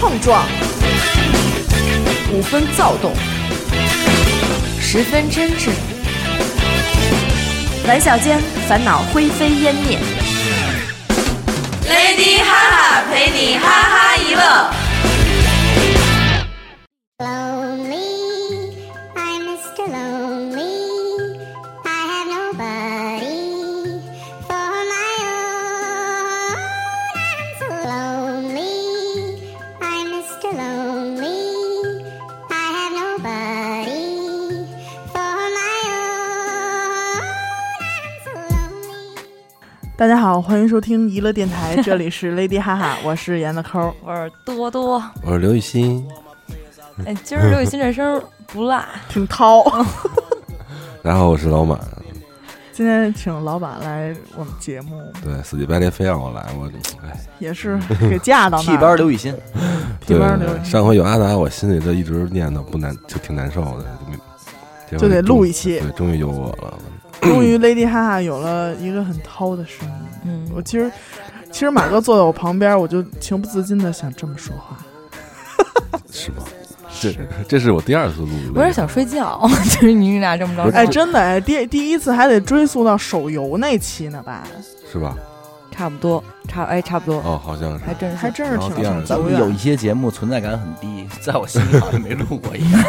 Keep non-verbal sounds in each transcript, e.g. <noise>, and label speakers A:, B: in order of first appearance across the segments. A: 碰撞，五分躁动，十分真挚。玩笑间，烦恼灰飞烟灭。
B: Lady 哈哈陪你哈哈一乐。
C: Lonely, I'm Mr. Lonely. I have nobody for my own. I'm so lonely. I'm Mr. Lonely. I have nobody for my own. I'm so lonely.
D: 大家好，欢迎收听娱乐
A: <laughs>
D: 电台，这里是 Lady 哈哈，我是严的抠儿。
E: 我是多多。
F: 我是刘雨欣，
E: 哎，今
D: 嗯
E: 儿刘雨欣这声儿不辣，
D: 挺
A: <laughs>
D: 掏。
F: 然后我是老满，
D: 今天请老板来我们节目，
F: 对，死乞白赖非让我来，我哎，
D: 也是给架到那
G: 替
D: 儿
G: 班
D: 了。
G: 刘雨欣，
D: 替
F: 对
D: 班儿
F: 对
D: 留
F: 对，上回有阿达，我心里就一直念叨不难，就挺难受的，就没结果
D: 就得
F: 终
D: 录一期
F: 对，终于有我了，
A: <laughs>
D: 终于 Lady 哈哈有了一个很掏的声音。
E: 嗯，
D: 我其实，其实马哥坐在我旁边，我就情不自禁的想这么说话。
F: 是吗？这这是我第二次录，
E: 我有点想睡觉， <laughs> 就是你俩这么着
F: 不是
E: 说。
D: 哎，真的哎，第第一次还得追溯到手游那期呢吧？
F: 是吧？
E: 差不多，差哎差不多，
F: 哦，好像是
E: 还，真是
D: 还真是
F: 然后
D: 挺
F: 第二
D: 挺
F: 次
G: 咱
D: 久
G: 们有一
D: 远。
G: 些节目存在感很低，在我心里好像没录过
D: <laughs>
G: 一样。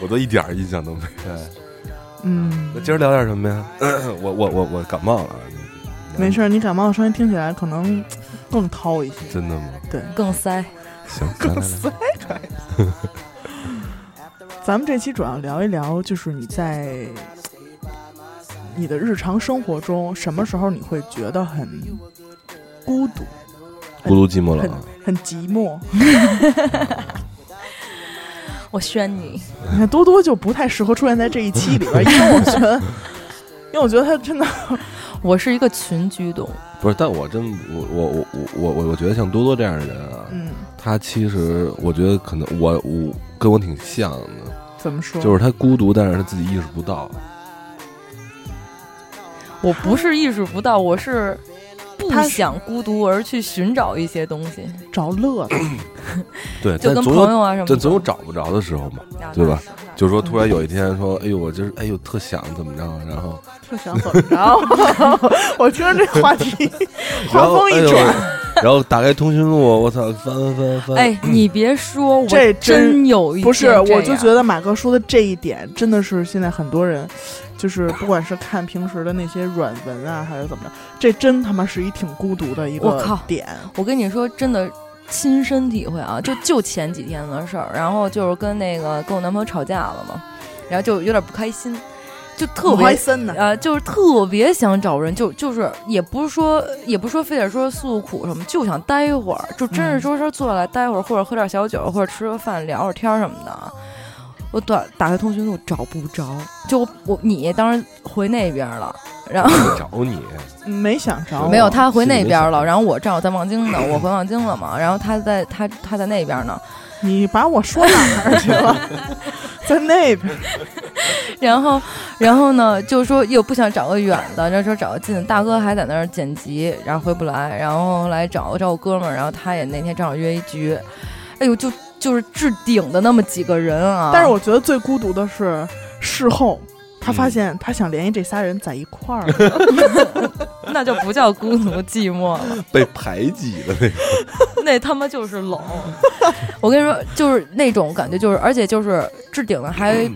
F: 我都一点儿印象都没。对，
D: 嗯
F: 那，今儿聊点什么呀？ <clears throat> 我我我我感冒了，
D: 没事儿，你感冒的声音听起来可能更掏一些。
F: 真的吗？
E: 更塞。
D: <laughs>
F: 行，来来来，
D: 咱们这期主要聊一聊，就是你在你的日常生活中，什么时候你会觉得很孤独、
F: 孤独寂寞
D: 很
F: 冷啊，
D: 很寂寞？ <laughs>
E: 我宣你，
D: 你看多多就不太适合出现在这一期里边，因为我觉得，因为我觉得他真的
E: 我是一个群居动物，
F: 不是，但我真我我我我我我觉得像多多这样的人啊，
D: 嗯，
F: 他其实我觉得可能我我跟我挺像
E: 嗯
F: 的，
D: 怎么说？
F: 就是他孤独，但是他自己意识不到。
E: 我不是意识不到，我是不
D: 他是
E: 想孤独而去寻找一些东西，
D: 着乐子，
F: 对，
E: 就
F: 但
E: 跟
F: 总
E: 朋
F: 有
E: 友啊什么
F: 但
E: 的，
F: 总有找不着的时候嘛。
E: 啊
F: 对吧？
E: 那
F: 就是说，突然有一天说，哎呦，我今儿哎呦特想怎么着，啊然后
D: 特想怎么 <laughs> 着？ <laughs> 我听着这话题，
F: 然
D: 话
F: 后
D: 锋
F: 哎
D: 一
F: 呦
D: 转，，
F: 然后打开通讯录，我操，翻翻翻翻，
E: 哎，你别说，我
D: 这真
E: 真有一
D: 不是，
E: 天这
D: 我就
E: 样
D: 觉得马哥说的这一点真的是现在很多人，就是不管是看平时的那些软文啊，还是怎么着，这真他妈是一挺孤独的一
E: 我靠
D: 个点。
E: 我跟你说，真的亲身体会啊，就就前几天的事儿，然后就是跟那个跟我男朋友吵架了嘛，然后就有点不开心，就特
D: 怀
E: 别。
D: 森呢，
E: 呃，就是特别想找人，就就是也不是说，也不是说非得说诉苦什么，就想待会儿，就真是说是坐下来待会儿，或者喝点小酒，或者吃个饭，聊会儿天儿什么的啊。我打打开通讯录找不着，就我我你当时回那边了，然后
F: 没找你，
D: 没想着
E: 呃没有，他回
F: 哦心里
E: 那
F: 没
E: 边
F: 想
E: 了，然后我正好在望京呢，我回望京了嘛，然后他在他他在那边呢，
D: 你把我说哪儿去了？ <laughs> 在那
E: <laughs>
D: 边，
E: 啊然后然后呢，就说又不想找个远的，然后说找个近的，大哥还在那儿剪辑，然后回不来，然后后来找找我哥们儿，然后他也那天正好约一局，哎呦，就就是置顶的那么几个人啊，
D: 但是我觉得最孤独的是事后。他
E: 嗯
D: 发现他想联系这仨人在一块儿了，
E: <laughs> 那就不叫孤独寂寞了。
F: 被排挤了那个。
E: 那他妈就是冷。 <laughs> 我跟你说，就是那种感觉，就是而且就是置顶的还。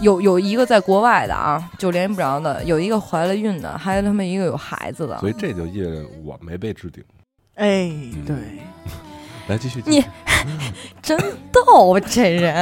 E: 有有一个在国外的啊，就联系不着的；有一个怀了孕的，还有他们一个有孩子的
F: 所。以这就意味着我没被置顶。
D: 哎，
E: 嗯
D: 对，
F: 来继续，
E: 你真逗啊这人，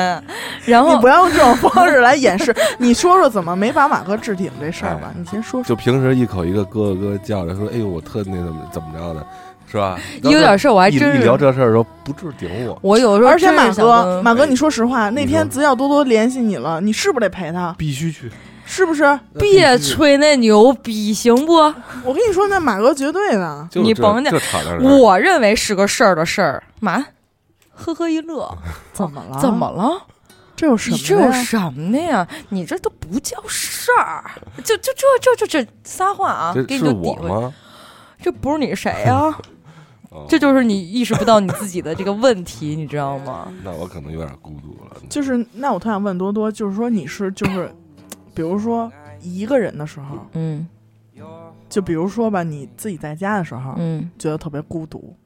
E: 然
D: 你
E: 后
D: 不要用这种方式来掩饰。你说说怎么没把马哥置顶这事儿吧？
F: 哎
D: 你先说说。
F: 就平时一口一个哥哥哥叫着说，哎呦，我特那怎么怎么着的，是吧？
E: 有点事儿我还
F: 一
E: 真
F: 一聊
E: 是，
F: 这事儿的时候不置顶我，
E: 我有时候
D: 而且
E: 真是
D: 马
E: 想
D: 哥，
E: 问
D: 马哥，你说实话，那天
F: 你说
D: 只要多多联系你了，你是不是得陪他？
F: 必须去，
D: 是不是？
E: 别吹那牛逼行不？
D: 我跟你说，那马哥绝对
F: <laughs>
D: 的。
F: 就
E: 你
F: 这
E: 甭介
F: 这敞亮人，
E: 我认为是个事儿的事儿，嘛，呵呵一乐，
F: 啊
D: 怎么了
E: 怎么了？
D: 这有什
E: 你
D: 么？
E: 这有？什么的呀？你这都不叫事儿，就就这这这这仨话啊，
F: 这
E: 给你
F: 是
E: 就
F: 我
E: 诋毁。
F: 吗？
E: 这不是你谁呀、
F: 哦
E: 这就是你意识不到你自己的这个问题，你知道
D: <laughs>
E: 吗？
F: 那我可能有点孤独了。
E: 嗯
D: 就是那我特想问多多，就是说你是就是，比如说一个人的时候，
E: 嗯
D: 就比如说吧，你自己在家的时候，
E: 嗯，
D: 觉得特别孤独，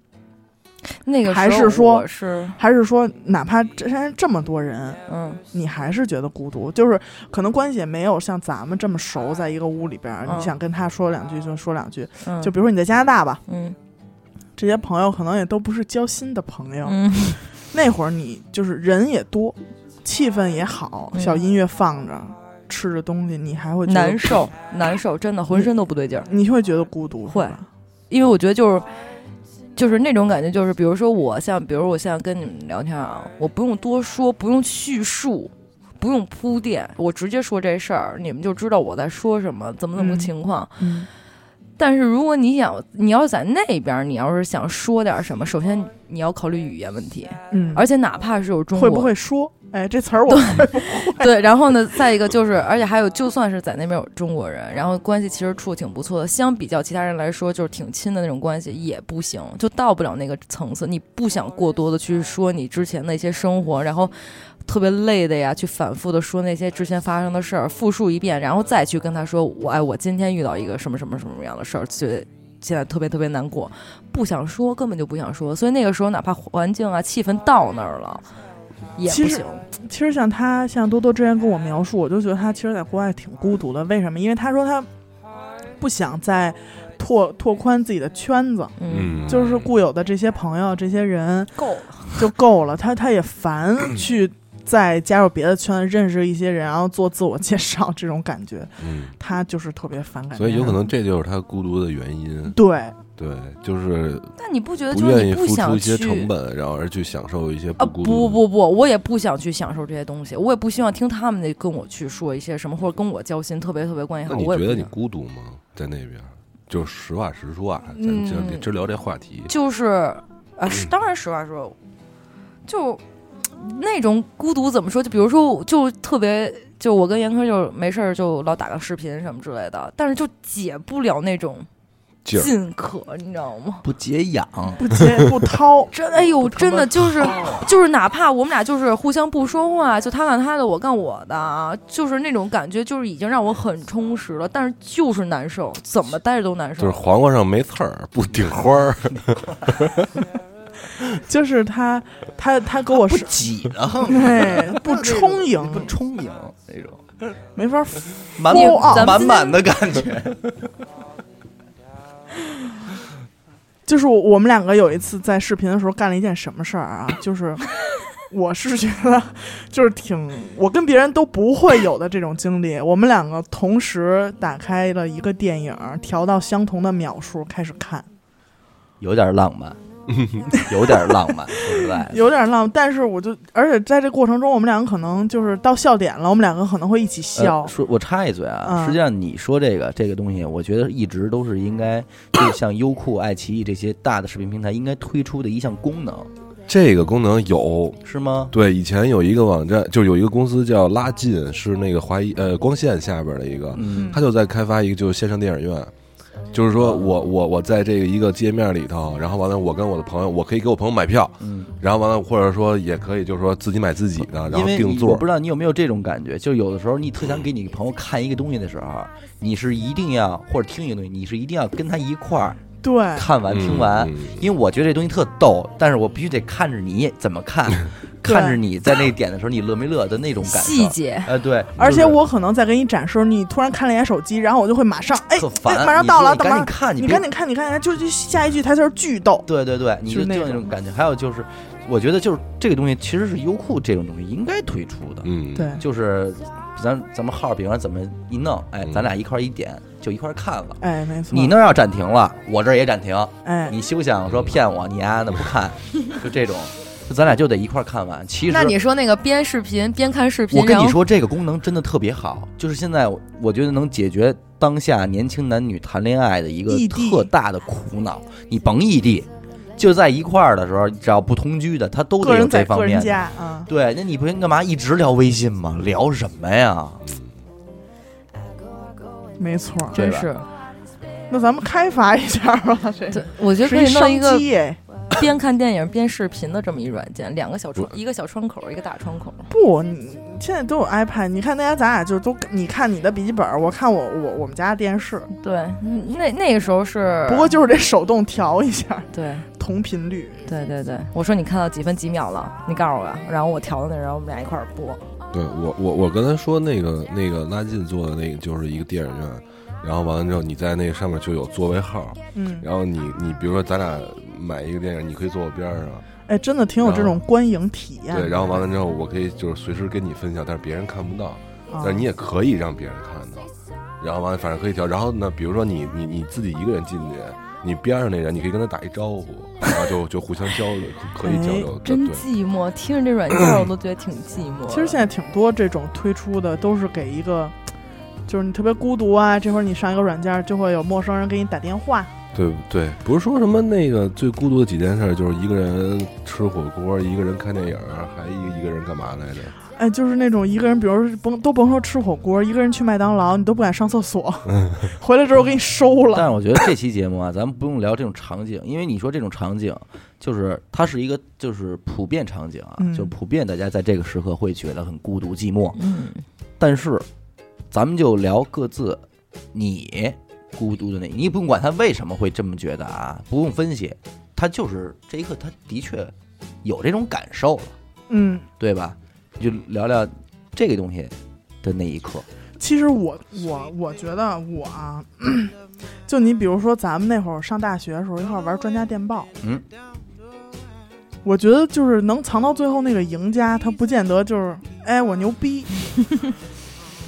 E: 那个时候
D: 还是说
E: 我是
D: 还是说哪怕这现在这么多人，
E: 嗯
D: 你还是觉得孤独？就是可能关系也没有像咱们这么熟，在一个屋里边儿，
E: 嗯
D: 你想跟他说两句就说两句。
E: 嗯
D: 就比如说你在加拿大吧，
E: 嗯
D: 这些朋友可能也都不是交心的朋友，
E: 嗯
D: 那会儿你就是人也多，气氛也好，
E: 嗯
D: 小音乐放着，吃着东西，你还会觉得
E: 难，受难受，真的浑身都不对劲儿，
D: 你会觉得孤独，
E: 会
D: 是吧
E: 因为我觉得就是。就是那种感觉，就是比如说我像，比如我现在跟你们聊天啊，我不用多说，不用叙述，不用铺垫，我直接说这事儿，你们就知道我在说什么，怎么怎么
D: 嗯
E: 个情况。
D: 嗯
E: 但是如果你想，你要是在那边儿，你要是想说点儿什么，首先你要考虑语言问题，
D: 嗯，
E: 而且哪怕是有中
D: 会
E: 国，
D: 不会说？哎，这词儿我会不会？
E: <laughs> 对，然后呢，再一个就是，而且还有，就算是在那边有中国人，然后关系其实处得挺不错的，相比较其他人来说，就是挺亲的那种关系也不行，就到不了那个层次。你不想过多的去说你之前的一些生活，然后特别累的呀，去反复的说那些之前发生的事儿，复述一遍，然后再去跟他说，我哎，我今天遇到一个什么什么什么样的事儿，觉得现在特别特别难过，不想说，根本就不想说。所以那个时候，哪怕环境啊、气氛到那儿了，也
D: 其
E: 不
D: 实
E: 行。
D: 其实像他，像多多之前跟我描述，我就觉得他其实在国外挺孤独的。为什么？因为他说他不想再拓拓宽自己的圈子，
E: 嗯，
F: 嗯，
D: 就是固有的这些朋友、这些人
E: 够了。
D: 就够了。他他也烦
F: 嗯
D: 去再加入别的圈子，认识一些人，然后做自我介绍这种感觉，
F: 嗯，
D: 他就是特别反感。
F: 所以有可能这就是他孤独的原因。
D: 对，
F: 对，就是
E: 但你不觉得
F: 不
E: 就是
F: 愿
E: 你
F: 意
E: 不
F: 付出
E: 想
F: 一些
E: 去
F: 成本，然后而去享受一些
E: 啊？
F: 不孤
E: 不
F: 独。
E: 不不我也不想去享受这些东西，我也不希望听他们的跟我去说一些什么，或者跟我交心，特别特别关系好。
F: 那你
E: 我也
F: 觉
E: 不
F: 得你
E: 想
F: 孤独吗？在那边，就是实话实说啊，咱
E: 嗯
F: 今儿今儿聊这话题，
E: 就是
F: <clears throat>
E: 啊，是当然实话说，就那种孤独怎么说？就比如说我，就特别，就我跟严科就没事儿就老打个视频什么之类的，但是就解不了那种
F: 劲儿
E: 进渴，你知道吗？，
G: 不解痒，
D: 不接不掏 <laughs>
E: 真哎呦，真的就是就是，哪怕我们俩就是互相不说话，就他干他的，我干我的啊，就是那种感觉，就是已经让我很充实了，但是就是难受，怎么待着都难
F: 就是
E: 受。
F: 黄瓜上没刺儿，不顶
E: <laughs>
F: 花儿。
D: 就是他他他给我
G: 不
D: 是
G: 挤的，
D: 对不充盈，
G: 不充盈那种，
D: 没法
G: 满
D: 哦啊
G: 满满满的感觉。
D: 就是我我们两个有一次在视频的时候干了一件什么事儿啊？就是我是觉得就是挺我跟别人都不会有的这种经历。我们两个同时打开了一个电影，调到相同的秒数开始看，
G: 有点浪漫，有点浪漫，说实在的，呃
D: 有点浪。但是我就而且在这过程中，我们两个可能就是到笑点了，我们两个可能会一起笑。
G: 呃说，我插一嘴啊，
D: 嗯
G: 实际上你说这个这个东西，我觉得一直都是应该，就像优酷、爱奇艺这些大的视频平台应该推出的一项功能，
F: 这个功能有，
G: 是吗？
F: 对，以前有一个网站，就有一个公司叫拉近，是那个华谊呃光线下边的一个，
G: 嗯
F: 他就在开发一个就是线上电影院，就是说我我我在这个一个界面里头，然后完了我跟我的朋友，我可以给我朋友买票，
G: 嗯，
F: 然后完了或者说也可以就是说自己买自己的，然后
G: 因为
F: 定
G: 你我
F: 座
G: 不。知道你有没有这种感觉，就是有的时候你特想给你朋友看一个东西的时候，你是一定要或者听一个东西，你是一定要跟他一块儿
D: 对，
G: 看完
F: 嗯
G: 听完，
F: 嗯
G: 因为我觉得这东西特逗，但是我必须得看着你怎
F: <laughs>
G: 么看，看着你在那点的时候你乐没乐的那种感受。
E: 细，节，
G: 哎、对，
D: 而且
G: 就是
D: 我可能在给你展示，你突然看了一眼手机，然后我就会马上哎
G: 特烦，
D: 哎，马上到了，
G: 你说
D: 等
G: 你赶紧
D: 会儿
G: 看，
D: 你
G: 别
D: 赶紧看，你看，就就下一句台词儿巨逗。
G: 对对对，你
D: 就
G: 就是
D: 那
G: 就那
D: 种
G: 种感觉。还有就是，我觉得就是这个东西其实是优酷这种东西应该推出的，
F: 嗯，
D: 对，
G: 就是咱咱们号儿，比方怎么一弄，哎，
F: 嗯
G: 咱俩一块儿一点就一块儿看了。
D: 哎，没错。
G: 你那儿要暂停了，我这儿也暂停。
D: 哎，
G: 你休想说骗我，你丫的不看，就这种，就咱俩就得一块儿看完。其实
E: 那你说那个边视频边看视频，
G: 我跟
E: 然
G: 你
E: 后
G: 说，这个功能真的特别好，就是现在我我觉得能解决当下年轻男女谈恋爱的一个
D: 异地
G: 特大的苦恼。你甭异地，就在一块儿的时候，只要不同居的，他都
D: 个
G: 得有
D: 人在个
G: 这方
D: 人
G: 面。
D: 家啊，
G: 对，那你不干嘛一直聊微信吗？聊什么呀？
D: 没错儿。
E: 真
G: 对吧
E: 是
D: 那咱们开发一下吧，这
E: 对，我觉得
D: 是
E: 可以弄
D: 商
E: 一个
D: 机哎。
G: 啊
E: <laughs> 边看电影边视频的这么一软件，两个小窗，一个小窗口，一个大窗口。
D: 不，你现在都有 iPad，你看大家咱俩就都你看你的笔记本儿，我看我我我们家的电视，
E: 对，嗯那那个时候
F: 嗯
E: 是，
D: 不过就是得手动调一下
E: 对
D: 同频率。
E: 对对对，我说你看到几分几秒了，你告诉我，然后我调到那儿，然后我们俩一块儿播。
F: 对我我我刚才说那个那个拉近做的那个就是一个电影院，然后完了之后你在那上面就有座位号，
D: 嗯，
F: 然后你你比如说咱俩买一个电影，你可以坐我边上，
D: 哎，真的挺有这种观影体验的。
F: 对，然后完了之后我可以就是随时跟你分享，但是别人看不到，
D: 啊
F: 但是你也可以让别人看到，然后完了反正可以调，然后呢，比如说你你你自己一个人进去。你边上那人，你可以跟他打一招呼，然后就就互相交流，可以交流。对
E: 真
F: 哦对
E: 寂寞，听着这软件我都觉得挺寂寞。
D: 其实现在挺多这种推出的，都是给一个，就是你特别孤独啊，这会儿你上一个软件儿，就会有陌生人给你打电话。
F: 对对，不是说什么那个最孤独的几件事，就是一个人吃火锅，一个人看电影，还一一个人干嘛来着？
D: 哎，就是那种一个人，比如说甭都甭说吃火锅，一个人去麦当劳，你都不敢上厕所，
F: <laughs>
D: 回来之后给你收
G: 但
D: 了。
G: 是我觉得这期节目啊， <laughs> 咱们不用聊这种场景，因为你说这种场景，就是它是一个就是普遍场景啊，
D: 嗯
G: 就是普遍大家在这个时刻会觉得很孤独寂寞。
E: 嗯，
G: 但是，咱们就聊各自你孤独的那，你也不用管他为什么会这么觉得啊，不用分析，他就是这一刻他的确有这种感受了，
D: 嗯，
G: 对吧？你就聊聊这个东西的那一刻，
D: 其实我我我觉得我啊， <clears throat> 就你比如说咱们那会儿上大学的时候一块儿玩专家电报，
G: 嗯，
D: 我觉得就是能藏到最后那个赢家，他不见得就是哎我牛逼。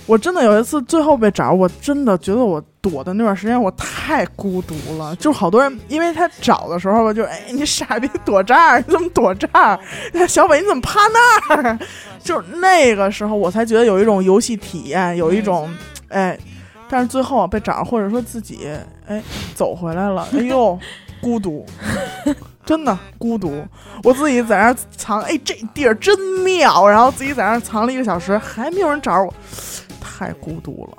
D: 我真的有一次最后被找，我真的觉得我躲的那段时间我太孤独了，就是好多人因为他找的时候吧，就哎你傻逼躲这儿，你怎么躲这儿？ <laughs> 小伟你怎么趴那儿？就是那个时候我才觉得有一种游戏体验，有一种
E: 嗯
D: 哎，但是最后啊被找，或者说自己哎走回来
E: <laughs>
D: 了，哎呦孤独，真的孤独。我自己在那儿藏，哎这地儿真妙，然后自己在那儿藏了一个小时，还没有人找我，太孤独了。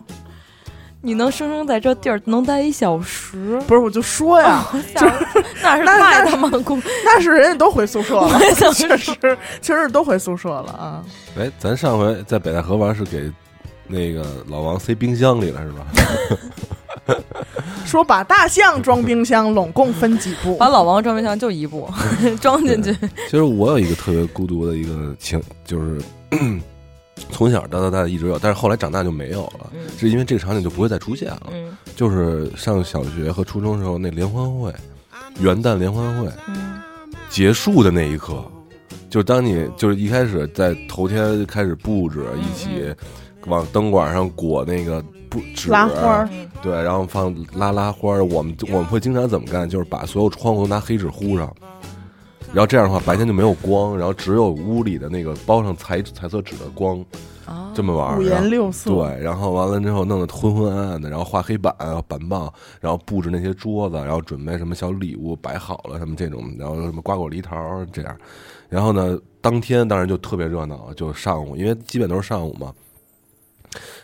E: 你能生生在这地儿能待一小时，
D: 不是，我就说呀，
E: <laughs>
D: <laughs>
E: 吓我那是
D: 哦那
E: 太
D: 那
E: 他妈孤。
D: 那是人家都回宿舍了
E: <laughs>
D: <laughs>
E: 我也，想
D: 确实确实都回宿舍了啊。
F: 哎，咱上回在北戴河玩是给那个老王塞冰箱里了是吧？
D: 说把大象装冰箱，拢共分几步？
E: 把老王装冰箱就一步
F: 嗯
E: <laughs> 装进去，
F: 其实我有一个特别孤独的一个情，就是 <clears throat> 从小到大一直有，但是后来长大就没有了，是因为这个场景就不会再出现了。
E: 嗯
F: 就是上小学和初中时候那联欢会，元旦联欢会
E: 嗯
F: 结束的那一刻，就是当你就是一开始在头天开始布置，一
E: 嗯
F: 起往灯管上裹那个布纸
D: 拉花儿，
F: 对，然后放拉拉花儿。我们我们会经常怎么干？就是把所有窗户都拿黑纸糊上，然后这样的话白天就没有光，然后只有屋里的那个包上彩彩色纸的光，
E: 啊，
F: 这么玩儿。
D: 五
F: 然后
D: 颜六色，
F: 对，然后完了之后弄得昏昏暗暗的，然后画黑板、啊板报，然后布置那些桌子，然后准备什么小礼物摆好了什么这种，然后什么瓜果梨桃这样。然后呢，当天当然就特别热闹，就上午，因为基本都是上午嘛。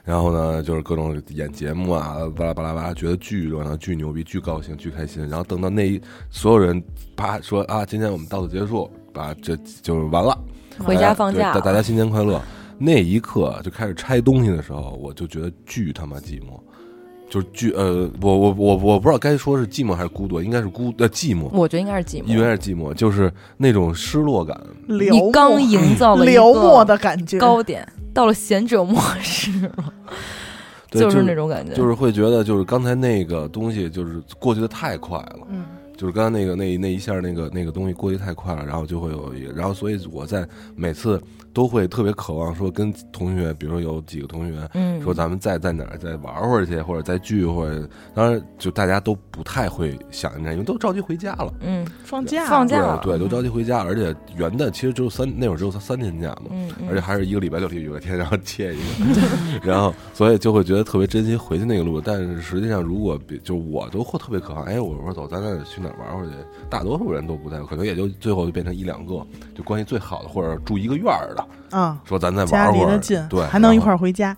F: 然后呢，就是各种演节目啊，巴拉巴拉巴拉，觉得巨热闹、巨牛逼、巨高兴、巨开心。然后等到那一所有人啪说啊，今天我们到此结束，啊，这就是完了。
E: 回家放假
F: 对大大家新年快乐。那一刻就开始拆东西的时候，我就觉得巨他妈寂寞，就是巨呃，我我我我不知道该说是寂寞还是孤独，应该是孤呃寂寞，
E: 我觉得应该是寂
F: 应
E: 寞。
F: 该是寂寞，就是那种失落感。
D: 流
E: 你刚
D: 沫
E: 营造了一
D: 流沫
E: 个
D: 的感觉，
E: 高点，到了贤者模式了，<laughs> 就
F: 对就是是
E: 那种感觉，
F: 就是会觉得，就是刚才那个东西，就是过去的太快了，
D: 嗯，
F: 就是刚才那个那那一下那个那个东西过去太快了，然后就会有一，然后所以我在每次都会特别渴望说跟同学，比如说有几个同学，
E: 嗯，
F: 说咱们再在哪儿再玩会儿去，或者再聚会。当然，就大家都不太会想念，因为都着急回家了。
E: 嗯
D: 放假
E: 放假
F: 对
E: 了
F: 对，都
D: 嗯
F: 着急回家，而且元旦其实只有三，那会儿只有三三天假嘛，
E: 嗯嗯
F: 而且还是一个礼拜六天、礼拜天，然后切一个， <laughs> 然后所以就会觉得特别珍惜回去那个路。但是实际上，如果比就我都会特别渴望，哎，我说走，咱俩去哪儿玩会儿去？大多数人都不太，可能也就最后就变成一两个，就关系最好的，或者住一个院儿的，
D: 啊，
F: 说咱再
D: 家
F: 玩
D: 离
F: 会
D: 得
F: 儿，
D: 近，
F: 对，
D: 还能一块
F: 儿。
D: 儿回家。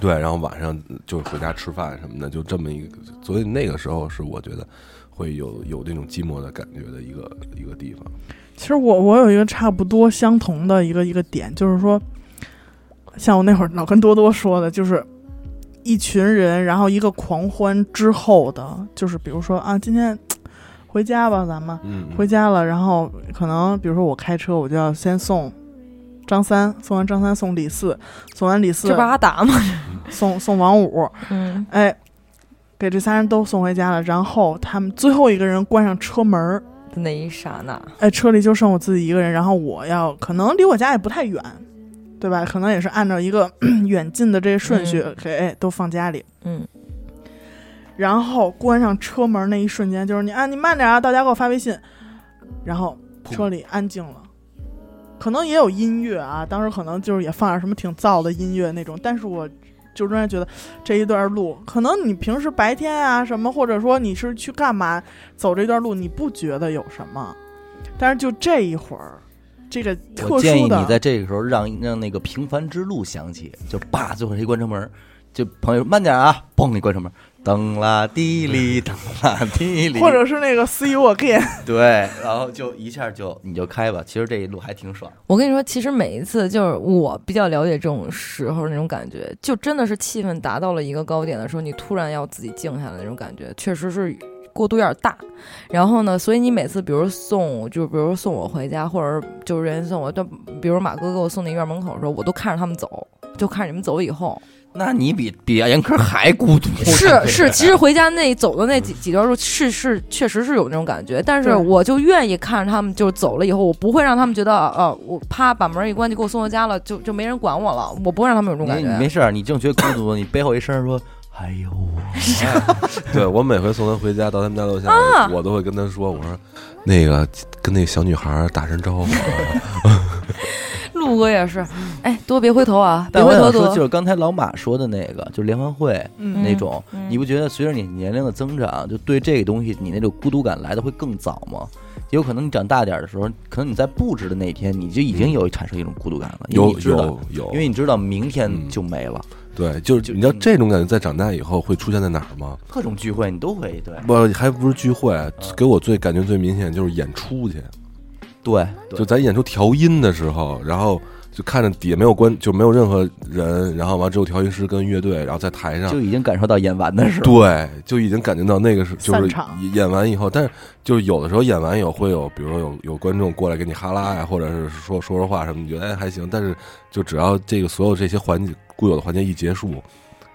F: 对，然后晚上就是回家吃饭什么的，就这么一个，所以那个时候是我觉得会有有那种寂寞的感觉的一个一个地方。
D: 其实我我有一个差不多相同的一个一个点，就是说，像我那会儿老跟多多说的，就是一群人，然后一个狂欢之后的，就是比如说啊，今天回家吧，咱们
F: 嗯，
D: 回家了，然后可能比如说我开车，我就要先送张三，送完张三送李四，送完李四
E: 这不是阿达吗？
D: 送送王五，
E: 嗯，
D: 哎，给这仨人都送回家了，然后他们最后一个人关上车门儿，
E: 的 <laughs> 那一刹那，
D: 哎，车里就剩我自己一个人，然后我要可能离我家也不太远，对吧？可能也是按照一个 <clears throat> 远近的这个顺序给、哎都放家里，
E: 嗯，
D: 然后关上车门那一瞬间，就是你啊，你慢点啊，到家给我发微信，然后车里安静了。可能也有音乐啊，当时可能就是也放点什么挺燥的音乐那种，但是我就仍然觉得这一段路，可能你平时白天啊什么，或者说你是去干嘛走这段路，你不觉得有什么，但是就这一会儿，这个特
G: 我建议
D: 殊
G: 你在
D: 的，
G: 这个时候让让那个《平凡之路》响起，就叭，最后谁关车门，就朋友慢点啊，嘣，你关车门，噔啦滴哩，噔啦滴哩，
D: 或者是那个 See you again，
G: 对，然后就一下就你就开吧。其实这一路还挺爽，
E: 我跟你说，其实每一次就是我比较了解这种时候那种感觉，就真的是气氛达到了一个高点的时候，你突然要自己静下来那种感觉，确实是过度有点大。然后呢，所以你每次比如送，就比如送我回家，或者就是人送我，但比如马哥给我送那院门口的时候，我都看着他们走。就看着你们走以后，
G: 那你比比严科还孤独。
E: 是是，其实回家那走的那几几条路是是确实是有那种感觉，但是
D: 对
E: 我就愿意看着他们就走了以后，我不会让他们觉得啊、啊我啪把门一关就给我送到家了，就就没人管我了，我不会让他们有这种
G: 你
E: 感
G: 你没
E: 觉。
G: 事儿，你正觉得孤独，你背后一声说哎还有我。
F: 对我每回送他回家到他们家楼下，
E: 啊
F: 我都会跟他说，我说那个跟那小女孩打声招呼啊，
G: <laughs>
E: 陆哥也是，哎，多别回头啊，别
G: 但我
E: 回头
G: 想说，就
E: 多。
G: 是刚才老马说的那个，就是联欢会
D: 嗯
G: 那种，
E: 嗯
G: 你不觉得随着你年龄的增长，就对这个东西你那种孤独感来的会更早吗？有可能你长大点儿的时候，可能你在布置的那一天，你就已经有产生一种孤独感了，因
F: 嗯
G: 为
F: 有
G: 你知道
F: 有，有，
G: 因为你嗯知道明
F: 嗯
G: 天就没了，
F: 对，就是你知道这种感觉在长大以后会出现在哪儿吗？
G: 各种聚会你都会对
F: 不，还不是聚会，给我最感觉最明显就是演出去，
G: 对，对
F: 就咱演出调音的时候，然后就看着底下没有关，就没有任何人，然后完之后调音师跟乐队，然后在台上
G: 就，已经感受到演完的时候，
F: 对，就已经感觉到那个是就
D: 散
F: 是
D: 场
F: 演完以后，但是就是有的时候演完以后会有，比如说有有观众过来给你哈拉呀，或者是说说说话什么，你觉得哎还行，但是就只要这个所有这些环节固有的环节一结束。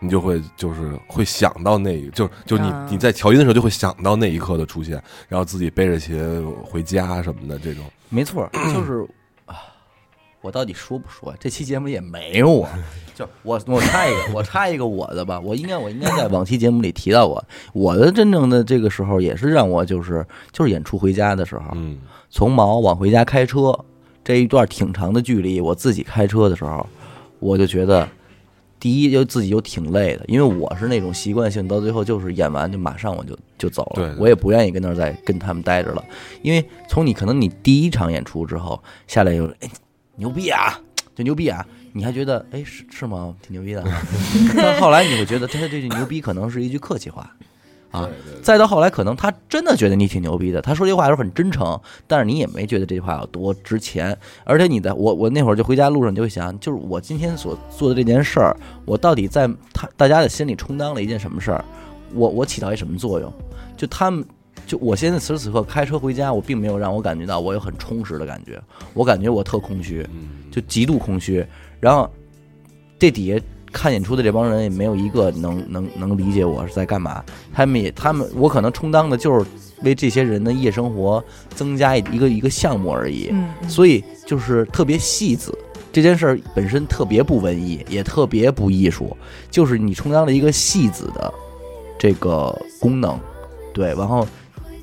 F: 你就会就是会想到那一，就是就你
D: 嗯
E: 啊
F: 你在调音的时候就会想到那一刻的出现，然后自己背着琴回家什么的这种，
G: 没错儿，就是 <clears throat> 啊我到底说不说呀？这期节目也没有啊。就我我插一个，我插一个我的吧。我应该我应该在往期节目里提到我我的真正的这个时候也是让我就是就是演出回家的时候，
F: 嗯，
G: 从毛往回家开车这一段挺长的距离，我自己开车的时候，我就觉得。第一，就自己就挺累的，因为我是那种习惯性，到最后就是演完就马上我就就走了，
F: 对对
G: 我也不愿意跟那儿再跟他们待着了，因为从你可能你第一场演出之后下来有，哎，牛逼啊，就牛逼啊，你还觉得哎是是吗？挺牛逼的
F: <laughs>
G: 啊，但后来你会觉得他这句牛逼可能是一句客气话，啊，再到后来可能他真的觉得你挺牛逼的，他说这话的时候很真诚，但是你也没觉得这句话有多值钱，而且你的我我那会儿就回家路上就会想，就是我今天所做的这件事儿，我到底在他大家的心里充当了一件什么事儿，我我起到一什么作用？就他们。就我现在此时此刻开车回家，我并没有让我感觉到我有很充实的感觉，我感觉我特空虚，就极度空虚。然后这底下看演出的这帮人也没有一个能能能理解我是在干嘛。他们也他们，我可能充当的就是为这些人的夜生活增加一个一个项目而已。
D: 嗯，
G: 所以就是特别戏子。这件事儿本身特别不文艺，也特别不艺术，就是你充当了一个戏子的这个功能，对，然后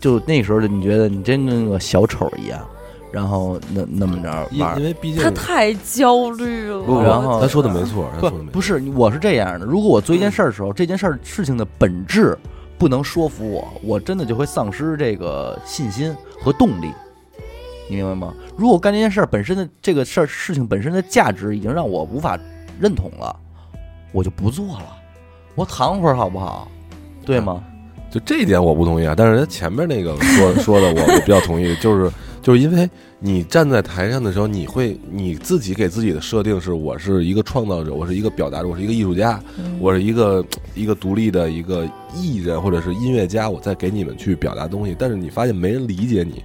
G: 就那时候就你觉得你真跟个小丑一样，然后那那么着
F: 因
G: 玩儿
F: 因，为毕竟
E: 嗯他太焦虑了，
F: 不不，
G: 然后
F: 他说的没错，他说
G: 不
F: 的没错
G: 不是，我是这样的。如果我做一件事儿的时候，这件事儿事情的本质不能说服我，我真的就会丧失这个信心和动力。你明白吗？如果干这件事儿本身的这个事儿事情本身的价值已经让我无法认同了，我就不做了，我躺会儿好不好？
F: 啊
G: 对吗？
F: 就这一点我不同意啊，但是他前面那个说说的我我比较同意，就是就是因为你站在台上的时候，你会你自己给自己的设定是我是一个创造者，我是一个表达者，我是一个艺术家，
G: 嗯
F: 我是一个一个独立的一个艺人或者是音乐家，我在给你们去表达东西，但是你发现没人理解你，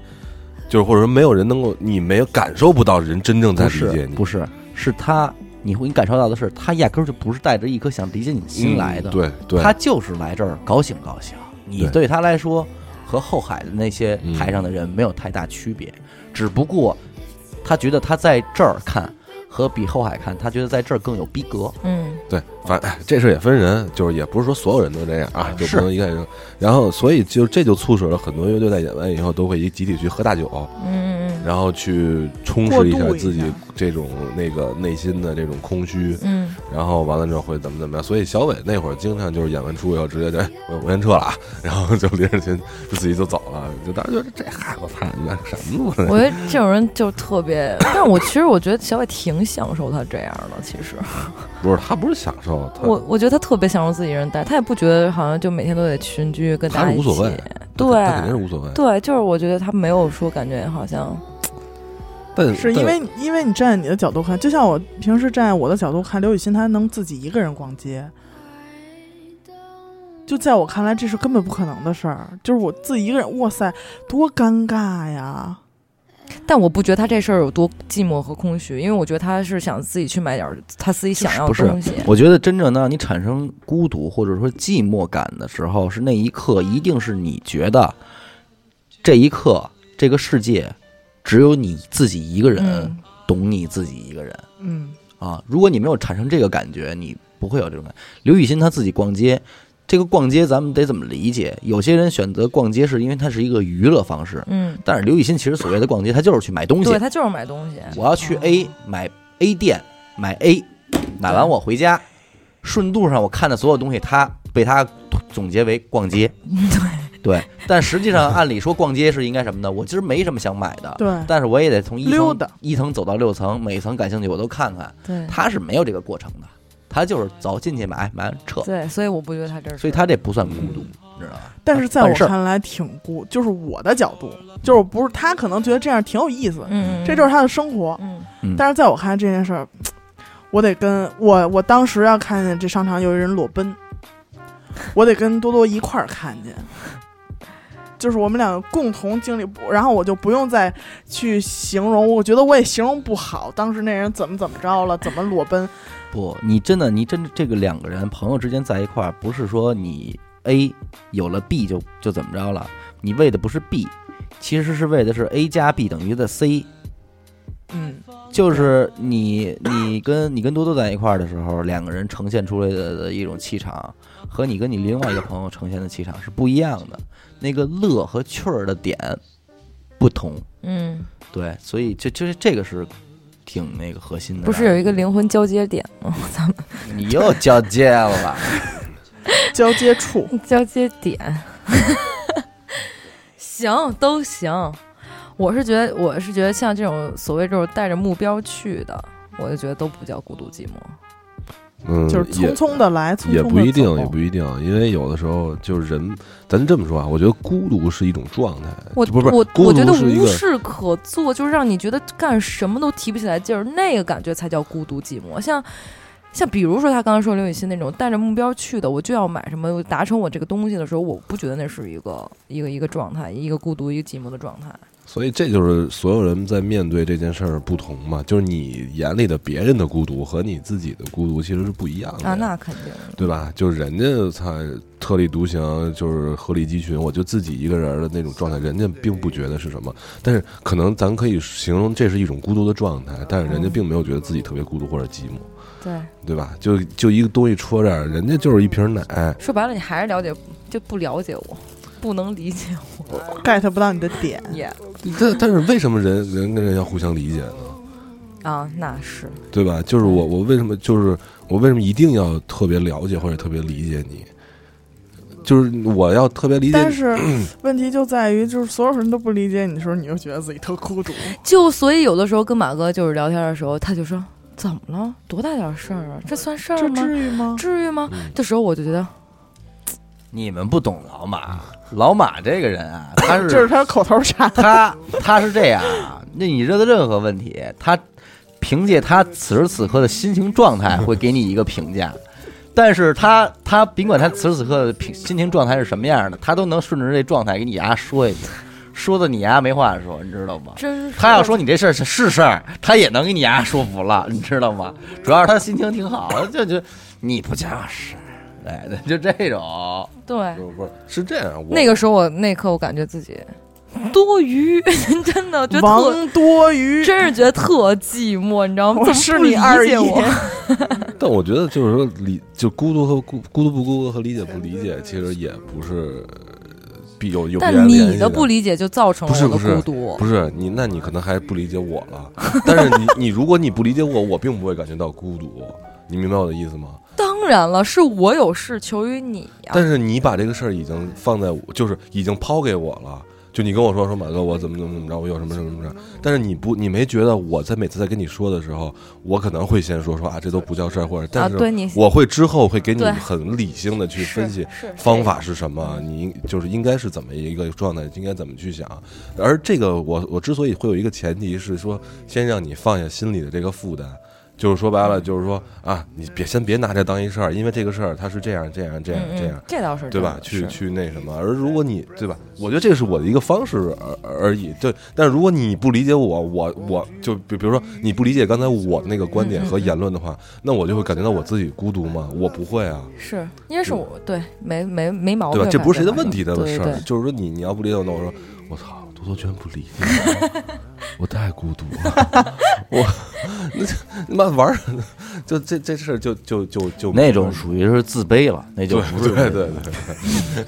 F: 就是或者说没有人能够，你没有感受不到人真正在
G: 不
F: 理解
G: 是
F: 你，嗯
G: 不是，是他，你会你感受到的是，他压根儿就不是带着一颗想理解你的心来的，
F: 嗯对对，
G: 他就是来这儿高兴高兴。你
F: 对
G: 对他来说，和后海的那些
F: 嗯
G: 台上的人没有太大区别，只不过他觉得他在这儿看和比后海看，他觉得在这儿更有逼格。
E: 嗯，
F: 对，反哎这事儿也分人，就是也不是说所有人都这样啊，就是不能一概而论。然后，所以就这就促使了很多乐队在演完以后都会一集体去喝大酒，
E: 嗯嗯
F: 然后去充实一下
D: 过渡一下
F: 自己这种那个内心的这种空虚，
E: 嗯
F: 然后完了之后会怎么怎么样。所以小伟那会儿经常就是演完出以后直接就哎我我先撤了啊，然后就拎着琴就自己就走了，就当时觉得这嗨我操你妈什么
E: 嗯，我觉得这种人就特别，但是我其实我觉得小伟挺享受他这样的，其实
F: 不是他不是享受他
E: 我我觉得他特别享受自己一个人待，他也不觉得好像就每天都得群居跟大
F: 他
E: 家
F: 是
E: 一
F: 无
E: 起
F: 所谓，他肯定是
E: 对
F: 无所谓，
E: 对，就是我觉得他没有说感觉好像
F: 但
D: 是因为因为你站在你的角度看，就像我平时站在我的角度看，刘雨欣她能自己一个人逛街，就在我看来这是根本不可能的事儿。就是我自己一个人，哇塞，多尴尬呀！
E: 但我不觉得他这事儿有多寂寞和空虚，因为我觉得他是想自己去买点儿他自己想要的
G: 就是
E: 东西。
G: 我觉得真正能让你产生孤独或者说寂寞感的时候，是那一刻，一定是你觉得这一刻这个世界只有你自己一个人
E: 嗯
G: 懂你自己一个人。
D: 嗯，
G: 啊，如果你没有产生这个感觉，你不会有这种感觉。刘雨欣她自己逛街，这个逛街咱们得怎么理解？有些人选择逛街是因为它是一个娱乐方式，
E: 嗯，
G: 但是刘雨欣其实所谓的逛街，她就是去买东西
E: 对。他就是买东西。
G: 我要去 A 买 A 店买 A，买完我回家，顺路上我看的所有东西，她被她总结为逛街。
D: 嗯
G: 对，但实际上按理说逛街是应该什么呢？我今儿没什么想买的，
D: 对
G: 但是我也得从一
D: 溜
G: 层
D: 达
G: 一层走到六层，每一层感兴趣我都看看。
E: 对
G: 他是没有这个过程的，他就是走进去买，买完撤，
E: 对，所以我不觉得他这是。
G: 所以他这不算孤独，你知道吧？
D: 但是在
G: 办
D: 我
G: 事儿
D: 看来挺孤，就是我的角度，就是不是他可能觉得这样挺有意思，
E: 嗯，嗯，
D: 这就是他的生活。
E: 嗯
G: 嗯
D: 但是在我看来这件事儿，我得跟我我当时要看见这商场有一人裸奔，我得跟多多一块儿看见，就是我们两个共同经历，然后我就不用再去形容，我觉得我也形容不好当时那人怎么怎么着了，怎么裸奔，
G: 不，你真的，你真的这个两个人朋友之间在一块儿，不是说你 A 有了 B 就就怎么着了，你为的不是 B，其实是为的是 A 加 B 等于的 C，
D: 嗯，
G: 就是你你跟你跟多多在一块儿的时候，两个人呈现出来的的一种气场，和你跟你另外一个朋友呈现的气场是不一样的，那个乐和趣儿的点不同。
E: 嗯，
G: 对，所以就就是这个是挺那个核心的。
E: 不是有一个灵魂交接点吗？咱们
G: 你又交接了吧？
D: 交接处，
G: 嗯
E: 交接点， <laughs> 行都行。我是觉得，我是觉得像这种所谓这种带着目标去的，我就觉得都不叫孤独寂寞。
F: 嗯
D: 就是
F: 也
D: 匆匆的来，匆匆的
F: 也不一定，
D: 走
F: 也不一定，因为有的时候就是人，咱这么说啊，我觉得孤独是一种状态，
E: 我
F: 不是不
E: 我
F: 是，
E: 我
F: 孤
E: 觉
F: 独
E: 得
F: 是一
E: 无
F: 个
E: 事可做，就是让你觉得干什么都提不起来劲儿，那个感觉才叫孤独寂寞。像像比如说他刚刚说刘雨欣那种带着目标去的，我就要买什么，我达成我这个东西的时候，我不觉得那是一个一个一个状态，一个孤独一个寂寞的状态。
F: 所以这就是所有人在面对这件事儿不同嘛，就是你眼里的别人的孤独和你自己的孤独其实是不一样的，
E: 啊，那肯定。
F: 对吧？就是人家才特立独行，就是鹤立鸡群，我就自己一个人儿的那种状态，人家并不觉得是什么，但是可能咱可以形容这是一种孤独的状态，但是人家并没有觉得自己特别孤独或者寂寞，
E: 对，
F: 对吧？就就一个东西戳这儿，人家就是一瓶奶。
E: 说白了，你还是了解就不了解我，不能理解我。
D: get 不到你的点，
E: 也、
F: 但但是为什么人人跟人要互相理解呢？
E: 啊，那是
F: 对吧？就是我我为什么就是我为什么一定要特别了解或者特别理解你？就是我要特别理解
D: 但
F: 你，
D: 是问题就在于，就是所有人都不理解你的时候，你就觉得自己特孤独。
E: 就所以有的时候跟马哥就是聊天的时候，他就说怎么了？多大点事儿啊？这算事儿
D: 这
E: 吗？
D: 至于吗？
E: 至于吗
F: 嗯？
E: 这时候我就觉得，
G: 你们不懂老马，老马这个人啊，他
D: 这
G: 是
D: 是他口头禅。
G: 他他是这样啊，那你热的任何问题，他凭借他此时此刻的心情状态会给你一个评价， <laughs> 但是他他甭管他此时此刻的平心情状态是什么样的，他都能顺着这状态给你丫说一句，说的你丫没话说，你知道吗？
E: 真是
G: 他要说你这事儿是是事儿，他也能给你丫说服了，你知道吗？主要是他心情挺好，就就你不就是，哎，就这种，
E: 对
F: 不是不是是这样，啊我
E: 那个时候我那一刻我感觉自己多余， <laughs> 真的觉得特。
D: 王多鱼，
E: 真是觉得特寂寞，你知道吗？
D: 我
E: 怎么
D: 是
E: 不
D: 你
E: 理
D: 二
E: 解
D: 姨
E: <laughs> 我
F: 但我觉得就是说理就孤独和孤孤独不孤独和理解不理解，其实也不是呃必有有必然
E: 但
F: 联
E: 你
F: 系
E: 的不理解就造成了
F: 不是
E: 我
F: 不
E: 的
F: 是
E: 孤独。
F: 不是你，那你可能还不理解我了。但是你你如果你不理解我，我并不会感觉到孤独，你明白我的意思吗？
E: 当然了，是我有事求于你啊呀、
F: 但是你把这个事儿已经放在我，就是已经抛给我了。就你跟我说说马哥，我怎么怎么怎么着，我有什么什么什么着。但是你不，你没觉得我在每次在跟你说的时候，我可能会先说说啊，这都不叫事儿，或者但
E: 啊对你
F: 是我会之后会给你
E: 对
F: 很理性的去
E: 是
F: 分析
E: 是
F: 方法是什么，你应就是应该是怎么一个状态，应该怎么去想。而这个我我之所以会有一个前提是说，先让你放下心里的这个负担。就是说白了，就是说啊，你别先别拿这当一事儿，因为这个事儿它是这样这样这样
E: 嗯
F: 这样
E: 嗯，，这倒是
F: 对
E: 真
F: 吧
E: 的？
F: 去
E: 是
F: 去那什么，而如果你对吧，我觉得这是我的一个方式而而已。对，但如果你不理解我，我我就比比如说你不理解刚才我那个观点和言论的话，那我就会感觉到我自己孤独吗？我不会啊，
E: 是，因为是我对没没没毛
F: 对
E: 病
F: 吧
E: 吧？？
F: 这不是谁的问
E: 反
F: 题
E: 正
F: 的
E: 对
F: 事
E: 对
F: 儿，
E: 对
F: 就是说你你要不理解我，那我说我操，多多居然不理解我，我太孤独了，我那他妈玩儿，就这这事儿就就就就
G: 那种属于是自卑了，那就
F: 对
G: 不是
F: 对对对。对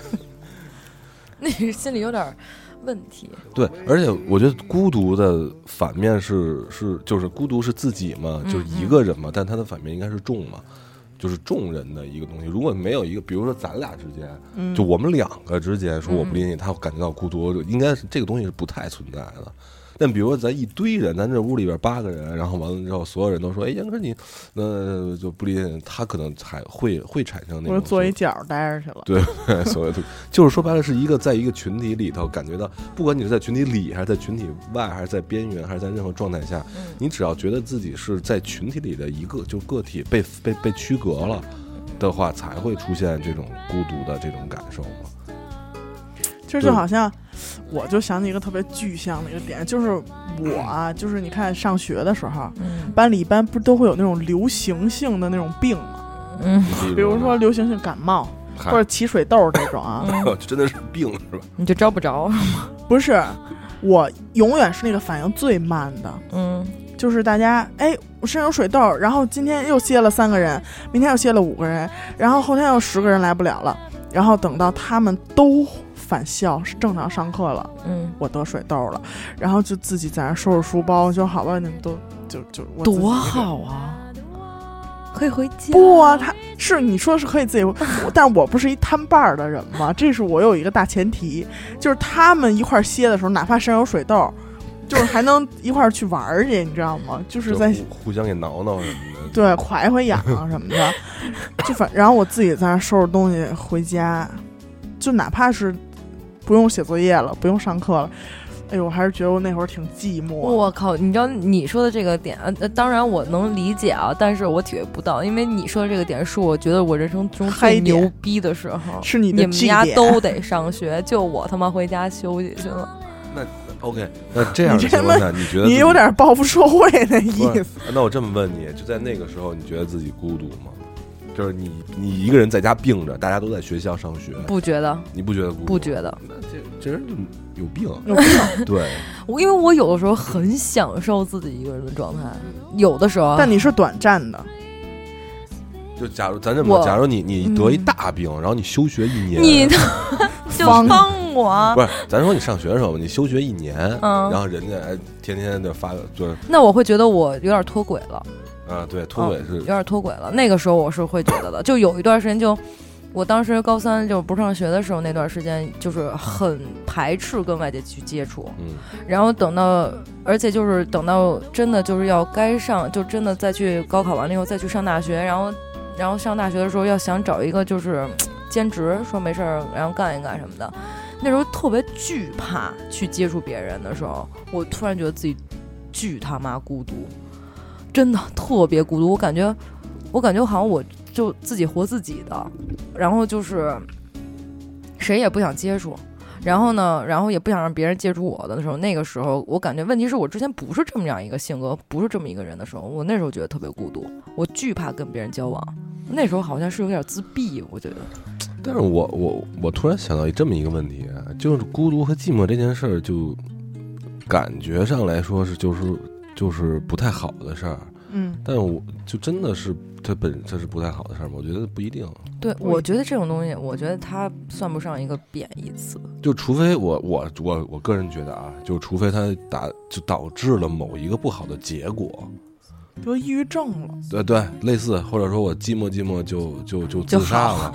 E: 那是 <laughs> 心里有点儿问题。
F: 对，而且我觉得孤独的反面是是就是孤独是自己嘛，就是一个人嘛，但它的反面应该是众嘛，就是众人的一个东西。如果没有一个，比如说咱俩之间，就我们两个之间说我不理解你，他会感觉到孤独，应该是这个东西是不太存在的。但比如说咱一堆人，咱这屋里边八个人，然后完了之后，所有人都说：“哎，严哥你，那就不理解你。”他可能才会会产生那
D: 我就
F: 种
D: 坐一
F: 所
D: 角待着去了。
F: 对，所谓的就是说白了，是一个在一个群体里头，感觉到不管你是在群体里，还是在群体外，还是在边缘，还是在任何状态下，
D: 嗯
F: 你只要觉得自己是在群体里的一个，就个体被被被区隔了的话，才会出现这种孤独的这种感受嘛。
D: 这就好像，我就想起一个特别具象的一个点，就是我啊，就是你看上学的时候，
E: 嗯
D: 班里一般不是都会有那种流行性的那种病吗？
E: 嗯，
D: 比如说，流行性感冒或者起水痘这种啊，
F: <laughs> 嗨真的是病是吧？
E: 嗯你就招不 <laughs> 着。
D: 不是，我永远是那个反应最慢的，
E: 嗯，
D: 就是大家哎，我身上有水痘，然后今天又歇了三个人，明天又歇了五个人，然后后天又十个人来不了了，然后等到他们都返校是正常上课了，
E: 嗯，
D: 我得水痘了，然后就自己在那收拾书包，就好吧，你们都就就我自己
E: 多好啊，可以回家。
D: 不啊，他是你说是可以自己，我但我不是一摊伴儿的人嘛，这是我有一个大前提，就是他们一块儿歇的时候，哪怕身上有水痘，就是还能一块儿去玩儿去，你知道吗？就是在
F: 就互互相给挠挠什么的。
D: 对，快快痒啊什么的，就反然后我自己在那儿收拾东西回家，就哪怕是不用写作业了，不用上课了，哎呦，我还是觉得我那会儿挺寂寞。
E: 我靠！你知道你说的这个点，呃，呃当然我能理解啊，但是我体会不到，因为你说的这个点是我觉得我人生中
D: 嗨
E: 最
D: 点
E: 牛逼的时候。
D: 是你
E: 你
D: 的
E: 们
D: G
E: 家
D: 点，
E: 都得上学，就我他妈回家休息去了。
F: OK，那这样的
D: 你这
F: 情况下，你觉得
D: 你
F: 自己
D: 有点报复社会的
E: <laughs>
D: 意
F: 不是
D: 思。
F: 啊那我这么问你，就在那个时候，你觉得自己孤独吗？就是你你一个人在家病着，大家都在学校上学，
E: 不觉得，
F: 你不觉得孤独？
E: 不觉得。
F: 那这这人就有病。
D: 有病
E: <laughs>
F: 对，
E: 我因为我有的时候很享受自己一个人的状态，有的时候啊，
D: 但你是短暂的，
F: 就假如咱这么，
E: 我嗯
F: 假如你你得一大病，然后你休学一年，
E: 你 <laughs> 就
D: 方
E: 帮我
F: 不，是？咱说你上学的时候吧，你休学一年，
E: 嗯
F: 然后人家哎天天的发就是
E: 那我会觉得我有点脱轨了，
F: 啊，对，脱轨
E: 嗯
F: 是
E: 有点脱轨了。那个时候我是会觉得的，就有一段时间就我当时高三就不上学的时候，那段时间就是很排斥跟外界去接触，
F: 嗯，
E: 然后等到，而且就是等到真的就是要该上，就真的再去高考完了以后再去上大学，然后，然后上大学的时候要想找一个就是兼职，说没事儿然后干一干什么的，那时候特别惧怕去接触别人的时候，我突然觉得自己巨他妈孤独，真的特别孤独，我感觉，我感觉好像我就自己活自己的，然后就是谁也不想接触。然后呢，然后也不想让别人接触我的时候，那个时候我感觉问题是我之前不是这么样一个性格，不是这么一个人的时候，我那时候觉得特别孤独，我惧怕跟别人交往，那时候好像是有点自闭，我觉得。
F: 但是我我我突然想到这么一个问题，就是孤独和寂寞这件事儿，就感觉上来说是就是就是不太好的事儿，
D: 嗯，
F: 但我就真的是它本这是不太好的事儿吗？我觉得不一定，
E: 对，
D: 我
E: 我觉得这种东西，我觉得它算不上一个贬义词。
F: 就除非我我我我个人觉得啊，就除非它打就导致了某一个不好的结果，
E: 嗯
D: 得抑郁症了。
F: 对对，类似或者说我寂寞寂寞就就就自杀了，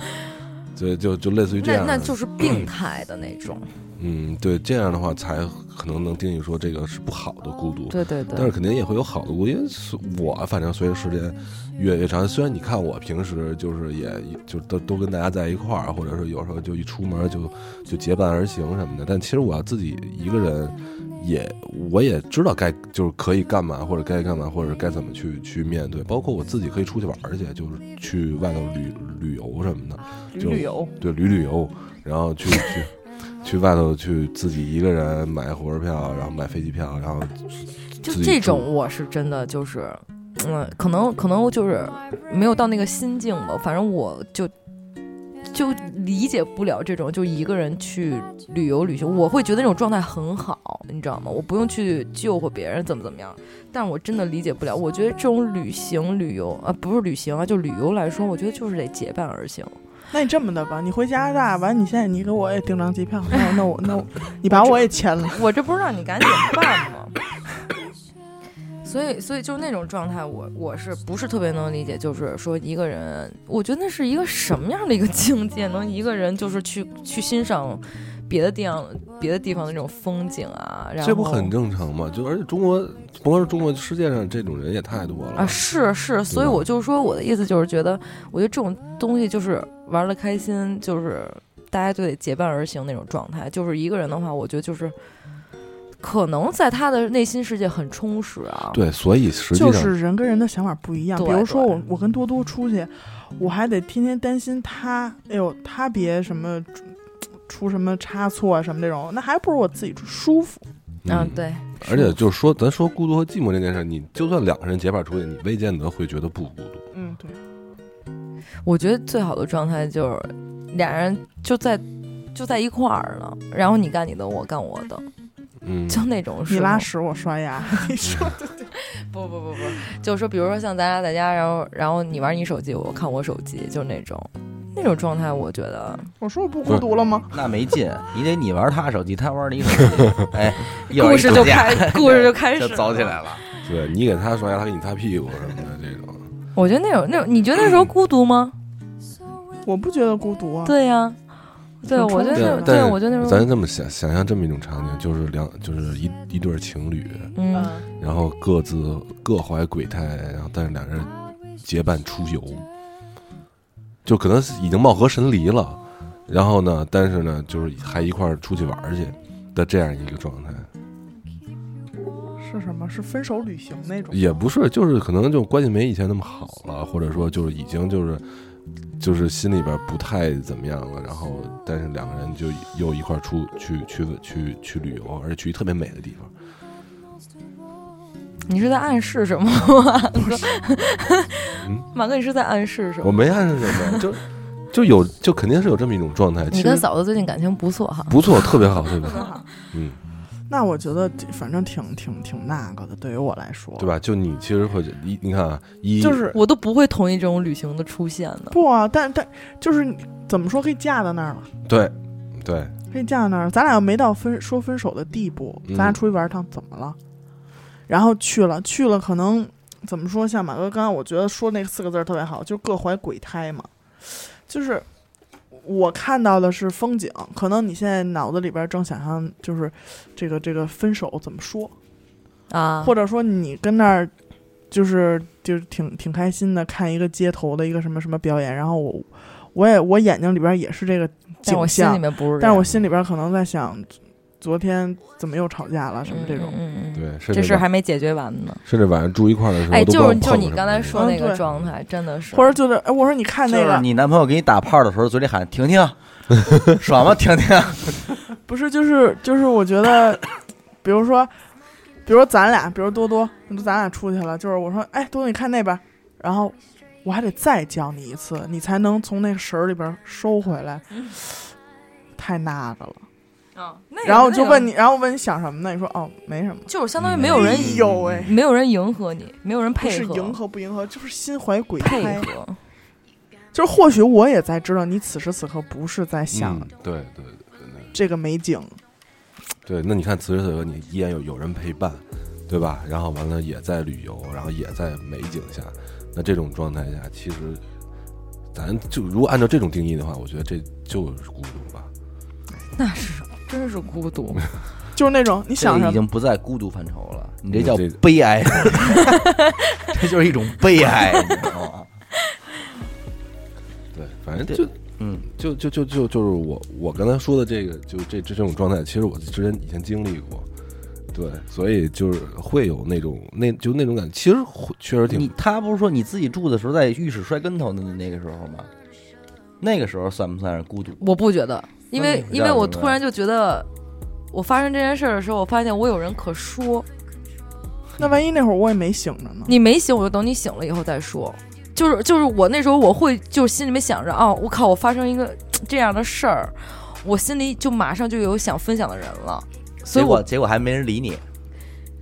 F: 对，就就类似于这
E: 那
F: 样的，
E: 那就是病态的那种。
F: 嗯，对，这样的话才可能能定义说这个是不好的孤独。
E: 对对
F: 但是
E: 对，
F: 肯定也会有好的孤独，因为是我反正随着时间越来越长，虽然你看我平时就是也就都都跟大家在一块儿，或者是有时候就一出门就就结伴而行什么的，但其实我要自己一个人也我也知道该就是可以干嘛，或者该干嘛，或者该怎么去去面对，包括我自己可以出去玩儿去，就是去外头旅旅游什么的，
D: 旅
F: 就
D: 旅游，
F: 对，旅旅游，然后去去去外头去自己一个人买火车票，然后买飞机票，然后
E: 就
F: 自己
E: 这种
F: 住
E: 我是真的就是，嗯，可能可能就是没有到那个心境吧。反正我就就理解不了这种就一个人去旅游旅行，我会觉得那种状态很好，你知道吗？我不用去救活别人怎么怎么样，但我真的理解不了。我觉得这种旅行旅游啊，不是旅行啊，就旅游来说，我觉得就是得结伴而行。
D: 那你这么的吧，你回加拿大完，你现在你给我也订张机票，那我那我那我，你把我也签了。
E: 我这不是让你赶紧办吗？ <coughs> 所以，所以就是那种状态我，我是不是特别能理解？就是说，一个人，我觉得那是一个什么样的一个 <laughs> 境界，能一个人就是去去欣赏别的地方、别的地方的那种风景啊？然后
F: 这不很正常吗？就而且中国，甭说是中国，世界上这种人也太多了
E: 啊？是是，所以我就说我的意思就是觉得，我觉得这种东西就是玩的开心，就是大家就得结伴而行那种状态。就是一个人的话，我觉得就是可能在他的内心世界很充实啊。
F: 对，所以实际上、
D: 就是人跟人的想法不一样，
E: 对
D: 比如说
E: 对
D: 我我跟多多出去，我还得天天担心他，哎呦，他别什么出出什么差错啊什么这种，那还不如我自己住舒服。
F: 嗯、
E: 嗯，。对，
F: 而且就是说，咱说孤独和寂寞这件事儿，你就算两个人结伴出去，你未见得会觉得不孤独。
D: 嗯，对，
E: 我觉得最好的状态就是俩人就在就在一块儿了，然后你干你的，我干我的，
F: 嗯，
E: 就那种时
D: 你
E: 候
D: 拉屎我刷牙，你说的对。
E: 不不不不，就是说比如说像咱俩在家，然后然后你玩你手机，我看我手机，就那种那种状态，我觉得
D: 我说我不孤独了吗？
G: 那没劲，你得你玩他手机，他玩你手机，
F: <laughs>
G: 哎，一会儿
E: 故
G: 一
E: 事
G: 吵
E: 就
G: 架 <laughs>
E: 开故事就开始
G: 就走起
E: 了。
G: 来了。
F: 对你给他刷牙，他给你擦屁股什么的，这种
E: 我觉得那种那种，你觉得那时候孤独吗？
D: 我不觉得孤独啊。
E: 对呀、对，
D: 挺充
E: 我觉得那
F: 实的
E: 种，
F: 但
E: 对，
F: 是
E: 我觉得那
F: 咱
E: 种，
F: 这么想想象这么一种场景，就是两就是一一对儿情侣，
E: 嗯，
D: 嗯，
F: 然后各自各怀鬼胎，然后但是两个人结伴出游，就可能是已经貌合神离了，然后呢，但是呢，就是还一块儿出去玩儿去的这样一个状态，
D: 嗯是什么？是分手旅行那种。
F: 也不是，就是可能就关系没以前那么好了，或者说就是已经就是就是心里边不太怎么样了，然后但是两个人就又一块儿出去去去去旅游，而且去一特别美的地方，
E: 你是在暗示什么？ <laughs>
F: 嗯
E: 马哥，你是在暗示什
F: 我
E: 么？
F: 没暗示什么，就就有就肯定是有这么一种状态，其
E: 你
F: 实
E: 跟嫂子最近感情不错哈。
F: <laughs> 不错，特别好，
E: <laughs>
F: 特别好。嗯，
D: 那我觉得这反正挺挺挺那个的，对于我来说，
F: 对吧？就你其实会觉得一，你看啊，一
D: 就是
E: 我都不会同意这种旅行的出现的。
D: 不啊，但但就是你怎么说，可以嫁到那儿了。
F: 对对，
D: 可以嫁到那儿，咱俩又没到分说分手的地步，
F: 嗯
D: 咱俩出去玩一趟怎么了？然后去了，去了，可能怎么说？像马哥刚刚我觉得说那四个字儿特别好，就是各怀鬼胎嘛，就是我看到的是风景，可能你现在脑子里边正想象就是这个这个分手怎么说，
E: 啊，
D: 或者说你跟那儿就是就是挺挺开心的看一个街头的一个什么什么表演，然后我我也我眼睛里边也是这个
E: 但
D: 景
E: 我心里
D: 象，
E: 面不是这样，
D: 但是我心里边可能在想，昨天怎么又吵架了什么这种。
E: 嗯嗯嗯嗯
F: 对，甚
E: 这
F: 至
E: 事儿
F: 晚
E: 还没解决完呢。啊
F: 甚至晚上住一块儿的时候，
E: 哎，
F: 都不
E: 就是
F: 知道
E: 就是
F: 碰
E: 你
F: 上
E: 刚才
F: 什么
E: 说那
D: 嗯
E: 个
D: 对
E: 状态，真的是，啊
D: 或者就是，哎，我说你看那
G: 就是
D: 个，
G: 你男朋友给你打炮的时候，嘴里喊
F: <laughs>
G: 婷婷，爽吗？
E: <laughs>
G: 婷婷，
D: 不是，就是就是，我觉得， <coughs> 比如说，比如说咱俩，比如多多，咱俩出去了，就是我说，哎，多多，你看那边，然后我还得再叫你一次，你才能从那个神儿里边收回来，太那个了。
E: 哦哎
D: 然后我就问
E: 你，
D: 你，然后问你想什么呢？你说哦，没什么。
E: 就是相当于没有人
D: 哎呦喂，
E: 没有人迎合你，没有人
D: 不
E: 配
D: 是
E: 合，
D: 迎合不迎合，就是心怀鬼
E: 配
D: 胎。
E: 合，
D: 就是或许我也在知道你此时此刻不是在想
F: 嗯，对对
D: 这个美景，
F: 对，那你看此时此刻你依然有有人陪伴，对吧？然后完了也在旅游，然后也在美景下，那这种状态下，其实咱就如果按照这种定义的话，我觉得这就是孤独吧。
E: 那是真是孤独。
D: 就是那种你
G: 这
D: 想什
G: 已
D: 么，
G: 经不在孤独范畴了，你这叫
F: 嗯这
G: 悲
E: <laughs>
G: 哀，这就是一种悲哀，你知道吗？
F: 对，反正
G: 对
F: 就
G: 嗯，
F: 就就就就就是我我刚才说的这个，就这这这种状态，其实我之前以前经历过，对，所以就是会有那种那就那种感觉，其实会确实
G: 你
F: 挺
G: 他不是说你自己住的时候在浴室摔跟头的那个时候吗？那个时候算不算是孤独？
E: 我不觉得，因为
G: 那你
E: 因为我
G: 这样
E: 突然就觉得，我发生这件事儿的时候，我发现我有人可说。
D: 那万一那会儿我也没醒着呢？
E: 你没醒，我就等你醒了以后再说。就是就是我那时候我会就是心里面想着，哦，我靠，我发生一个这样的事儿，我心里就马上就有想分享的人了。所
G: 结
E: 以我
G: 果结果还没人理你，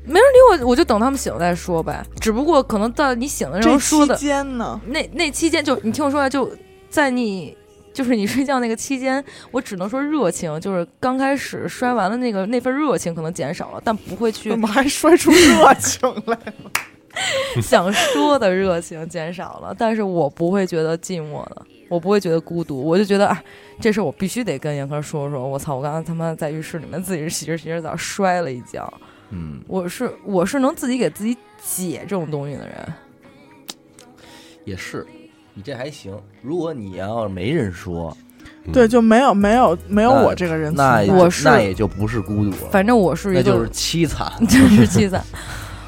E: 没人理我，我就等他们醒了再说呗。只不过可能到你醒的时
D: 这
E: 候说
D: 期
E: 的
D: 间
E: <laughs>
D: 呢？
E: 那那期间就，你听我说啊，就在你就是你睡觉那个期间，我只能说热情，就是刚开始摔完了那个那份热情可能减少了，但不会去
D: 怎么还摔出热情来？
E: 想说的热情减少了，但是我不会觉得寂寞的，我不会觉得孤独，我就觉得啊，这事儿我必须得跟严科说说。我操，我刚才他妈在浴室里面自己洗着洗着澡摔了一跤，
G: 嗯，
E: 我是我是能自己给自己解这种东西的人，
G: 也是，你这还行。如果你要是没人说，
D: <laughs> 对，就没有没有没有
G: 那
D: 我这个人存
G: 那
D: 在，
G: 也
E: 我是
G: 那也就不是孤独了，
E: 反正我是
G: 那
E: 一
G: 就是
E: 个。
G: 凄惨。
E: 就是气散，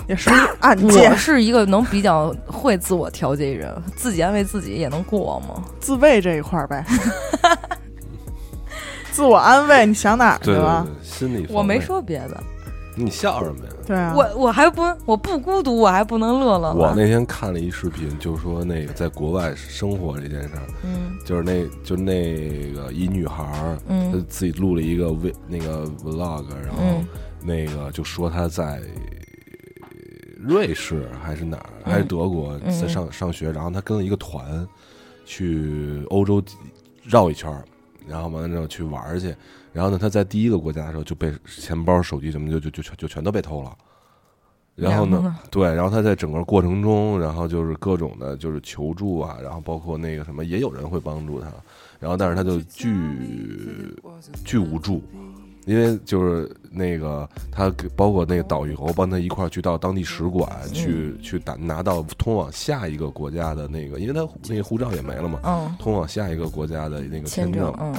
D: 也是一案
E: 我
D: 件，
E: 是一个能比较会自我调节的人，自己安慰自己也能过吗？
D: 自慰这一块儿
E: <laughs>
D: 呗，自我安慰，你想哪儿去
F: 对对
D: 了？
F: 对，心理
E: 我
F: 防
E: 没
F: 卫，
E: 说别的，
F: 你笑什么呀？
D: 对啊，
E: 我我还不我不孤独，我还不能乐乐
F: 我
E: 吗？
F: 那天看了一视频，就说那个在国外生活这件事儿，
E: 嗯
F: 就是那就那个一女孩儿，她
E: 嗯
F: 自己录了一个 v 那个 vlog，然后
E: 嗯
F: 那个就说她在瑞士还是哪儿，还是德国
E: 嗯
F: 在上上学，然后她跟了一个团去欧洲绕一圈儿，然后完了之后去玩儿去，然后呢，她在第一个国家的时候就被钱包、手机什么就就就全就全都被偷了。然后
E: 然后
F: 呢
E: 呢？
F: 对，然后她在整个过程中，然后就是各种的，就是求助啊，然后包括那个什么，也有人会帮助她。然后但是他就巨巨无助，因为就是那个他给包括那个导游帮他一块儿去到当地使馆
E: 嗯
F: 去去打拿到通往下一个国家的那个，因为他那个护照也没了嘛。
E: 嗯，
F: 通往下一个国家的那个
E: 签
F: 签
E: 证
F: 证，
E: 嗯。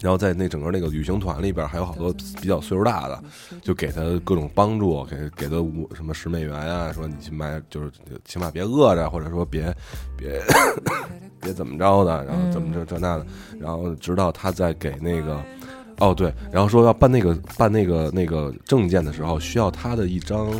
F: 然后在那整个那个旅行团里边，还有好多比较岁数大的，就给他各种帮助，给给他五什么十美元啊，说你去买，就是起码别饿着，或者说别别 <coughs> 别怎么着的，然后怎
E: 嗯
F: 么这这那的，然后直到他在给那个。哦对，然后说要办那个办那个那个证件的时候，需要他的一张，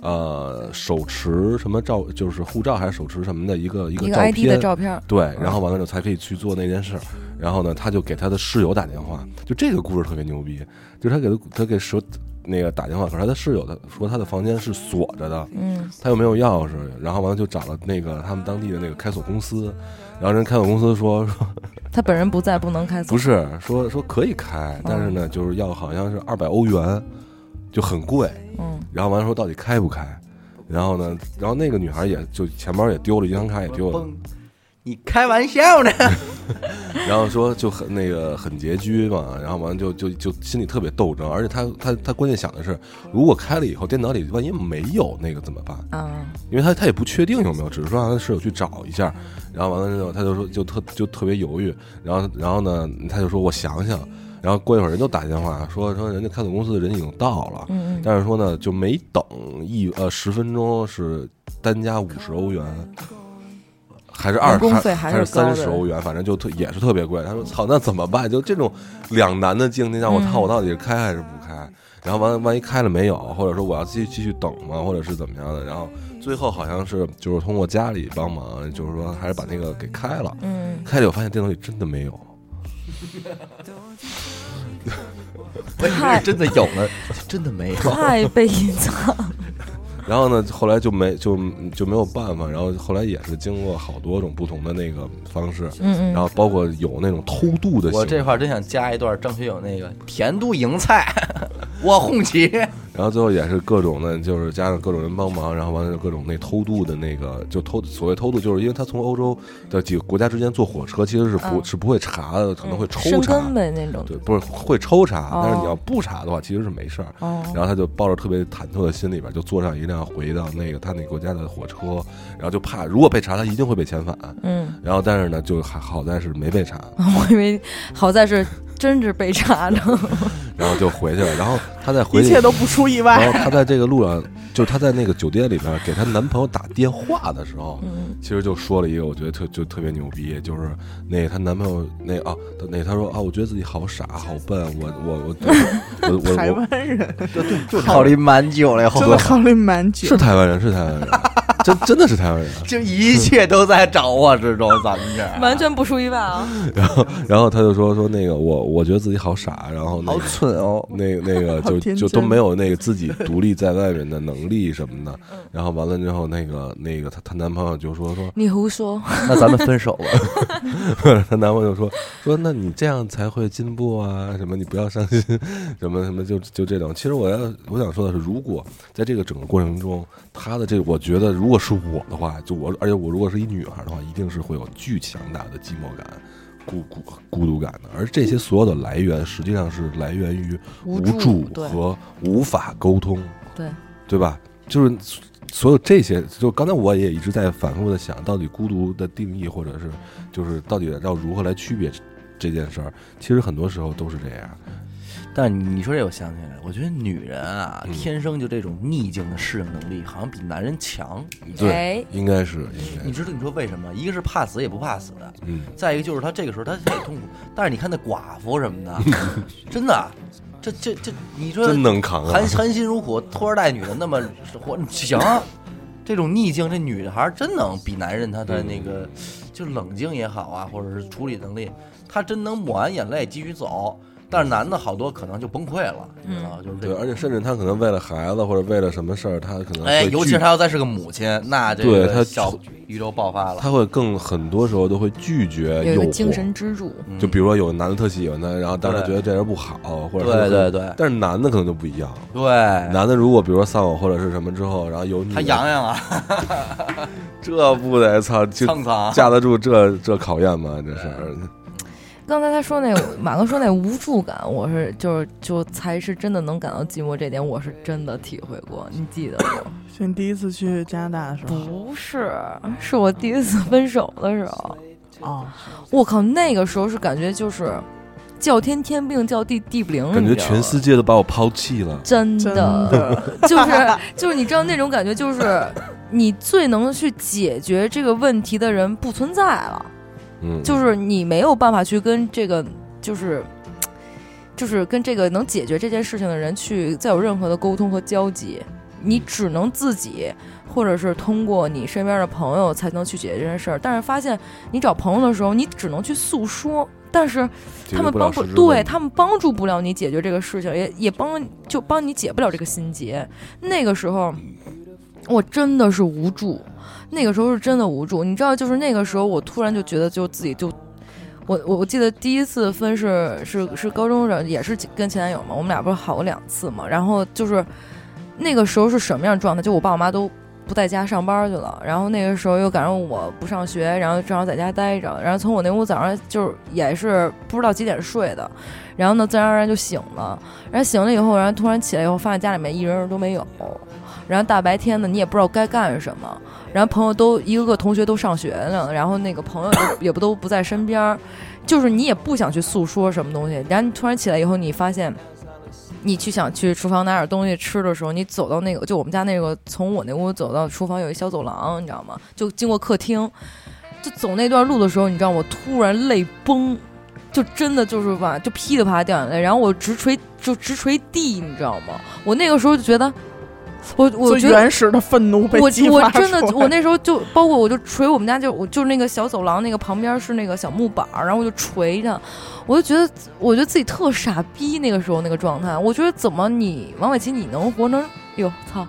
F: 呃，手持什么照，就是护照还是手持什么的一个一个
E: 一个
F: 照
E: ID 的
F: 片，
E: 照片儿，
F: 对，然后完了之后才可以去做那件事儿。然后呢，他就给他的室友打电话，就这个故事特别牛逼，就是他给他他给室友那个打电话，可是他的室友他说他的房间是锁着的，
E: 嗯，
F: 他又没有钥匙，然后完了就找了那个他们当地的那个开锁公司，然后人开锁公司说 <laughs> 说
E: 他本人不在，不能开锁。
F: 不是说说可以开，但是呢就是要好像是二百欧元，就很贵，
E: 嗯，
F: 然后完了说到底开不开，然后呢，然后那个女孩也就钱包也丢了，银行卡也丢了，
G: 你开玩笑呢？
F: 然后说就很那个很拮据嘛，然后完了就就就心里特别斗争，而且他他他关键想的是，如果开了以后电脑里万一没有那个怎么办？
E: 啊，
F: 因为他他也不确定有没有，只是说让他室友去找一下，然后完了之后他就说就特就特别犹豫，然后然后呢他就说我想想，然后过一会儿人就打电话说说人家开锁公司的人已经到了，
E: 嗯嗯，
F: 但是说呢就没等一呃十分钟是单加五十欧元。还是二
E: 人工
F: 还
E: 费还
F: 还
E: 是高
F: 三
E: 的
F: 十欧元，反正就特也是特别贵。他说：“操，那怎么办？就这种两难的境地，让我
E: 嗯
F: 操，我到底是开还是不开？然后完万一开了没有，或者说我要继续继续等吗？或者是怎么样的？然后最后好像是就是通过家里帮忙，就是说还是把那个给开了。
E: 嗯，
F: 开了以后发现电脑里真的没有，
G: <laughs> 我以为是真的有呢， <laughs> 真的没有。
E: 太被隐
F: <laughs>
E: 藏了，
F: 然后呢，后来就没就就没有办法，然后后来也是经过好多种不同的那个方式，
E: 嗯
F: 然
E: 嗯，
F: 后包括有那种偷渡的行为，
G: 我这块儿真想加一段张学友那个“甜都迎菜， <laughs> 我红旗
F: 然后最后也是各种的，就是加上各种人帮忙，然后完了就各种那偷渡的那个，就偷所谓偷渡，就是因为他从欧洲的几个国家之间坐火车，其实是不、
E: 嗯
F: 是不会查的，可能会抽
E: 生
F: 查
E: 根，呗那种，
F: 对，不是会抽查，
E: 哦
F: 但是你要不查的话，其实是没事儿。
E: 哦，
F: 然后他就抱着特别忐忑的心里边，就坐上一辆回到那个他那国家的火车，然后就怕如果被查，他一定会被遣返。
E: 嗯，
F: 然后但是呢，就还好在是没被查，
E: 我以为好在是真是被查
F: <laughs>
E: 着，
F: 然后就回去了。然后他在
D: 一
F: 回去
D: 切都不出意外
F: 然。后她在这个路上，就是她在那个酒店里边给她男朋友打电话的时候，其实就说了一个我觉得特就特别牛逼，就是那个她男朋友那啊那她说啊，我觉得自己好傻好笨，我我我我
D: 台
F: 我我
D: 湾人”，
G: 考虑蛮久了以后
D: 真，的考虑蛮久，
F: 是台湾人是台湾人，真真的是台湾人。
G: <laughs> 就一切都在掌握之中，咱们这儿
E: <laughs> 完全不出意外啊，
F: 然后然后她就说说那个我我觉得自己好傻，然后那
G: 好
F: 个
G: 蠢哦。
F: 那那个
D: <laughs> 好
F: 就
D: 天
F: 就都
D: 真哦
F: 没有那个自己独立在外面的能力什么的，然后完了之后那个那个她她男朋友就说说
E: 你胡说，
G: 那咱们分手吧。
F: <laughs> 她男朋友说说，那你这样才会进步啊，什么你不要伤心，什么什么就就这种。其实我要我想说的是，如果在这个整个过程中，她的这我觉得如果是我的话，就我而且我如果是一女孩的话，一定是会有巨强大的寂寞感。孤孤孤独感的，而这些所有的来源，实际上是来源于
E: 嗯
F: 无
E: 无
F: 助
E: 助对
F: 和无法沟通。
E: 对，
F: 对吧？就是所所有这些，就刚才我也一直在反复的想，到底孤独的定义，或者是就是到底要如何来区别这这件事儿。其实很多时候都是这样，
G: 但你说这，我想起来了，我觉得女人啊，
F: 嗯
G: 天生就这种逆境的适应能力，好像比男人强。
F: 对
E: 哎，
F: 应该是应该
G: 你
F: 是，
G: 知道你说为什么？一个是怕死也不怕死，
F: 嗯，
G: 再一个就是她这个时候她很痛苦。但是你看那寡妇什
F: <laughs>
G: 么的，真的，啊这这这，你说
F: 真能扛啊
G: 含！含辛茹苦、拖儿带女的那么活， <laughs> 行，这种逆境，这女孩儿真能比男人她的那个就冷静也好啊，或者是处理能力，她真能抹完眼泪继续走。但是男的好多可能就崩溃了，你知道吗？就是
F: 嗯
G: 这
F: 对，
G: 种
F: 而且甚至他可能为了孩子或者为了什么事儿，他可能
G: 哎，
F: 会
G: 尤其
F: 拒
G: 是她要再是个母亲，那这
F: 对她
G: 个小宇宙爆发了。
F: 他会更很多时候都会拒绝
E: 有一
F: 诱
E: 个精
F: 惑
E: 神。支柱，
G: 嗯
F: 就比如说有男的特喜欢他，然后但是
G: 对
F: 觉得这人不好，或者
G: 对
F: 是
G: 对对哎
F: 但是男的可能就不一样，
G: 对，
F: 男的如果比如说丧偶或者是什么之后，然后有女
G: 她
F: 的
G: 洋洋啊，
F: <laughs> 这不得操，就
G: 蹭蹭啊 <laughs>
F: 架得住这这考验吗？这是，
E: 刚才他说那马哥说那无助感，我是就是就才是真的能感到寂寞，这点我是真的体会过。你记得不？
D: 就你第一次去加拿大的时候，
E: 不是，是我第一次分手的时候，
D: 哦，
E: 我靠，那个时候是感觉就是叫天天不应，叫地地不灵，
F: 感
E: 你
F: 觉
G: 嗯
E: 知道
F: 全
E: 吗
F: 世界都把我抛弃了。
E: 真
D: 真
E: 的
D: 的，
E: 就是就是你知道那种感觉，就是你最能去解决这个问题的人不存在了。
F: 嗯，
E: 就是你没有办法去跟这个，就是，就是跟这个能解决这件事情的人去再有任何的沟通和交集，你只能自己，或者是通过你身边的朋友才能去解决这件事儿。但是发现你找朋友的时候，你只能去诉说，但是
F: 解
E: 他
F: 决
E: 们
F: 不了
E: 帮不
F: 实质问
E: 对
F: 题
E: 他们帮助不了你解决这个事情，也也帮就帮你解不了这个心结。那个时候，我真的是无助，那个时候是真的无助。你知道，就是那个时候，我突然就觉得，就自己就。我我我记得第一次分是是是高中的，也是跟前男友嘛，我们俩不是好过两次嘛。然后就是那个时候是什么样的状态？就我爸我妈都不在家上班去了，然后那个时候又赶上我不上学，然后正好在家待着，然后从我那屋早上就是也是不知道几点睡的，然后呢自然而然就醒了，然后醒了以后，然后突然起来以后发现家里面一人都没有，然后大白天的你也不知道该干什么，然后朋友都一个个同学都上学了，然后那个朋友也 <coughs> 也不都不在身边儿，就是你也不想去诉说什么东西，然后你突然起来以后，你发现。你去想去厨房拿点东西吃的时候，你走到那个就我们家那个从我那屋走到厨房有一小走廊，你知道吗？就经过客厅，就走那段路的时候，你知道我突然泪崩，就真的就是吧，就噼里啪啦掉眼泪，然后我直垂就直垂地，你知道吗？我那个时候就觉得，我我
D: 最
E: 觉得
D: 原始的愤怒被
E: 我
D: 激
E: 我
D: 发
E: 真的
D: 出来
E: 我那时候就包括我就捶我们家就我就是那个小走廊那个旁边是那个小木板儿，然后我就捶着，我就觉得我觉得自己特傻逼那个时候那个状态，我觉得怎么你王伟奇你能活成哟操，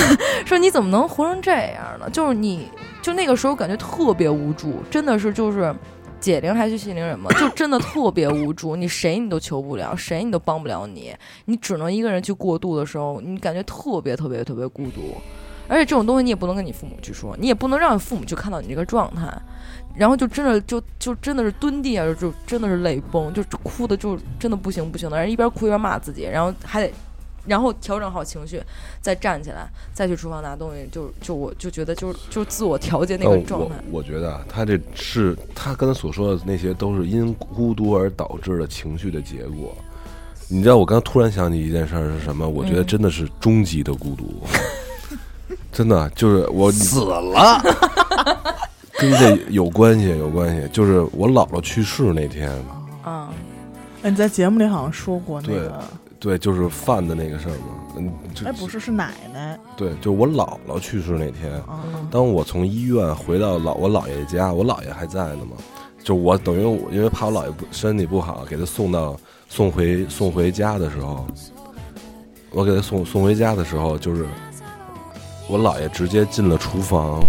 E: <laughs> 说你怎么能活成这样呢？就是你就那个时候感觉特别无助，真的是就是。解铃还需系铃人嘛，就真的特别无助，你谁你都求不了，谁你都帮不了你，你只能一个人去过渡的时候，你感觉特别特别特别孤独。而且这种东西你也不能跟你父母去说，你也不能让父母去看到你这个状态，然后就真的就就真的是蹲地啊，就就真的是泪崩，就哭的就真的不行不行的，然后一边哭一边骂自己，然后还得，然后调整好情绪，再站起来，再去厨房拿东西，就就我就觉得就是就是自我调节那个
F: 但
E: 状态。
F: 哦我我觉得啊，他这是他刚才所说的那些都是因孤独而导致的情绪的结果。你知道我刚突然想起一件事儿是什么？我觉
E: 嗯
F: 得真的是终极的孤独， <laughs> 真的啊就是
E: <laughs>
F: 我
G: 死了，
F: 跟这有关系，有关系。就是我姥姥去世那天，
E: 啊，
D: 哎你在节目里好像说过那
F: 对
D: 个，
F: 对，就是饭的那个事儿嘛，嗯，就
D: 哎，不是，是奶奶
F: 对，就是我姥姥去世那天，
D: 啊，
F: 当我从医院回到老我姥爷家，我姥爷还在呢嘛，就我等于我因为怕我姥爷不身体不好，给他送到送回送回家的时候，我给他送送回家的时候，就是我姥爷直接进了厨房，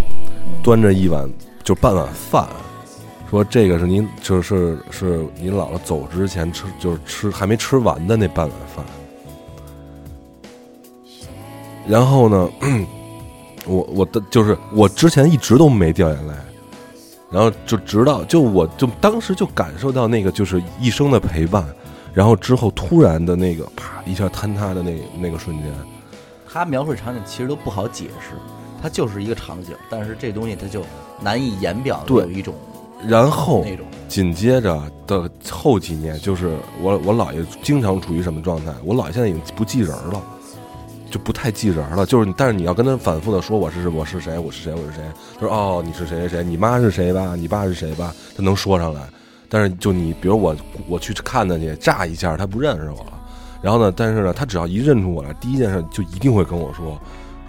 F: 端着一碗就半碗饭，说这个是您就是是您姥姥走之前吃就是吃还没吃完的那半碗饭。然后呢，我我的就是我之前一直都没掉眼泪，然后就直到就我就当时就感受到那个就是一生的陪伴，然后之后突然的那个啪一下坍塌的那那个瞬间，
G: 他描述场景其实都不好解释，它就是一个场景，但是这东西它就难以言表的
F: 对
G: 有一种
F: 然后
G: 那种
F: 紧接着的后几年，就是我我姥爷经常处于什么状态？我姥爷现在已经不记人了，就不太记人了。就是你，但是你要跟他反复的说我是我是谁，我是谁，我是谁。他说哦，你是谁谁谁，你妈是谁吧，你爸是谁吧，他能说上来。但是就你，比如我我去看他去，乍一下他不认识我了。然后呢，但是呢，他只要一认出我来，第一件事就一定会跟我说。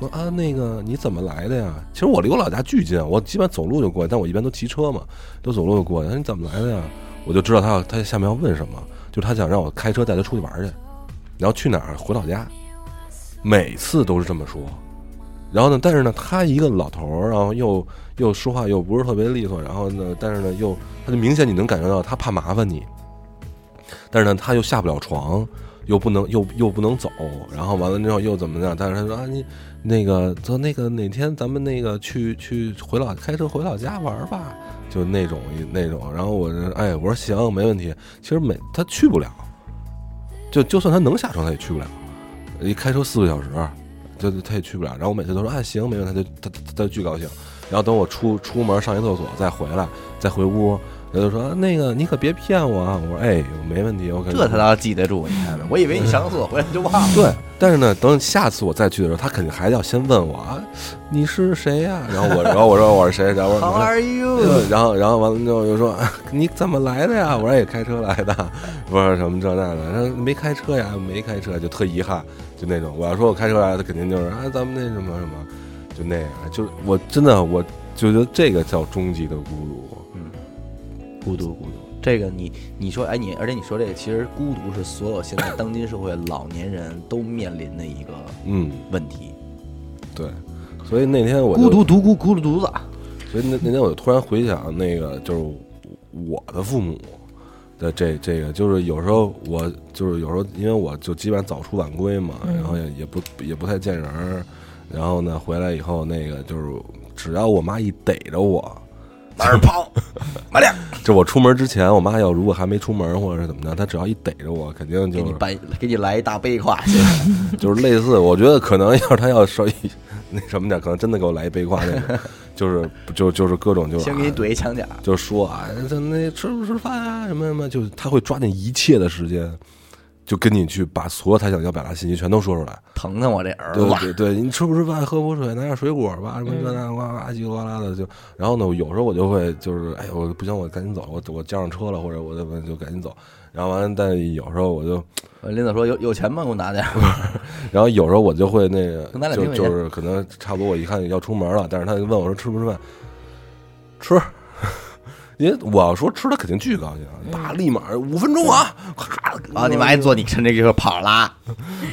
F: 说啊，那个你怎么来的呀？其实我离我老家巨近，我基本走路就过去，但我一般都骑车嘛。都走路就过去，那你怎么来的呀？我就知道他要他下面要问什么，就是他想让我开车带他出去玩去，然后去哪儿回老家，每次都是这么说。然后呢，但是呢，他一个老头儿，然后又又说话又不是特别利索，然后呢，但是呢又他就明显你能感觉到他怕麻烦你，但是呢他又下不了床，又不能又又不能走，然后完了之后又怎么样？但是他说啊你那个说那个哪天咱们那个去去回老开车回老家玩儿吧，就那种那种。然后我就哎，我说行，没问题。其实每他去不了，就就算他能下床，他也去不了。一开车四个小时，就他也去不了。然后我每次都说哎行，没问题，他就他他他巨高兴。然后等我出出门上一厕所再回来，再回屋，他就说啊那个你可别骗我啊！我说哎，没问题，我可
G: 这他倒记得住，你看没？我以为你上厕所回来就忘了。
F: 对，但是呢，等下次我再去的时候，他肯定还要先问我啊，你是谁呀、然后我，然后我说我是谁，然后我说
G: How are
F: 呃
G: you？
F: 然后，然后完了之后就说 <laughs> 啊你怎么来的呀？我说也开车来的，我说什么这那的，然后没开车呀，没开车，就特遗憾，就那种。我要说我开车来的，肯定就是啊，咱们那什么什么，就那样。就是我真的，我就觉得这个叫终极的孤独。
G: 孤独，孤独。这个你你说，哎，你而且你说这个，其实孤独是所有现在当今社会老年人都面临的一个
F: 嗯，
G: 问题。
F: 对。所以那天我就
G: 孤独，独孤，孤独独 <laughs> 子。
F: 所以那那天我就突然回想那个，就是我的父母的这这个，就是有时候我就是有时候，因为我就基本上早出晚归嘛，然后也也不也不太见人儿，然后呢，回来以后那个就是，只要我妈一逮着我，哪儿
G: <laughs>
F: 跑，
G: 马亮，
F: 就我出门之前，我妈要如果还没出门或者是怎么着，她只要一逮着我，肯定
G: 给
F: 就
G: 你
F: 是
G: 搬，给你来一大背胯去。
F: 就是类似，我觉得可能要是她要稍微 <laughs> 那什么点，可能真的给我来一背胯那种，就是就就是各种就是啊
G: 先给你怼一墙角，
F: 就说啊，咱那吃不吃饭啊，什么什么，就是他会抓紧一切的时间，就跟你去把所有他想要表达信息全都说出来。
G: 疼疼我这儿
F: 对
G: 子。
F: 对对，你吃不吃饭，喝不喝水，拿点水果吧，什么这那哇哇叽里呱啦的就。然后呢，有时候我就会就是，哎，我不行，我赶紧走，我我叫上车了，或者我就就赶紧走。然后完了，但有时候我就，
G: 呃林子说有有钱吗？给我拿点儿。
F: 然后有时候我就会那个
G: 跟咱，俩
F: 就
G: 拼一下
F: 就是可能差不多，我一看要出门了，但是他就问我说吃不吃饭，吃。 <laughs> 因为我要说吃，他肯定巨高兴，啪，立马五分钟啊，咔
G: 嗯啊，你妈一坐你趁这个时候跑啦。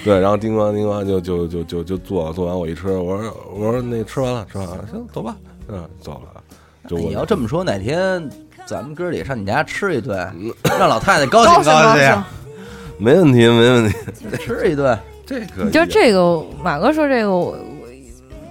F: 对，然后叮咣叮咣就就就就就做做完我一吃，我说我说那吃完了吃完了，行走吧，嗯，走了。就我
G: 哎你要这么说，哪天咱们哥儿也上你家吃一顿，让老太太高兴
D: 高兴
G: 兴，
F: 没问题，没
G: <laughs>
F: 问题，
G: 吃一顿。
F: 这个
E: 你知道这个马哥说这个我我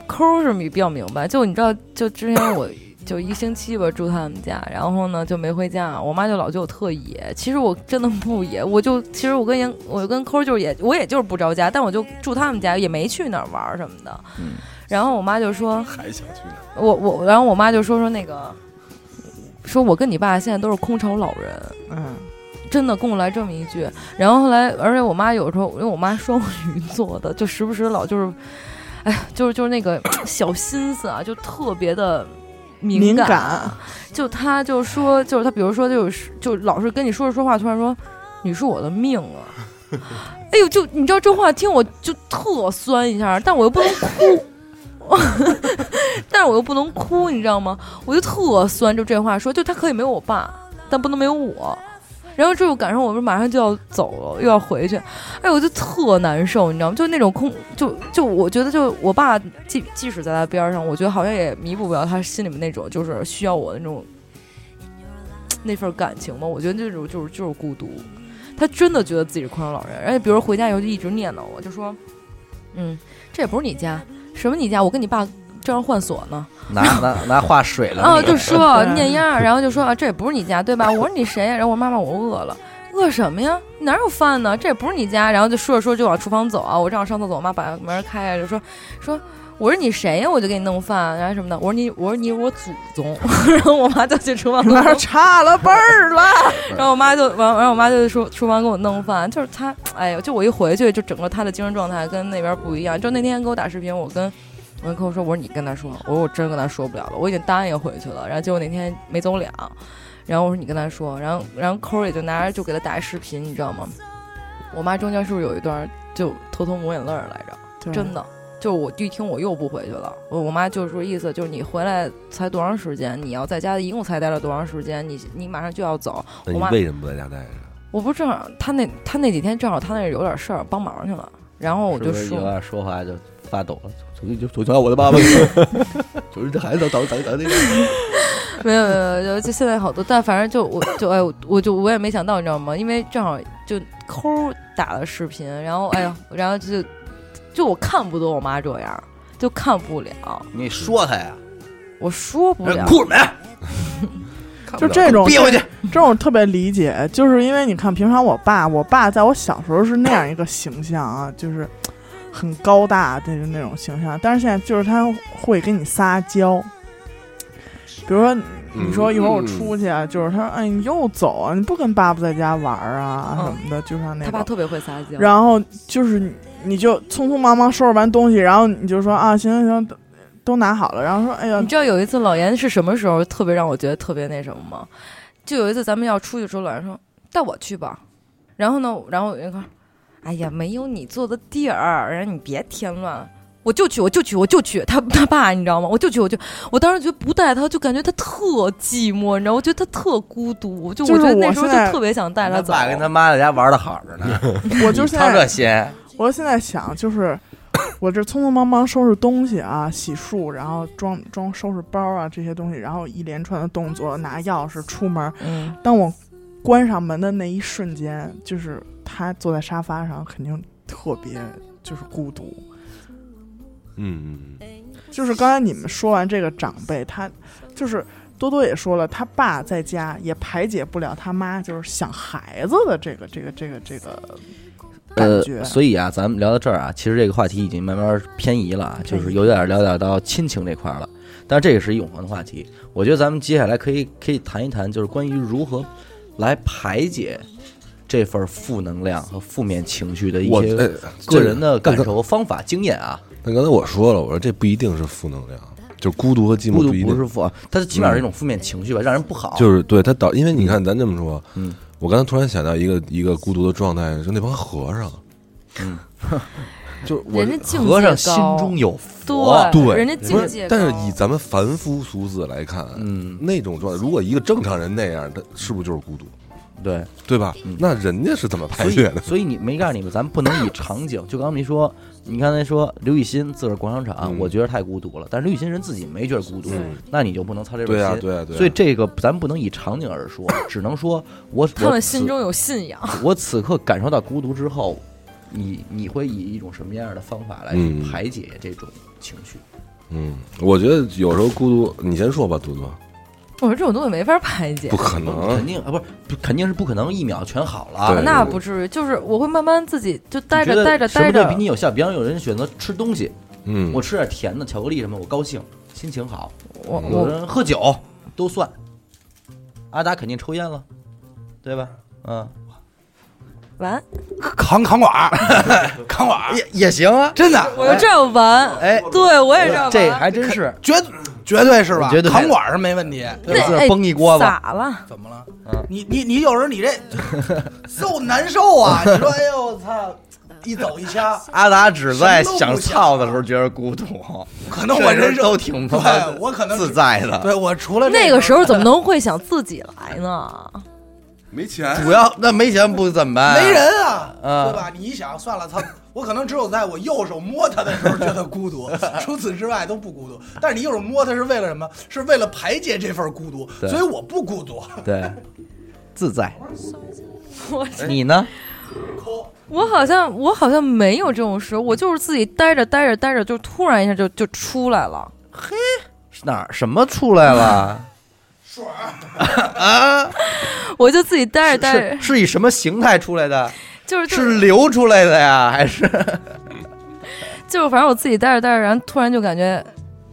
E: 抠儿是比较明白，就你知道，就之前我就一星期吧住他们家，然后呢就没回家，我妈就老觉得我特野，其实我真的不野，我就其实我跟严我跟抠儿就是也我也就是不着家，但我就住他们家，也没去哪儿玩儿什么的。
G: 嗯
E: 然后我妈就说，
F: 还想去哪？
E: 我我然后我妈就说说那个，说我跟你爸现在都是空巢老人。
D: 嗯，
E: 真的跟我来这么一句，然后后来，而且我妈有时候，因为我妈双鱼座的，就时不时老就是，哎呀，就是就是那个小心思啊，就特别的敏
D: 敏
E: 感。
D: 感，
E: 就她就说，就是她，比如说就是就老是跟你说着说话，突然说你是我的命啊，哎呦，就你知道这话听我就特酸一下，但我又不能哭。 <laughs> 但是我又不能哭，你知道吗？我就特酸，就这话说，就他可以没有我爸，但不能没有我。然后这种感受，我们马上就要走了，又要回去，哎，我就特难受，你知道吗？就那种空，就就我觉得，就我爸即即使在他边上，我觉得好像也弥补不了他心里面那种就是需要我的那种那份感情吧。我觉得这种就是就是孤独，他真的觉得自己是空巢老人，而且比如回家以后就一直念叨我，就说，嗯，这也不是你家，什么你家，我跟你爸照样换锁呢。
G: 拿拿拿话水了
E: 哦，
G: 你
E: 就说
D: 对
E: 念丫，然后就说啊，这也不是你家对吧？我说你谁呀？然后我妈妈我饿了，饿什么呀？哪有饭呢？这也不是你家。然后就说着说着就往厨房走啊，我正好上厕所，我妈把门开啊开就说说。我说你谁呀？我就给你弄饭，然后什么的。我说你，我说你，我祖宗。 <laughs> 然后我妈就去厨房给我
D: 那儿差了辈儿了。
E: 然后我妈就完，然后我妈就说厨房给我弄饭，就是她，哎呦，就我一回去，就整个她的精神状态跟那边不一样。就那天给我打视频，我跟我跟客户说，我说你跟她说，我说我真跟她说不了了，我已经答应回去了。然后结果那天没走两，然后我说你跟她说，然后然后抠儿也就拿着就给她打一视频，你知道吗？我妈中间是不是有一段就偷偷抹眼泪儿来着？ <laughs> 真
D: 的，
E: 的，就我一听我又不回去了。我我妈就是说意思就是你回来才多长时间，你要在家一共才待了多长时间，你你马上就要走。
F: 那
E: 我
G: 啊
E: 妈
F: 你为什么不在家待着？
E: 我不是正好他那他那几天正好他那儿有点事儿帮忙去了，然后我
G: 是
E: 就
G: 不是
E: 说
G: 有点说话就发抖了。就就就就我的爸爸，就是这孩子等等等那个，
E: 没有没有没有，就现在好多，但反正就我就哎我我就我也没想到你知道吗？因为正好就抠儿打了视频，然后哎呀，然后就就我看不得我妈这样，就看不了，
G: 你说他呀，
E: 我说不了。
G: 呃哭什么呀？
D: 就这种
G: 憋回去。
D: 这种特别理解，就是因为你看，平常我爸，我爸在我小时候是那样一个形象啊，就是很高大的那种形象，但是现在就是他会跟你撒娇，比如说你说一会儿我出去，啊，就是他说，哎，你又走啊，你不跟爸爸在家玩儿啊、
E: 嗯
D: 什么的，就像那
E: 他
D: 种。
E: 爸特别会撒娇，
D: 然后就是你你就匆匆忙忙收拾完东西，然后你就说啊，行行行，都都拿好了，然后说，哎呀
E: <laughs> 你，知道有一次老严是什么时候特别让我觉得特别那什么吗？就有一次咱们要出去的时候，老严说带我去吧，然后呢，然后我就说，哎呀，没有你坐的地儿，然后你别添乱了。我就去，我就去，我就去。他他爸，你知道吗？我就去，我就。我当时觉得不带他，就感觉他特寂寞，你知道吗？我觉得他特孤独，就
D: 就
E: 我
D: 是
E: 觉得
D: 我
E: 那时候就
D: 现在
E: 特别想带
G: 他
E: 走。
G: 爸跟他妈在家玩的好着呢，
D: 我就
G: 你
D: 现
G: 操
D: 在
G: 这心，
D: 我现在想，就是 <coughs> 我这匆匆忙忙收拾东西啊，洗漱，然后装装收拾包啊这些东西，然后一连串的动作，拿钥匙出门。
E: 嗯，
D: 当我关上门的那一瞬间，就是他坐在沙发上，肯定特别就是孤独。
F: 嗯嗯嗯，
D: 就是刚才你们说完这个长辈，他就是多多也说了，他爸在家也排解不了他妈就是想孩子的这个这个这个这个感觉。
G: 呃，所以啊，咱们聊到这儿啊，其实这个话题已经慢慢偏移了啊，就是有点聊点到亲情这块儿了。但是这也是一永恒的话题，我觉得咱们接下来可以可以谈一谈，就是关于如何来排解这份负能量和负面情绪的一
F: 我哎
G: 些个人的感受、方法、经验啊。
F: 那刚才我说了，我说这不一定是负能量，就是孤独和寂
G: 孤
F: 寞
G: 独
F: 不一
G: 不是
F: 定，
G: 负，它起码是一种负面情绪吧，让人不好。
F: 就是对他导，因为你看咱这么说，
G: 嗯，
F: 我刚才突然想到一个一个孤独的状态，就那帮和尚，嗯， <laughs> 就是我
E: 人家境
G: 和尚
E: 界
G: 心
E: 高，
G: 中有佛，
E: 对
F: 对，
E: 人家
F: 不
E: 境
F: 是
E: 界高。
F: 但是以咱们凡夫俗子来看，嗯，那种状态，如果一个正常人那样，他是不是就是孤独，
G: 对，
F: 对吧？
E: 嗯
F: 那人家是怎么排
G: 所
F: 解
G: 以
F: 的？
G: 所以你没告诉你们，咱们不能以场景。就刚才没说，你刚才说刘雨欣自个儿逛
F: 嗯
G: 商场，我觉得太孤独了，但是刘雨欣人自己没觉得孤独，
E: 嗯
G: 那你就不能操这
F: 对
G: 心。
F: 啊对啊对啊
G: 所以这个咱们不能以场景而说，只能说我
E: 他
G: 我
E: 们
G: 此
E: 心中有信仰， <laughs>
G: 我此刻感受到孤独之后，你你会以一种什么样的方法来
F: 嗯
G: 排解这种情绪？
F: 嗯，我觉得有时候孤独，你先说吧，多多，
E: 我说这种东西没法排解
F: 不。可
G: 肯
F: 能，
G: 定啊，不是不肯定是不可能一秒全好了。
F: 对
E: 那不至于，就是我会慢慢自己就待
G: 你觉
E: 着
G: 得
E: 待着
G: 什么
E: 待
G: 对
E: 着
G: 比，你有效？比方有人选择吃东西，
F: 嗯，
G: 我吃点甜的巧克力什么，我高兴，心情好。
E: 我
G: 有
E: 我
G: 人喝酒都算，阿达肯定抽烟了，对吧？嗯，
E: 完，
H: 扛扛管儿，
G: <laughs>
H: 扛管儿，
G: 也也行啊，
H: 真的，
E: 我就这样完。
G: 哎，
E: 对我也这样
G: 这
E: 玩
G: 还真是，
H: 绝绝对是吧？
G: 绝对没
H: 扛管儿是没问题。
G: 这
E: 那
G: 自个
E: 哎
G: 儿崩一锅子，
E: 咋了？
H: 怎么了
G: 嗯？
H: 你你你有时候
G: <laughs>
H: 你这受难受啊！你说哎呦我操，一走一掐，
G: 阿达只在
H: 什么都
G: 想
H: 不想
G: 操的时候觉得孤独，
H: 可能我人
G: 这时候
H: 生
G: 都挺他妈
H: 对我可能是
G: 自在的。
H: 对我除了这
E: 那个时候怎么能会想自己来呢？
F: 没钱，
G: 主要那没钱不怎么办？
H: 没人啊，
G: 嗯
H: 对吧？你一想，算了，操，我可能只有在我右手摸它的时候觉得
G: <laughs>
H: 孤独，除此之外都不孤独。但是你右手摸它是为了什么？是为了排解这份孤独，
G: 对
H: 所以我不
G: <laughs>
H: 孤独。
G: 对，自在。
E: 我 <laughs>
H: 哎
G: 你呢？
E: 我好像我好像没有这种时候，我就是自己待着待着待着，就突然一下就就出来了。
G: 哪儿什么出来了？
E: 我就自己待着待着
G: 是，是以什么形态出来的？
E: 就是就是
G: 流出来的呀，还是
E: 就是反正我自己待着待着，然后突然就感觉，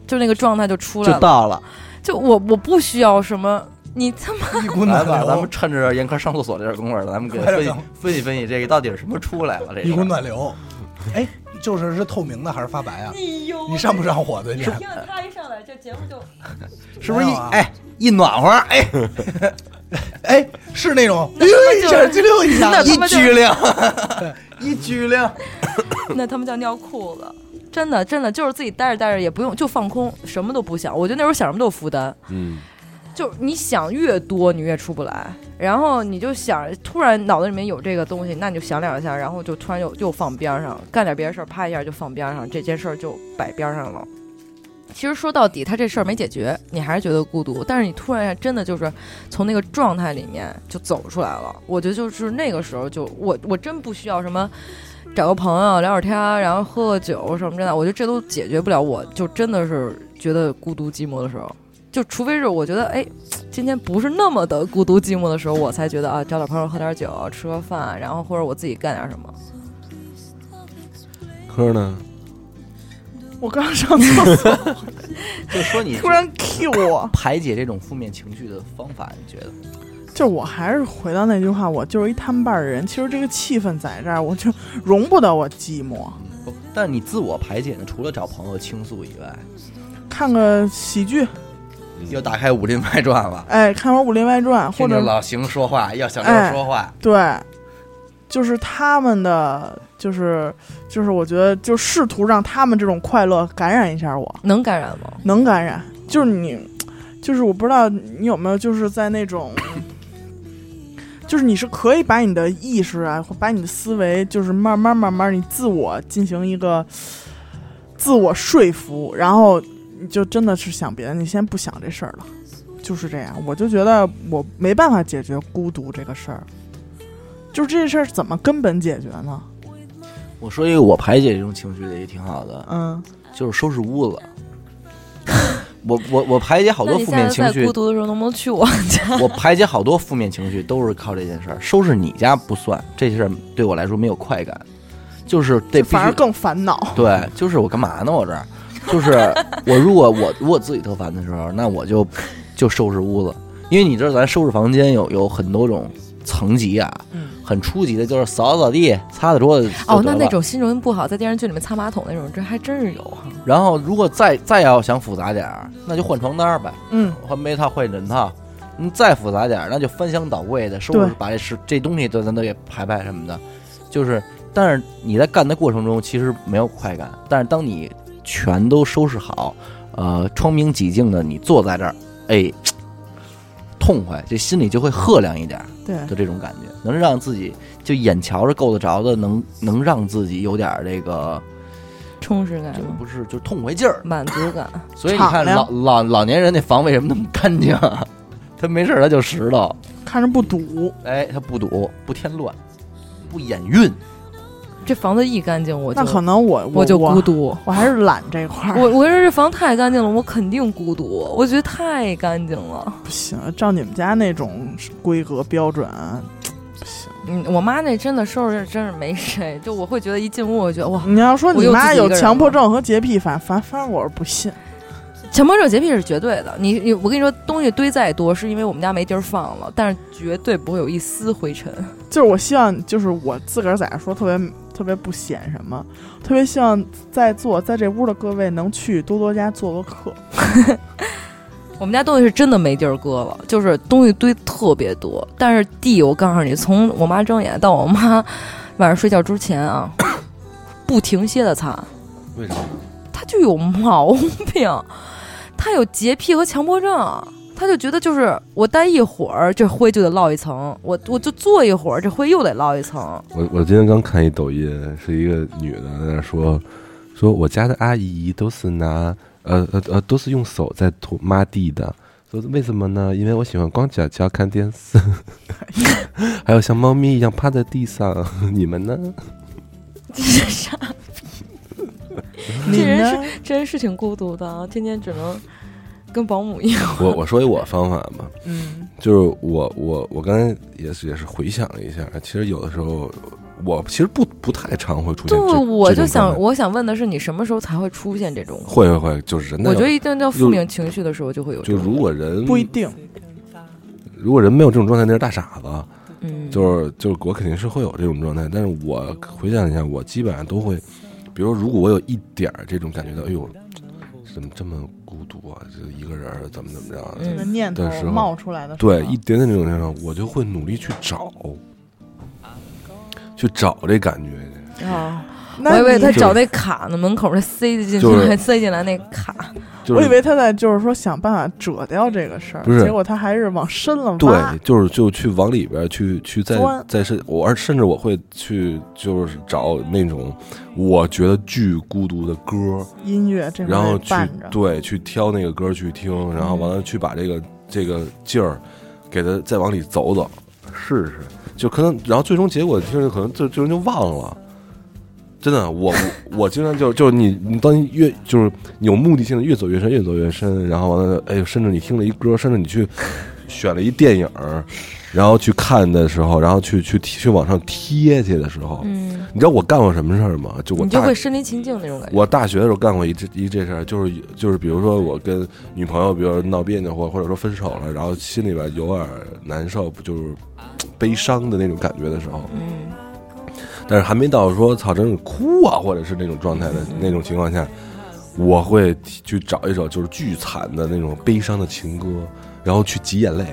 E: 就那个状态就出来
G: 就
E: 了。
G: 到了？
E: 就我我不需要什么，你他妈
H: 一股
G: 来
H: 暖 <laughs>
G: 吧，
H: 流，
G: 咱们趁着严科上厕所这功夫，咱们给分析分析分析这个到底是什么出来了？这
H: 一股
G: 个
H: 暖流。哎，就是是透明的还是发
G: <laughs>
H: 白啊？
E: 哎
H: 你上不上火最近？
E: 听他一上来这节目就是
G: 不是
H: 没
G: 一
H: 有啊
G: 哎一暖和哎
H: 哎，是那种，哎
E: 那他妈
H: 呦，一
E: 就
H: 下激
G: <laughs>
H: 溜一下
E: 那，
G: 一
E: 他妈就
G: 激灵 <laughs> 一激灵，
E: <laughs> 那他们叫尿裤子，真的真的就是自己待着待着也不用就放空，什么都不想。我觉得那时候想什么都有负担，
F: 嗯，
E: 就是你想越多你越出不来，然后你就想突然脑子里面有这个东西，那你就想两下，然后就突然又又放边上，干点别的事儿，啪一下就放边上，这件事儿就摆边上了。其实说到底，他这事儿没解决，你还是觉得孤独。但是你突然一下真的就是从那个状态里面就走出来了。我觉得就是那个时候就我我真不需要什么找个朋友聊会儿天儿，然后喝个酒什么之类的，我觉得这都解决不了我。就真的是觉得孤独寂寞的时候，就除非是我觉得哎今天不是那么的孤独寂寞的时候，我才觉得啊找点朋友喝点酒吃个饭，然后或者我自己干点什么。
F: 科呢？
D: 我刚上厕所，
G: 就说你
D: 突然 <laughs> Q 我，
G: 排解这种负面情绪的方法，你觉得？
D: 就是我还是回到那句话，我就是一摊瓣儿人。其实这个气氛在这儿，我就容不得我寂寞。
G: 不但你自我排解呢，除了找朋友倾诉以外，
D: 看个喜剧，
G: 又打开《武林外传》了，
D: 哎，看会儿《武林外传》，或
G: 听着
D: 者
G: 老邢说话，要小
D: 哎
G: 刘说话，
D: 对，就是他们的，就是就是，我觉得就试图让他们这种快乐感染一下我，
E: 能感染吗？
D: 能感染。就是你，就是我不知道你有没有，就是在那种，就是你是可以把你的意识啊，或把你的思维，就是慢慢慢慢，你自我进行一个自我说服，然后你就真的是想别的，你先不想这事儿了。就是这样，我就觉得我没办法解决孤独这个事儿，就是这事儿怎么根本解决呢？
G: 哎我说一个我排解这种情绪的也挺好的，
D: 嗯
G: 就是收拾屋子。我我我排解好
E: 那
G: 多
E: 你
G: 负
E: 下
G: 面
E: 次
G: 情
E: 再
G: 绪
E: 孤，独的时候能不能去我
G: <laughs>
E: 家？
G: 我排解好多负面情绪都是靠这件事儿。收拾你家不算，这事儿对我来说没有快感，就是得必
D: 反而
G: 须
D: 更烦恼。
G: 对，就是我干嘛呢？我这儿就是我，如果我我自己特烦的时候，那我就就收拾屋子，因为你知道咱收拾房间有有很多种层级啊，
D: 嗯
G: 很初级的就是扫扫地、擦擦桌子就
E: 哦，
G: 得
E: 那
G: 了
E: 那种心情不好，在电视剧里面擦马桶那种，这还真是有啊哈。
G: 然后如果再再要想复杂点儿，那就换床单儿呗，
D: 嗯，
G: 换被套、换枕套。你再复杂点儿，那就翻箱倒柜的收
D: 对
G: 拾，把这是这东西都咱都给排排什么的。就是，但是你在干的过程中其实没有快感，但是当你全都收拾好，呃，窗明几净的，你坐在这儿，哎，痛快，这心里就会赫亮一点儿
D: 对，
G: 的这种感觉，能让自己就眼瞧着够得着的，能能让自己有点儿这个，
E: 充实感
G: 这、个不是就是痛快劲儿，
E: 满足感。
G: 所以你看
D: 敞亮
G: 老老老年人那房为什么那么干净啊？ <laughs> 他没事儿他就拾掇，
D: 看着不堵，
G: 哎，他不堵，不添乱，不眼运，
E: 这房子一干净，我就
D: 那可能我
E: 我
D: 我
E: 就
D: 我
E: 孤独。
D: 我还是懒这块儿。
E: 我我觉得这房太干净了，我肯定孤独。我觉得太干净了。
D: 不行，照你们家那种规格标准，不行。
E: 嗯，我妈那真的收拾真是没谁，就我会觉得一进屋我就觉得哇，
D: 你要说
E: 我
D: 你
E: 又
D: 妈
E: 自己一
D: 有
E: 个人
D: 强迫
E: 了
D: 症和洁癖，反反反正我是不信。
E: 强迫症洁癖是绝对的。你你我跟你说，东西堆再多，是因为我们家没地儿放了，但是绝对不会有一丝灰尘。 <laughs>
D: 就是我希望，就是我自个儿在这说特别特别不显什么，特别希望在座在这屋的各位能去多多家做做客。
E: 我们家东西是真的没地儿搁了，就是东西堆特别多。但是地，我告诉你，从我妈睁眼到我妈晚上睡觉之前啊，不停歇的擦，
F: 为啥？
E: 她就有毛病，她有洁癖和强迫症，她就觉得就是我待一会儿这灰就得落一层，我我就坐一会儿这灰又得落一层。 <laughs>
F: 我我今天刚看一抖音，是一个女的在那说，说我家的阿姨都是拿呃呃呃都是用手在涂抹地的，说为什么呢？因为我喜欢光脚脚看电视， <laughs> 还有像猫咪一样趴在地上。 <laughs> 你们呢？
E: 这
D: 你
E: 人
D: 呢？
E: 是这人是挺孤独的，啊天天只能跟保姆一样。
F: 我我说一我方法吧，
D: 嗯，
F: 就是我我我刚才也是也是回想了一下，其实有的时候我其实不不太常会出现
E: 对，
F: 这。
E: 我
F: 这
E: 就
F: 种状
E: 想，
F: 态
E: 我想问的是，你什么时候才会出现这种？
F: 会会会，就是人的
E: 我觉得一定到负
F: 就
E: 面情绪的时候就会有这
F: 就
E: 种。
F: 如果
E: 嗯
F: 人
D: 不一定。
F: 如果人没有这种状态，那是大傻子。
E: 嗯，
F: 就是就是我肯定是会有这种状态，但是我回想一下，我基本上都会，比如说如果我有一点儿这种感觉到，哎呦，怎么这么孤独啊，这一个人儿怎么怎么着，
D: 这个
E: 嗯，
D: 念头
F: 的时候
D: 冒出来的时候，
F: 对，一点点这种情况，我就会努力去找，去找这感觉。
E: 啊，
D: 那
E: 我以为他
D: 你
E: 找那卡呢，门口那塞进
F: 就
E: 来，
F: 是
E: 塞进来那卡，
F: 就是
D: 我以为他在就是说想办法遮掉这个事儿，
F: 不是
D: 结果他还是往深了挖。
F: 对，就是就去往里边儿去去再
D: 钻
F: 再是，我而甚至我会去就是找那种我觉得巨孤独的歌儿，
D: 音乐这块
F: 然后
D: 儿
F: 去
D: 伴着，
F: 对去挑那个歌去听，然后完
E: 嗯
F: 了去把这个这个劲儿给它再往里走走，试试，就可能然后最终结果就是可能最最终就忘了。真的，我我我经常就就是你你当你越就是有目的性的越走越深，越走越深，然后完了，哎呦，甚至你听了一歌，甚至你去选了一电影儿，然后去看的时候，然后去去去往上贴去的时候，
E: <laughs> 嗯，
F: 你知道我干过什么事儿吗？就我
E: 你就
F: 大
E: 会身临其境那种感觉。
F: 我大学的时候干过一这一这事儿，就是就是比如说我跟女朋友，比如说闹别扭或或者说分手了，然后心里边有点难受，不就是悲伤的那种感觉的时候，
E: 嗯，
F: 但是还没到说操真是哭啊，或者是那种状态的
E: 嗯
F: 那种情况下，我会去找一首就是巨惨的那种悲伤的情歌，然后去挤眼泪。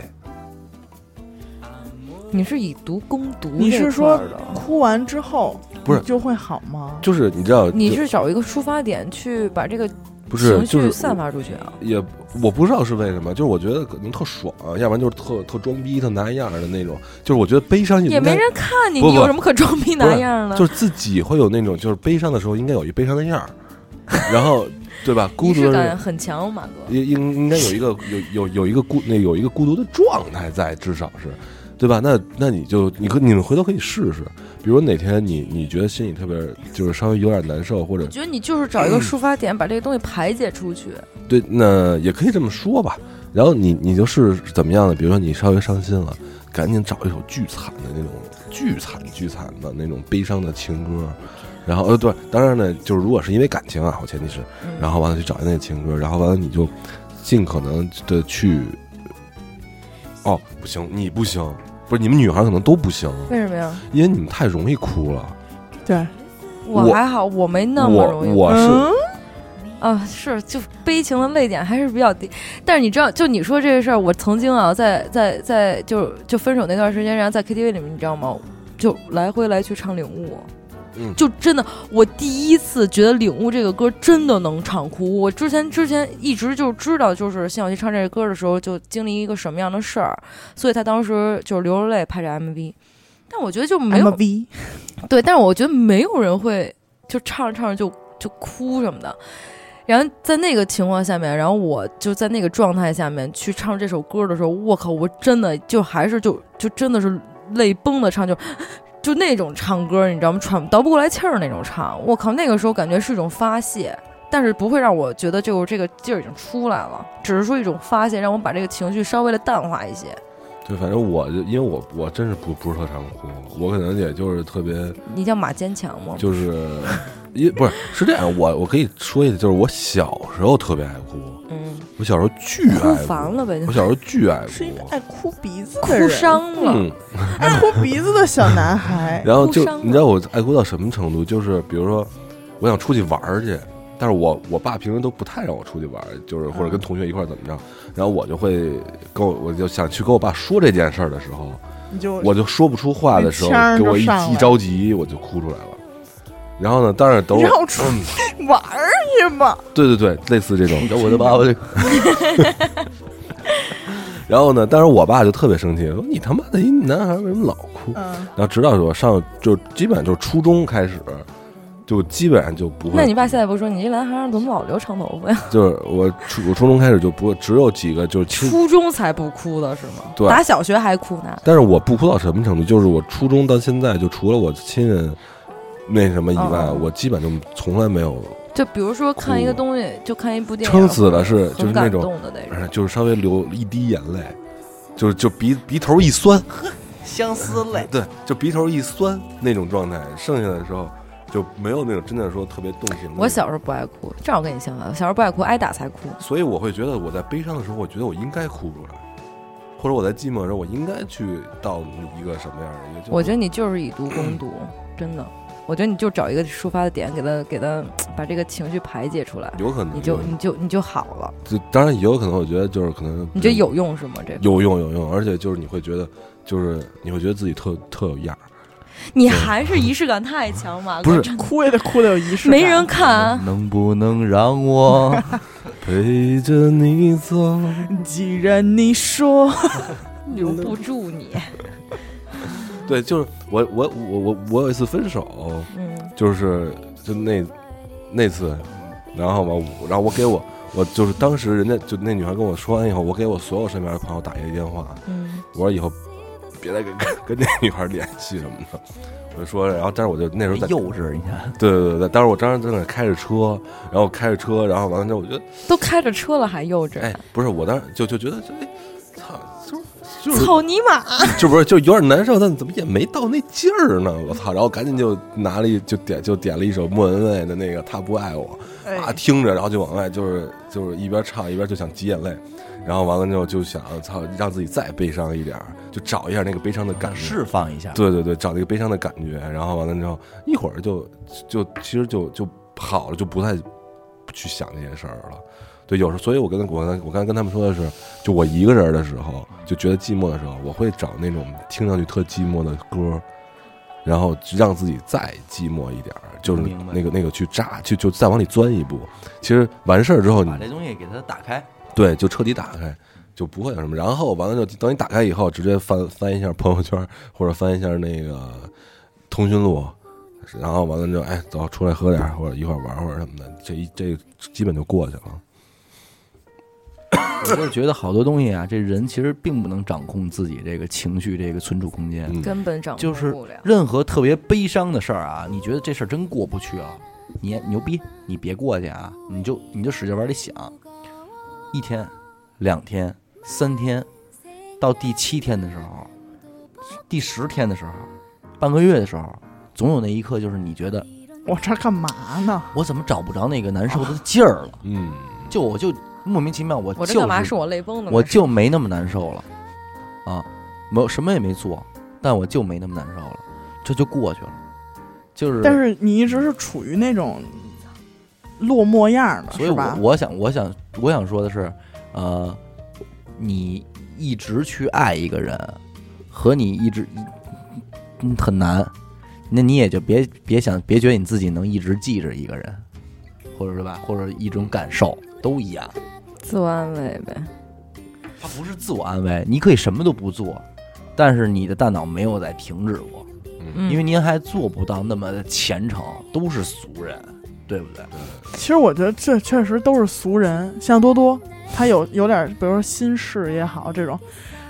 E: 你是以毒攻毒这块儿的，
D: 你是说哭完之后
F: 不是
D: 你就会好吗？
F: 就是你知道，
E: 你
F: 就是
E: 找一个抒发点去把这个
F: 不是
E: 情
F: 就
E: 绪
F: 是
E: 散发出去啊？
F: 也我不知道是为什么，就是我觉得可能特爽，要不然就是特特装逼、特拿样儿的那种。就是我觉得悲伤就
E: 也
F: 应该
E: 没人看你，
F: 不
E: 你有
F: 不
E: 什么可装逼
F: 不
E: 拿
F: 是
E: 样的？
F: 就是自己会有那种就是悲伤的时候应该有一悲伤的样儿，
E: <laughs>
F: 然后对吧？孤
E: 仪
F: 独
E: 式
F: 的
E: 感
F: 人
E: 很强，马哥。
F: 应应应该有一个有有有一个孤那有一个孤独的状态在，至少是。对吧？那那你就你可你们回头可以试试，比如哪天你你觉得心里特别就是稍微有点难受，或者
E: 我觉得你就是找一
F: <clears throat>
E: 个抒发点，把这个东西排解出去。
F: 对，那也可以这么说吧。然后你你就是怎么样的？比如说你稍微伤心了，赶紧找一首巨惨的那种巨惨巨惨的那种悲伤的情歌，然后呃对，当然呢，就是如果是因为感情啊，我前提是，
E: 嗯
F: 然后完了去找那个情歌，然后完了你就尽可能的去。哦，不行，你不行，不是你们女孩可能都不行，
E: 为什么呀？
F: 因为你们太容易哭了。
D: 对，
E: 我
F: 我
E: 还好，我没那么
F: 我
E: 容易
F: 我是、
D: 嗯
E: 啊，是就悲情的泪点还是比较低。但是你知道，就你说这个事儿，我曾经啊，在在在就就分手那段时间，然后在 KTV 里面，你知道吗？就来回来去唱《领悟》。
F: 嗯
E: 就真的，我第一次觉得《领悟》这个歌真的能唱哭。我之前之前一直就知道，就是辛晓琪唱这个歌的时候，就经历一个什么样的事儿，所以她当时就流着泪拍这 MV。但我觉得就
D: 哎
E: 没有
D: MV
E: 对，但是我觉得没有人会就唱着唱着就就哭什么的。然后在那个情况下面，然后我就在那个状态下面去唱这首歌的时候，我靠，我真的就还是就就真的是泪崩的唱，就就那种唱歌，你知道吗？喘倒不过来气儿那种唱。我靠，那个时候感觉是一种发泄，但是不会让我觉得就这个劲儿已经出来了，只是说一种发泄，让我把这个情绪稍微的淡化一些。
F: 对，反正我就因为我我真是不不是特常哭，我可能也就是特别
E: 你叫马坚强吗？
F: 就是，因不是是这样，我我可以说一下，就是我小时候特别爱哭，
E: 嗯，
F: 我小时候巨
E: 哭
F: 爱
E: 烦
F: 哭，
E: 了呗，
F: 我小时候巨爱
D: 是因为
F: 哭，
D: 爱哭鼻子的
E: 哭
D: 人
E: 伤了。
F: 嗯，
D: 爱哭鼻子的小男
F: <laughs>
D: 孩，
F: 然后就
E: 哭伤了
F: 你知道我爱哭到什么程度？就是比如说，我想出去玩儿去，但是我我爸平时都不太让我出去玩儿，就是
D: 嗯
F: 或者跟同学一块儿怎么着，然后我就会跟我我就想去跟我爸说这件事儿的时候，
D: 你就
F: 我就说不出话的时候
D: 那腔，儿
F: 给
D: 就
F: 我一
D: 上来
F: 一
D: 了
F: 着急我就哭出来了。然后呢，当然等我
D: 绕出
F: 嗯
D: 去玩儿去吧。
F: 对对对，类似这种， <laughs>
G: 我的爸爸就
F: 然后呢，当时我爸就特别生气，说你他妈的一男孩为什么老哭？
D: 嗯，
F: 然后直到我上就基本上就是初中开始，就基本上就不会。
E: 那你爸现在不说你这男孩儿怎么老留长头发呀？
F: 就是我初我初中开始就不只有几个就是亲，
E: 初中才不哭的是吗？
F: 对
E: 打小学还哭呢。
F: 但是我不哭到什么程度，就是我初中到现在就除了我亲人那什么以外，
E: 嗯
F: 我基本就从来没有
E: 就比如说看一个
F: 哭
E: 东西，就看一部电影，
F: 撑死了是就是
E: 很
F: 那
E: 感
F: 种
E: 动的那种。
F: 呃就是稍微流一滴眼泪，就是就鼻鼻头一酸，
G: 相思泪。
F: 对，就鼻头一酸那种状态，剩下的时候就没有那种真的说特别动情的。
E: 我小时候不爱哭，正好跟你相反，我小时候不爱哭，挨打才哭。
F: 所以我会觉得我在悲伤的时候，我觉得我应该哭出来，或者我在寂寞的时候，我应该去到一个什么样的一个就。
E: 我觉得你就是以毒攻毒，真的。我觉得你就找一个抒发的点，给他给他把这个情绪排解出来，
F: 有可能
E: 你就
F: 有
E: 你就你就好了。
F: 就当然也有可能，我觉得就是可能
E: 你觉得有用是吗？这个
F: 有用有用，而且就是你会觉得就是你会觉得自己特特有样儿，
E: 你还是仪式感太强，马哥，
F: 不是
E: 真
D: 哭也得哭得有仪式感，
E: 没人看啊。
G: 能不能让 <laughs> 我？
F: 陪着你走。
D: 既然你说，
E: 嗯留不住你。
F: 对，就是我我我我我有一次分手，
E: 嗯，
F: 就是就那那次，然后吧，我然后我给我我就是当时人家就那女孩跟我说完以后，我给我所有身边的朋友打一个电话，
E: 嗯
F: 我说以后别再跟 <laughs> 跟那女孩联系什么的。我就说，然后但是我就那时候在，
G: 哎幼稚，你看，
F: 对对对对，当时我当时在那开着车，然后开着车，然后完了之后，我觉得，
E: 都开着车了还幼稚。
F: 哎，不是，我当时就就觉得，就哎，操，
G: <laughs>
F: 就就是
E: 草泥马，
F: 就不是就有点难受，但怎么也没到那劲儿呢？我操！然后赶紧就拿了一就点就点了一首莫文蔚的那个《他不爱我》啊，
D: 哎，
F: 听着，然后就往外就是就是一边唱一边就想挤眼泪，然后完了之后就想操，让自己再悲伤一点儿，就找一下那个悲伤的感觉。
G: 释放一下。
F: 对对对，找那个悲伤的感觉，然后完了之后一会儿就就其实就就好了，就不太去想这些事儿了。对，有时候，所以我跟他我刚我刚才跟他们说的是，就我一个人的时候，就觉得寂寞的时候，我会找那种听上去特寂寞的歌，然后让自己再寂寞一点儿，就是
G: 明白
F: 那个那个去扎，就就再往里钻一步。其实完事儿之后，你
G: 把这东西给它打开，
F: 对，就彻底打开，就不会有什么。然后完了就等你打开以后，直接翻翻一下朋友圈，或者翻一下那个通讯录，然后完了就哎，走出来喝点儿，或者一块儿玩会儿什么的，这一这基本就过去了。
G: 我就是觉得好多东西啊，这人其实并不能掌控自己这个情绪这个存储空间。
E: <laughs>
F: 嗯
E: 根本掌
G: 就
E: 控
G: 是
E: 不了。
G: 任何特别悲伤的事儿啊，你觉得这事儿真过不去啊，你牛逼，你别过去啊，你就你就使劲往里想，一天、两天、三天，到第七天的时候，第十天的时候，半个月的时候，总有那一刻，就是你觉得
D: 我这儿干嘛呢？
G: 我怎么找不着那个难受的劲儿了？
F: 嗯，
G: 就我就莫名其妙，我
E: 我
G: 就
E: 这干嘛
G: 是
E: 是我泪崩的？
G: 我就没那么难受了，啊，没有什么也没做，但我就没那么难受了，这就过去了，就是。
D: 但，是你一直是处于那种落寞样儿的，
G: 所以
D: 是
G: 我
D: 吧？
G: 我想我想我想说的是，呃，你一直去爱一个人，和你一直嗯很难，那你也就别别想别觉得你自己能一直记着一个人，或者是吧，或者一种感受都一样。
E: 自我安慰呗。
G: 它不是自我安慰，你可以什么都不做，但是你的大脑没有在停止过，
E: 嗯
G: 因为您还做不到那么的虔诚，都是俗人，对不对？
D: 其实我觉得这确实都是俗人，像多多，他有有点，比如说心事也好，这种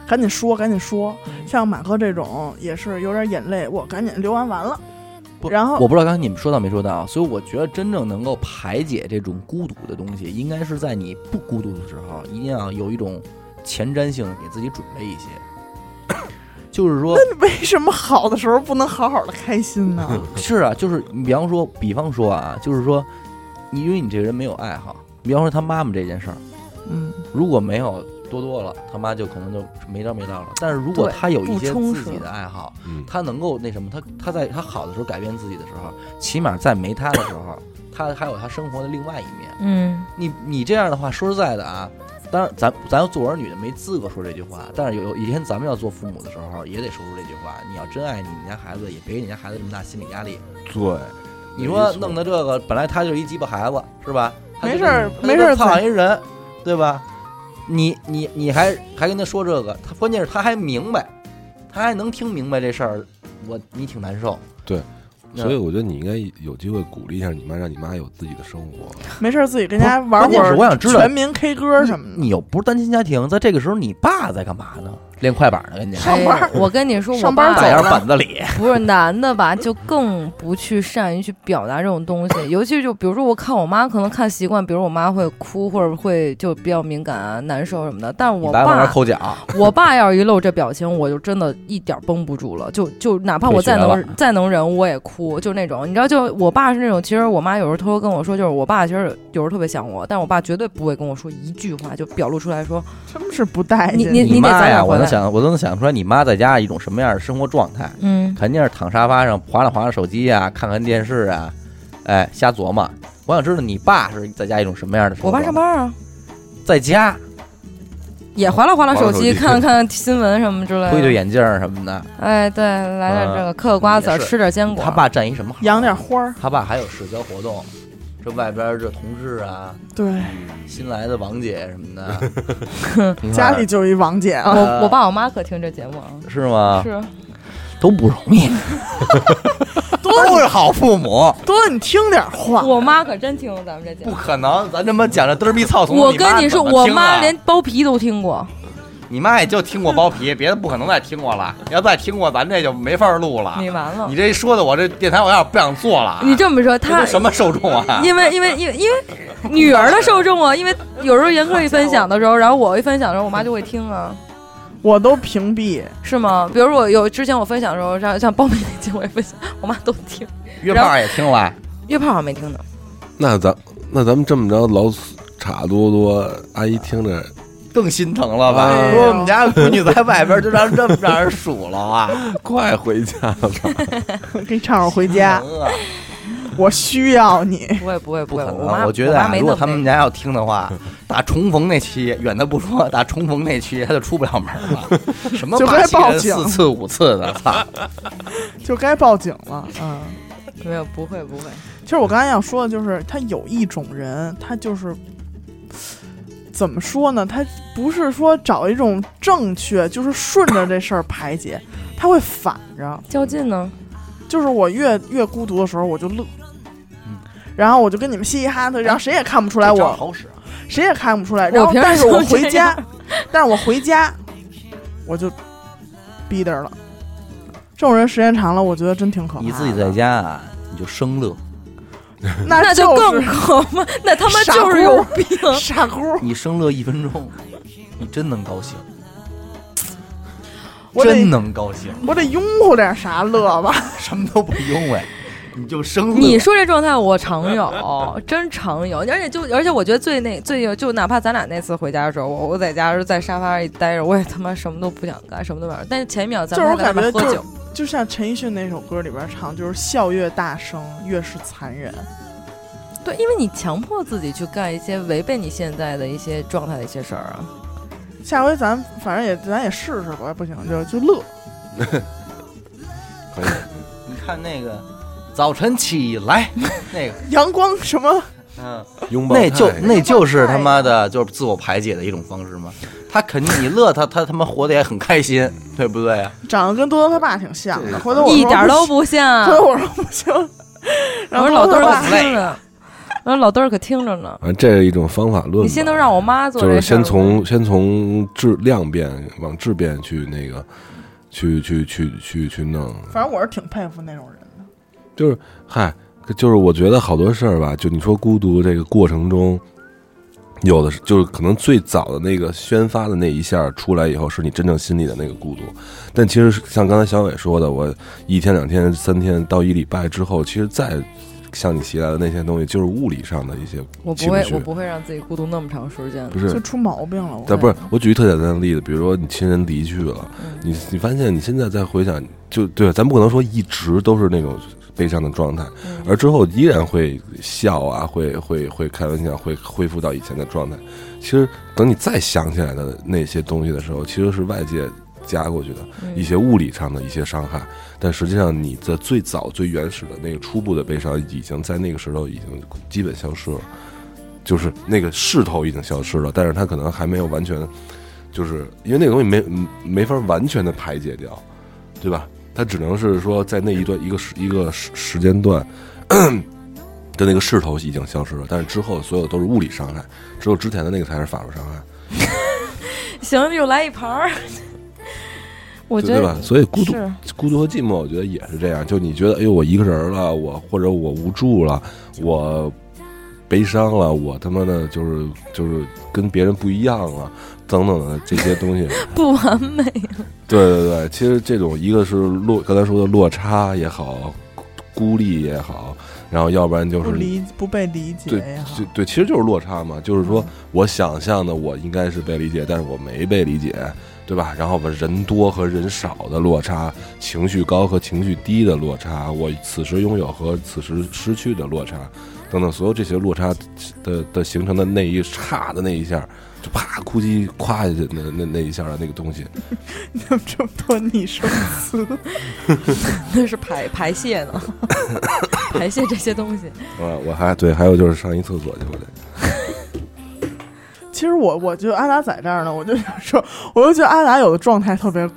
D: 赶紧说，赶紧说。
G: 嗯
D: 像马克这种也是有点眼泪，我赶紧流完完了。
G: 不
D: 然
E: 哦
D: 后
G: 我不知道刚才你们说到没说到，所以我觉得真正能够排解这种孤独的东西，应该是在你不孤独的时候，一定要有一种前瞻性，给自己准备一些。 <coughs> 就是说，
D: <laughs> 为什么好的时候不能好好的开心呢？
G: <laughs> 是啊，就是你比方说，比方说啊，就是说，你因为你这个人没有爱好，比方说他妈妈这件事儿，
D: 嗯，
G: 如果没有多多了，他妈就可能就没着没落了。但是如果
E: 对
G: 他有一些
E: 不充
G: 自己
E: 实
G: 的爱好，
F: 嗯
G: 他能够那什么，他他在他好的时候改变自己的时候，起码在没他的时候， <coughs> 他还有他生活的另外一面。
E: 嗯，
G: 你你这样的话，说实在的啊，当然咱咱要做儿女的没资格说这句话，但是有有一天咱们要做父母的时候，也得说出这句话。你要真爱你们家孩子，也别给你家孩子这么大心理压力。
F: 对，
G: 你说
F: 没错
G: 弄的这个，本来他就是一鸡巴孩子，是吧？他
D: 没
G: 就
D: 事儿
G: 是
D: 没事儿
G: 他就胖一人，对吧？你你你还还跟他说这个，他关键是他还明白，他还能听明白这事儿，我你挺难受。
F: 对
G: 那，
F: 所以我觉得你应该有机会鼓励一下你妈，让你妈有自己的生活。
D: 没事儿自己跟家玩
G: 关
D: 会
G: 键是
D: 儿，
G: 我想知道
D: 全民 K 歌什么的。
G: 你又不是单亲家庭，在这个时候你爸在干嘛呢？练快板呢，跟你
D: 上班
E: 哎我跟你
G: <laughs>
E: 说，我
D: 上班
E: 爸
D: 走
G: 在
D: 了
G: 点板子里。
E: 不是男的吧，就更不去善于去表达这种东西，尤其就比如说我看我妈，可能看习惯，比如我妈会哭或者会就比较敏感啊、难受什么的，但是
G: 你
E: 我
G: 爸往那
E: 爸
G: 儿抠脚，
E: 我爸要是一露这表情，我就真的一点儿绷不住了，就就哪怕我再
G: 退学
E: 能再能忍，我也哭，就那种。你知道，就我爸是那种，其实我妈有时候偷偷跟我说，就是我爸其实有时候特别想我，但我爸绝对不会跟我说一句话，就表露出来说，
D: 真是不待见。
E: 你你得早
G: 妈
E: 点
G: 呀！我
E: 回
G: 能
E: 来
G: 想，我都能想出来你妈在家一种什么样的生活状态。
E: 嗯，
G: 肯定是躺沙发上划拉划拉手机啊，看看电视啊，哎，瞎琢磨。我想知道你爸是在家一种什么样的生活
E: 我爸上班啊，
G: 在家
E: 也划拉划拉
F: 划拉
E: 手
F: 手机
E: 机，看看看新闻什么之类的，
G: 推推眼镜儿什么的。
E: 哎，对，来点这个，嗑个瓜子
G: 啊也
E: 儿，
G: 是
E: 吃点坚果。
G: 他爸占一什么行？
D: 养点。花儿，
G: 他爸还有社交活动，这外边儿这同事啊，
D: 对，
G: 新来的王姐什么
E: <laughs>
G: 的，同事
D: 家里就一王姐啊，
E: 哦
G: 呃
E: 我我爸我妈可听这节目啊，
G: 是吗？
E: 是
G: 都不容
E: <laughs>
G: 易，都是好父母。
D: 多多你听点话。
E: 我妈可真听咱们这节
G: 不
E: 目。
G: 可能，咱他妈讲这嘚儿逼操怂。
E: 我
G: 妈
E: 跟你说，
G: 怎么
E: 我
G: 听啊
E: 妈连剥皮都听过。
G: 你妈也就听过
E: <laughs>
G: 包皮，别的不可能再听过了。要再听过，咱这就没法录了。
E: 你完了
G: 你这一说的我这电台我有点不想做了。
E: 你这么说，
G: 啊这
E: 她
G: 都什么受众啊？
E: 因为因为因为因
G: <laughs>
E: 为女儿的受众啊，因为有时候严哥一分享的时候，然后我一分享的时候，我妈就会听啊，
D: 我都屏蔽，
E: 是吗？比如说我有之前我分享的时候，像像苞米那期我也分享，我妈都听。
G: 约炮也听了，
E: 约炮好像没听呢，
F: 那咱那咱们这么着，老差多多阿姨听着，
G: 更心疼了吧？
F: 哎呦
G: 说我们家闺女在外边就让这么让人数
E: <laughs>
G: 了啊！
F: 快回家了吧？
D: 给你唱首《回家》，我需要你。
E: 不会不会
G: 不
E: 会，
G: 可能，
E: 我妈
G: 我觉得
E: 我妈
G: 啊，
E: 没
G: 如
E: 那
G: 果
E: 么
G: 他们
E: 那
G: 家要听的话，打重逢那期远的不说，打重逢那期他就出不了门
E: <laughs>
G: 了。什么
D: 就
G: 八
D: 该
G: 七
D: 报
G: 人
D: 警
G: 四次五次的，操！
D: 就该报警了。嗯，
E: 个没有不会不会，
D: 其实我刚才要说的就是，他有一种人，他就是怎么说呢？他不是说找一种正确，就是顺着这事儿排解，他会反着。
E: 较劲呢。
D: 就是我越越孤独的时候，我就乐。然后我就跟你们嘻嘻哈哈的，然后谁也看不出来
G: 这招
D: 我，
G: 好使啊，
D: 谁也看不出来。
E: 我
D: 然后，
E: 平时
D: 但是我
E: 就这
D: 回家，但是我回家，我就逼得了。这种人时间长了，我觉得真挺可怕的。
G: 你自己在家啊，你就生乐，
D: 那
E: 那
D: 就
E: 就更可怕，那他妈就是有病。
D: <laughs> 是傻哭。
G: 你生乐一分钟， <laughs> 你真能高兴，
D: 我
G: 真
D: 得
G: 能高兴，
D: 我得拥护点啥乐吧？
G: 什么都不用哎，你
D: <laughs>
G: 就生乐。
E: 你说这状态我常有，真常有，而且就而且我觉得最那最有就哪怕咱俩那次回家的时候，我我在家的时候在沙发上一待着，我也他妈什么都不想干，什么都不想干。但是前一秒咱
D: 就是我
E: 们还在
D: 感
E: 那
D: 觉
E: 边喝
D: 就是
E: 酒，
D: 就像陈奕迅那首歌里边唱，就是笑越大声越是残忍。
E: 对，因为你强迫自己去干一些违背你现在的一些状态的一些事儿啊。
D: 下回咱反正也咱也试试吧，不行就就乐。
F: 可以。
G: 你看那个早晨起来 <laughs> 那个，
D: 阳光什么？
G: 嗯，
F: 拥抱
G: 那就
F: 太阳
G: 那就是他妈的就是自我排解的一种方式嘛。他肯定你乐他他他妈活得也很开心，对不对啊？
D: 长得跟多多他爸挺像的。
F: 对
D: 回头我说
E: 一点儿都
D: 不
E: 不
D: 行，
E: 像。
D: 回头 <laughs> 我说不行。
E: <laughs>
D: 然
E: 我
D: 后
E: 说老
D: 多
E: 豆
D: 多
E: 儿
D: 他
E: 可
D: 爸
G: 累
E: 听着，我说老豆儿可听着呢。
F: 啊，这是一种方法论吧。
E: 你先都让我妈做
F: 就
E: 这事儿
F: 是
E: 吧，
F: 先从先从质量变往质变去那个，去去去去去弄。
D: 反正我是挺佩服那种人的。
F: 就是嗨，就是我觉得好多事儿吧，就你说孤独这个过程中，有的是就是可能最早的那个宣发的那一下出来以后，是你真正心里的那个孤独。但其实像刚才小伟说的，我一天、两天、三天到一礼拜之后，其实再向你袭来的那些东西，就是物理上的一些
E: 我不
F: 情
E: 会
F: 绪
E: 我不会让自己孤独那么长时间的
F: 不。是
D: 就出毛病了，我
F: 但不是，我举一特简单的例子，比如说你亲人离去了，
E: 嗯，
F: 你你发现你现在再回想，就对，咱不可能说一直都是那种悲伤的状态，
E: 嗯
F: 而之后依然会笑啊，会会会开玩笑，会恢复到以前的状态。其实等你再想起来的那些东西的时候，其实是外界加过去的
E: 嗯
F: 一些物理上的一些伤害，但实际上你的最早最原始的那个初步的悲伤，已经在那个时候已经基本消失了，就是那个势头已经消失了，但是它可能还没有完全，就是因为那个东西没没法完全的排解掉，对吧？它只能是说在那一段一个时一个时时间段。 <coughs> 的那个势头已经消失了，但是之后所有都是物理伤害，只有之前的那个才是法律伤害，
E: 嗯行，又来一盘
F: <laughs>
E: 儿。我觉
F: 对对吧
E: 得？
F: 所以孤独
E: 是，
F: 孤独和寂寞，我觉得也是这样。就你觉得，哎呦，我一个人了，我或者我无助了，我悲伤了，我他妈的就是就是跟别人不一样了，等等的这些东西。 <laughs>
E: 不完美。啊
F: 对对对，其实这种一个是落，刚才说的落差也好，孤孤立也好，然后要不然就
D: 不
F: 是
D: 理不被理解
F: 对
D: 也好
F: 对，对，其实就是落差嘛，就是
D: 嗯
F: 说我想象的我应该是被理解，但是我没被理解，对吧？然后我人多和人少的落差，情绪高和情绪低的落差，我此时拥有和此时失去的落差，等等，所有这些落差的的形成的那一刹的那一下，就啪哭唧夸下去那那那一下的那个东
D: <laughs>
F: 西，
D: 你怎么 <laughs> 这么多拟声词？
E: 那是排排泄 <laughs> 呢，排泄这些东西。
F: 我啊我还对，还有就是上一厕所去，我得
D: 其实我我觉得阿达在这儿呢，我就想说，我就觉得阿达有的状态特别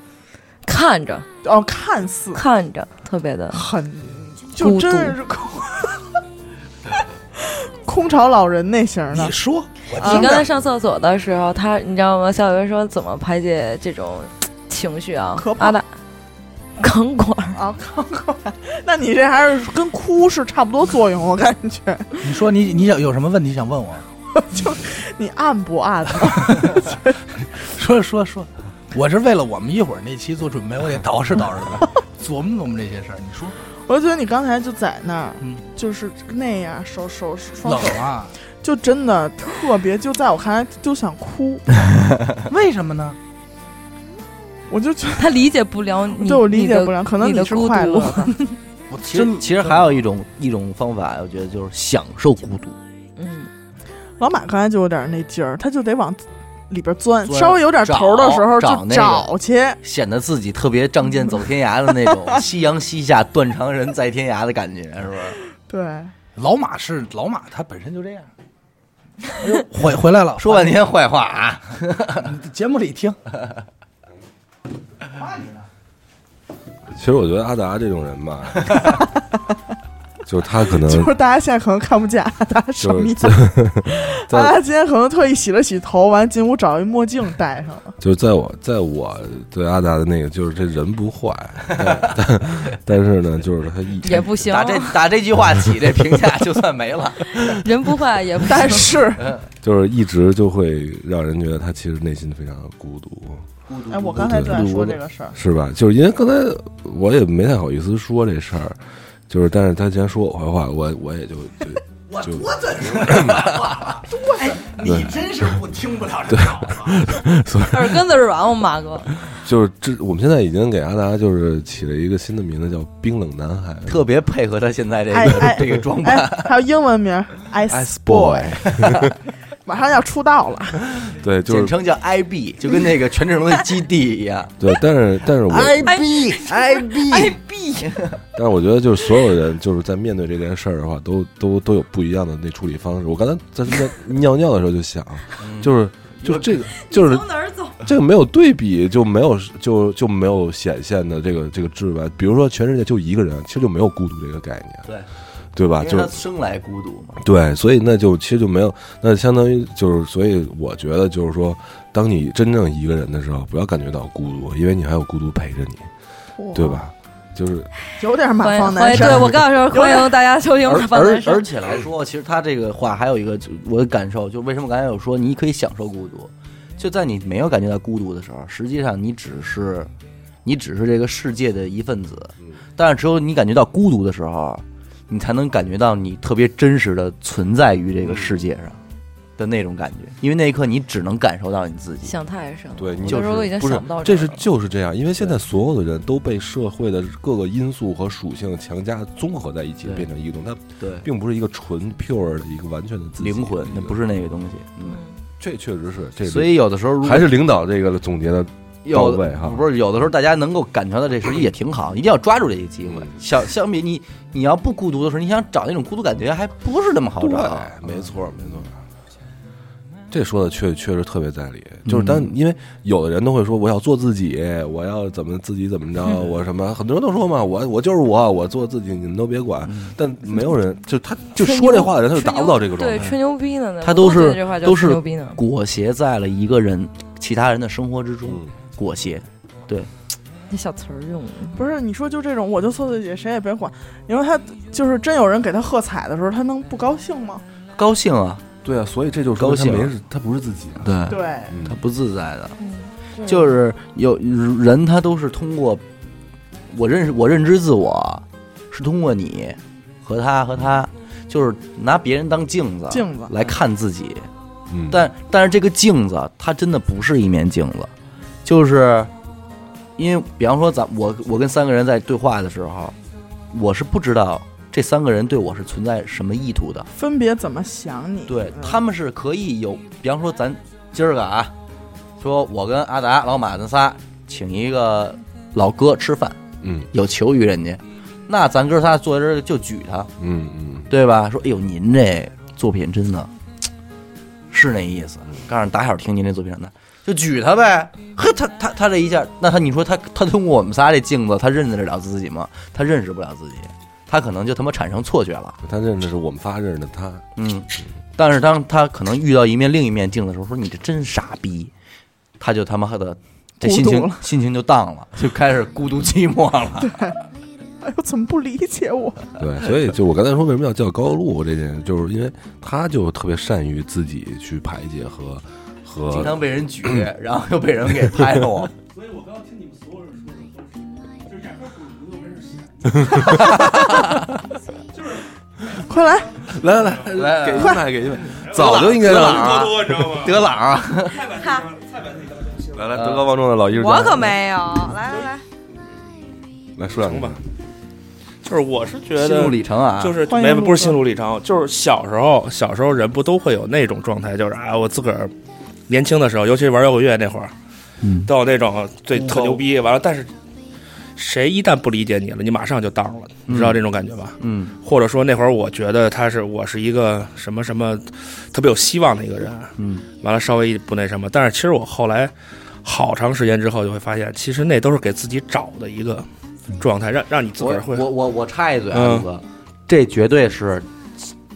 E: 看着
D: 哦，看似
E: 看着特别的，
D: 很
E: 孤
D: 就
E: 独
D: 真是空空巢老人那型儿的
H: 你，说，
E: 你
H: 我听
E: 刚才
H: 着，
E: 上厕所的时候，他你知道吗？小袁说怎么排解这种情绪啊
D: 可？怕
E: 阿达，钢管 <laughs> 儿，
D: 啊，看过来，那你这还是跟哭是差不多作用，我感觉。
H: 你说你你想有什么问题想问我？
D: 你按不按？
H: 说说说，我是为了我们一会儿那期做准备，我得捯饬捯饬的，琢磨琢磨这些事儿。你说
D: <laughs> 我觉得你刚才就在那儿，
H: 嗯
D: 就是那样，手手双
H: 冷
D: 手，
H: 啊？
D: 就真的特别，就在我看来就想
G: <laughs>
D: 哭，
H: 为什么呢？
D: 我就觉得
E: 他理解不了你，
D: 对我理解不
E: 你
D: 了，可能
E: 你的
D: 是
E: 孤独
D: 快乐的，
H: 我
G: 其实
H: 真
G: 其实还有一种一种方法，我觉得就是享受孤独。
E: 的。嗯，
D: 老马刚才就有点那劲儿，他就得往里边钻，
G: 钻
D: 稍微有点头的时候
G: 找
D: 就
G: 那个
D: 找去。
G: 显得自己特别仗剑走天涯的那种，夕阳西下，断肠人在天涯的感觉，是不是？
D: 对，
H: 老马是老马，他本身就
G: <laughs>
H: 这样。哎呦回回来了，
G: 说半天坏话啊！
H: 节目里听，
D: <laughs>
F: 其实我觉得阿达这种人吧，就是他可能
D: 就是大家现在可能看不见啊他什么样
F: 呃 <laughs> 就，在
D: 他啊今天可能特意洗了洗头，完进屋找一墨镜戴上了。
F: 就是在我在我对阿达的那个，就是这人不坏，但但是呢，就是他一
E: 也不行，
G: 打 <laughs> 这打这句话起，这评价就算没了。
E: 人不坏也不行
D: <laughs> 但哎是，
F: 就是一直就会让人觉得他其实内心非常的孤独，
D: 哎，我刚才就想说这个事儿，
F: 是吧？就是因为刚才我也没太好意思说这事儿，就是但是他既然说我坏话，我我也就就
H: 我
F: 就
H: 多怎说这话，多哎，你真是不听不了这脑子。
E: 耳根子软，我马哥。
F: 就是这，我们现在已经给阿达就是起了一个新的名字，叫“冰冷男孩”，
G: <laughs> 特别配合他现在这
D: 哎
G: <laughs>
D: 哎
G: 个这个装扮，
D: 哎，还有英文名 <laughs> Ice
F: Ice Boy，
D: 马上要出道了
F: 对，就
G: 简
F: 是
G: 称叫 IB，就跟那个权志龙的基地一样。
F: 对，但是但是我
E: 哎
H: 哎
G: IB IB，
F: 但是我觉得就是所有人就是在面对这件事儿的话，都都都有不一样的那处理方式。我刚才在尿尿尿的时候就想，就是就这个就是
E: 哪儿走？
F: 这个没有对比就没有就就没有显现的这个这个质感。比如说全世界就一个人，其实就没有孤独这个概念，
G: <laughs> 对，
F: 对吧？
G: 因
F: 啊就
G: 为
F: 是
G: 他生来孤独嘛。
F: 对，所以那就其实就没有，那相当于就是，所以我觉得就是说，当你真正一个人的时候，不要感觉到孤独，因为你还有孤独陪着你，， <laughs> 对？吧？就是
D: 有点马
E: 欢迎
D: 放
E: 欢
D: 男
E: 迎，
D: 生，
E: 对我刚想说，欢迎大家收听
G: 而
E: 马放
G: 而
E: 男
G: 而
E: 生。
G: 且来说，其实他这个话还有一个就我的感受，就为什么刚才有说你可以享受孤独，就在你没有感觉到孤独的时候，实际上你只是你只是这个世界的一份子，但是只有你感觉到孤独的时候，你才能感觉到你特别真实的存在于这个世界上的那种感觉，因为那一刻你只能感受到你自己。
E: 想太深了，
F: 对你
E: 我
F: 就
E: 有时候
F: 是
E: 都已经
F: 不是
E: 想不到
F: 这
E: 儿
F: 是
E: 了
F: 就是这样，因为现在所有的人都被社会的各个因素和属性强加综合在一起，
G: 对
F: 变成一种，它
G: 对，
F: 并不是一个纯 pure 的一个完全的自己
G: 灵魂那不
F: 是，
G: 是那个东西。嗯，
F: 这确实是这个，
G: 所以有的时候如果
F: 还是领导这个总结的
G: 有
F: 到位哈
G: 不是有的时候大家能够感觉到这时候也挺好，一定要抓住这个机会
F: 嗯。
G: 相相比你你要不孤独的时候，你想找那种孤独感觉还不是那么好
F: 对，
G: 找。啊
F: 没错，没错。啊这说的确确实特别在理，就是当因为有的人都会说我要做自己，我要怎么自己怎么着，我什么，很多人都说嘛，我我就是我，我做自己，你们都别管。但没有人就他就
E: 吹
F: 说这
E: 牛
F: 话的人，他就
E: 吹
F: 达不
E: 牛
F: 到这个嗯状
E: 对，
F: 态。
E: 吹牛逼呢，
G: 他
E: 我
G: 都
E: 觉得
G: 是
E: 这话叫
G: 都
E: 吹
G: 是嗯
E: 牛逼呢。
G: 裹挟在了一个人其他人的生活之中
F: 嗯，
G: 裹挟。对，
E: 那小词儿用的，
D: 不是你说就这种，我就做自己，谁也别管。因为他就是真有人给他喝彩的时候，他能不高兴吗？
G: 高兴啊，
F: 对啊，所以这就是
G: 高
F: 说他
G: 兴
F: 没
G: 了
F: 是他不是自己啊。
G: 对，
D: 对，
F: 嗯
G: 他不自在的，
E: 嗯
G: 就是有人他都是通过我认识我认知自我，是通过你和他和他，就是拿别人当镜子，
D: 镜子
G: 来看自己。
F: 嗯，
G: 但但是这个镜子，它真的不是一面镜子，就是因为比方说咱我我跟三个人在对话的时候，我是不知道这三个人对我是存在什么意图的。
D: 分别怎么想你？
G: 对
D: 嗯
G: 他们是可以有，比方说咱今儿个啊，说我跟阿达、老马咱仨请一个老哥吃饭，
F: 嗯
G: 有求于人家，那咱哥仨坐在这儿就举他，
F: 嗯嗯，
G: 对吧？说哎呦，您这作品真的是那意思，告诉你打小听您这作品的，就举他呗。 <laughs> 呵，他他他这一下，那他你说他他通过我们仨这镜子，他认识得了自己吗？他认识不了自己，他可能就他妈产生错觉了。
F: 他认识是我们仨认识的他，
G: 嗯，但是当他可能遇到一面另一面镜子的时候，说你这真傻逼，他就他妈的这心
D: 孤独
G: 情
D: 了
G: 心情就荡了，就开始孤独寂寞了。
D: 哎呦，怎么不理解我？
F: 对，所以就我刚才说为什么要叫高露这件事，就是因为他就特别善于自己去排解和和
G: 经常被人举，然后又被人给拍着我。
D: 快来，
F: 来来来
G: 来
F: 给一
G: 来
F: 麦，给
B: <laughs>
F: 一麦，早就应该
G: 德
F: 让
G: 朗
F: 啊 <laughs>
G: 德朗啊，
F: 来来，德高望重的老艺术家，
B: 我可没有，来来来，
F: 来说两句吧。
I: 就是我是觉
G: 心路
I: 得，
G: 里程啊，
I: 就是
D: 欢迎
I: 没
D: 陆
I: 不是
D: 哥
I: 心路历程，就是小时候小时候人不都会有那种状态，就是啊，我自个儿年轻的时候，尤其玩摇滚乐那会儿，
G: 嗯
I: 都有那种最特牛逼，完了，但是谁一旦不理解你了，你马上就当了，你知道这种感觉吧？
G: 嗯
I: 或者说那会儿我觉得他是我是一个什么什么特别有希望的一个人，
G: 嗯，
I: 完了稍微不那什么，但是其实我后来好长时间之后就会发现，其实那都是给自己找的一个状态，让让你自个
G: 我
I: 儿会
G: 我我我插一嘴啊，
I: 嗯
G: 陆哥，这绝对是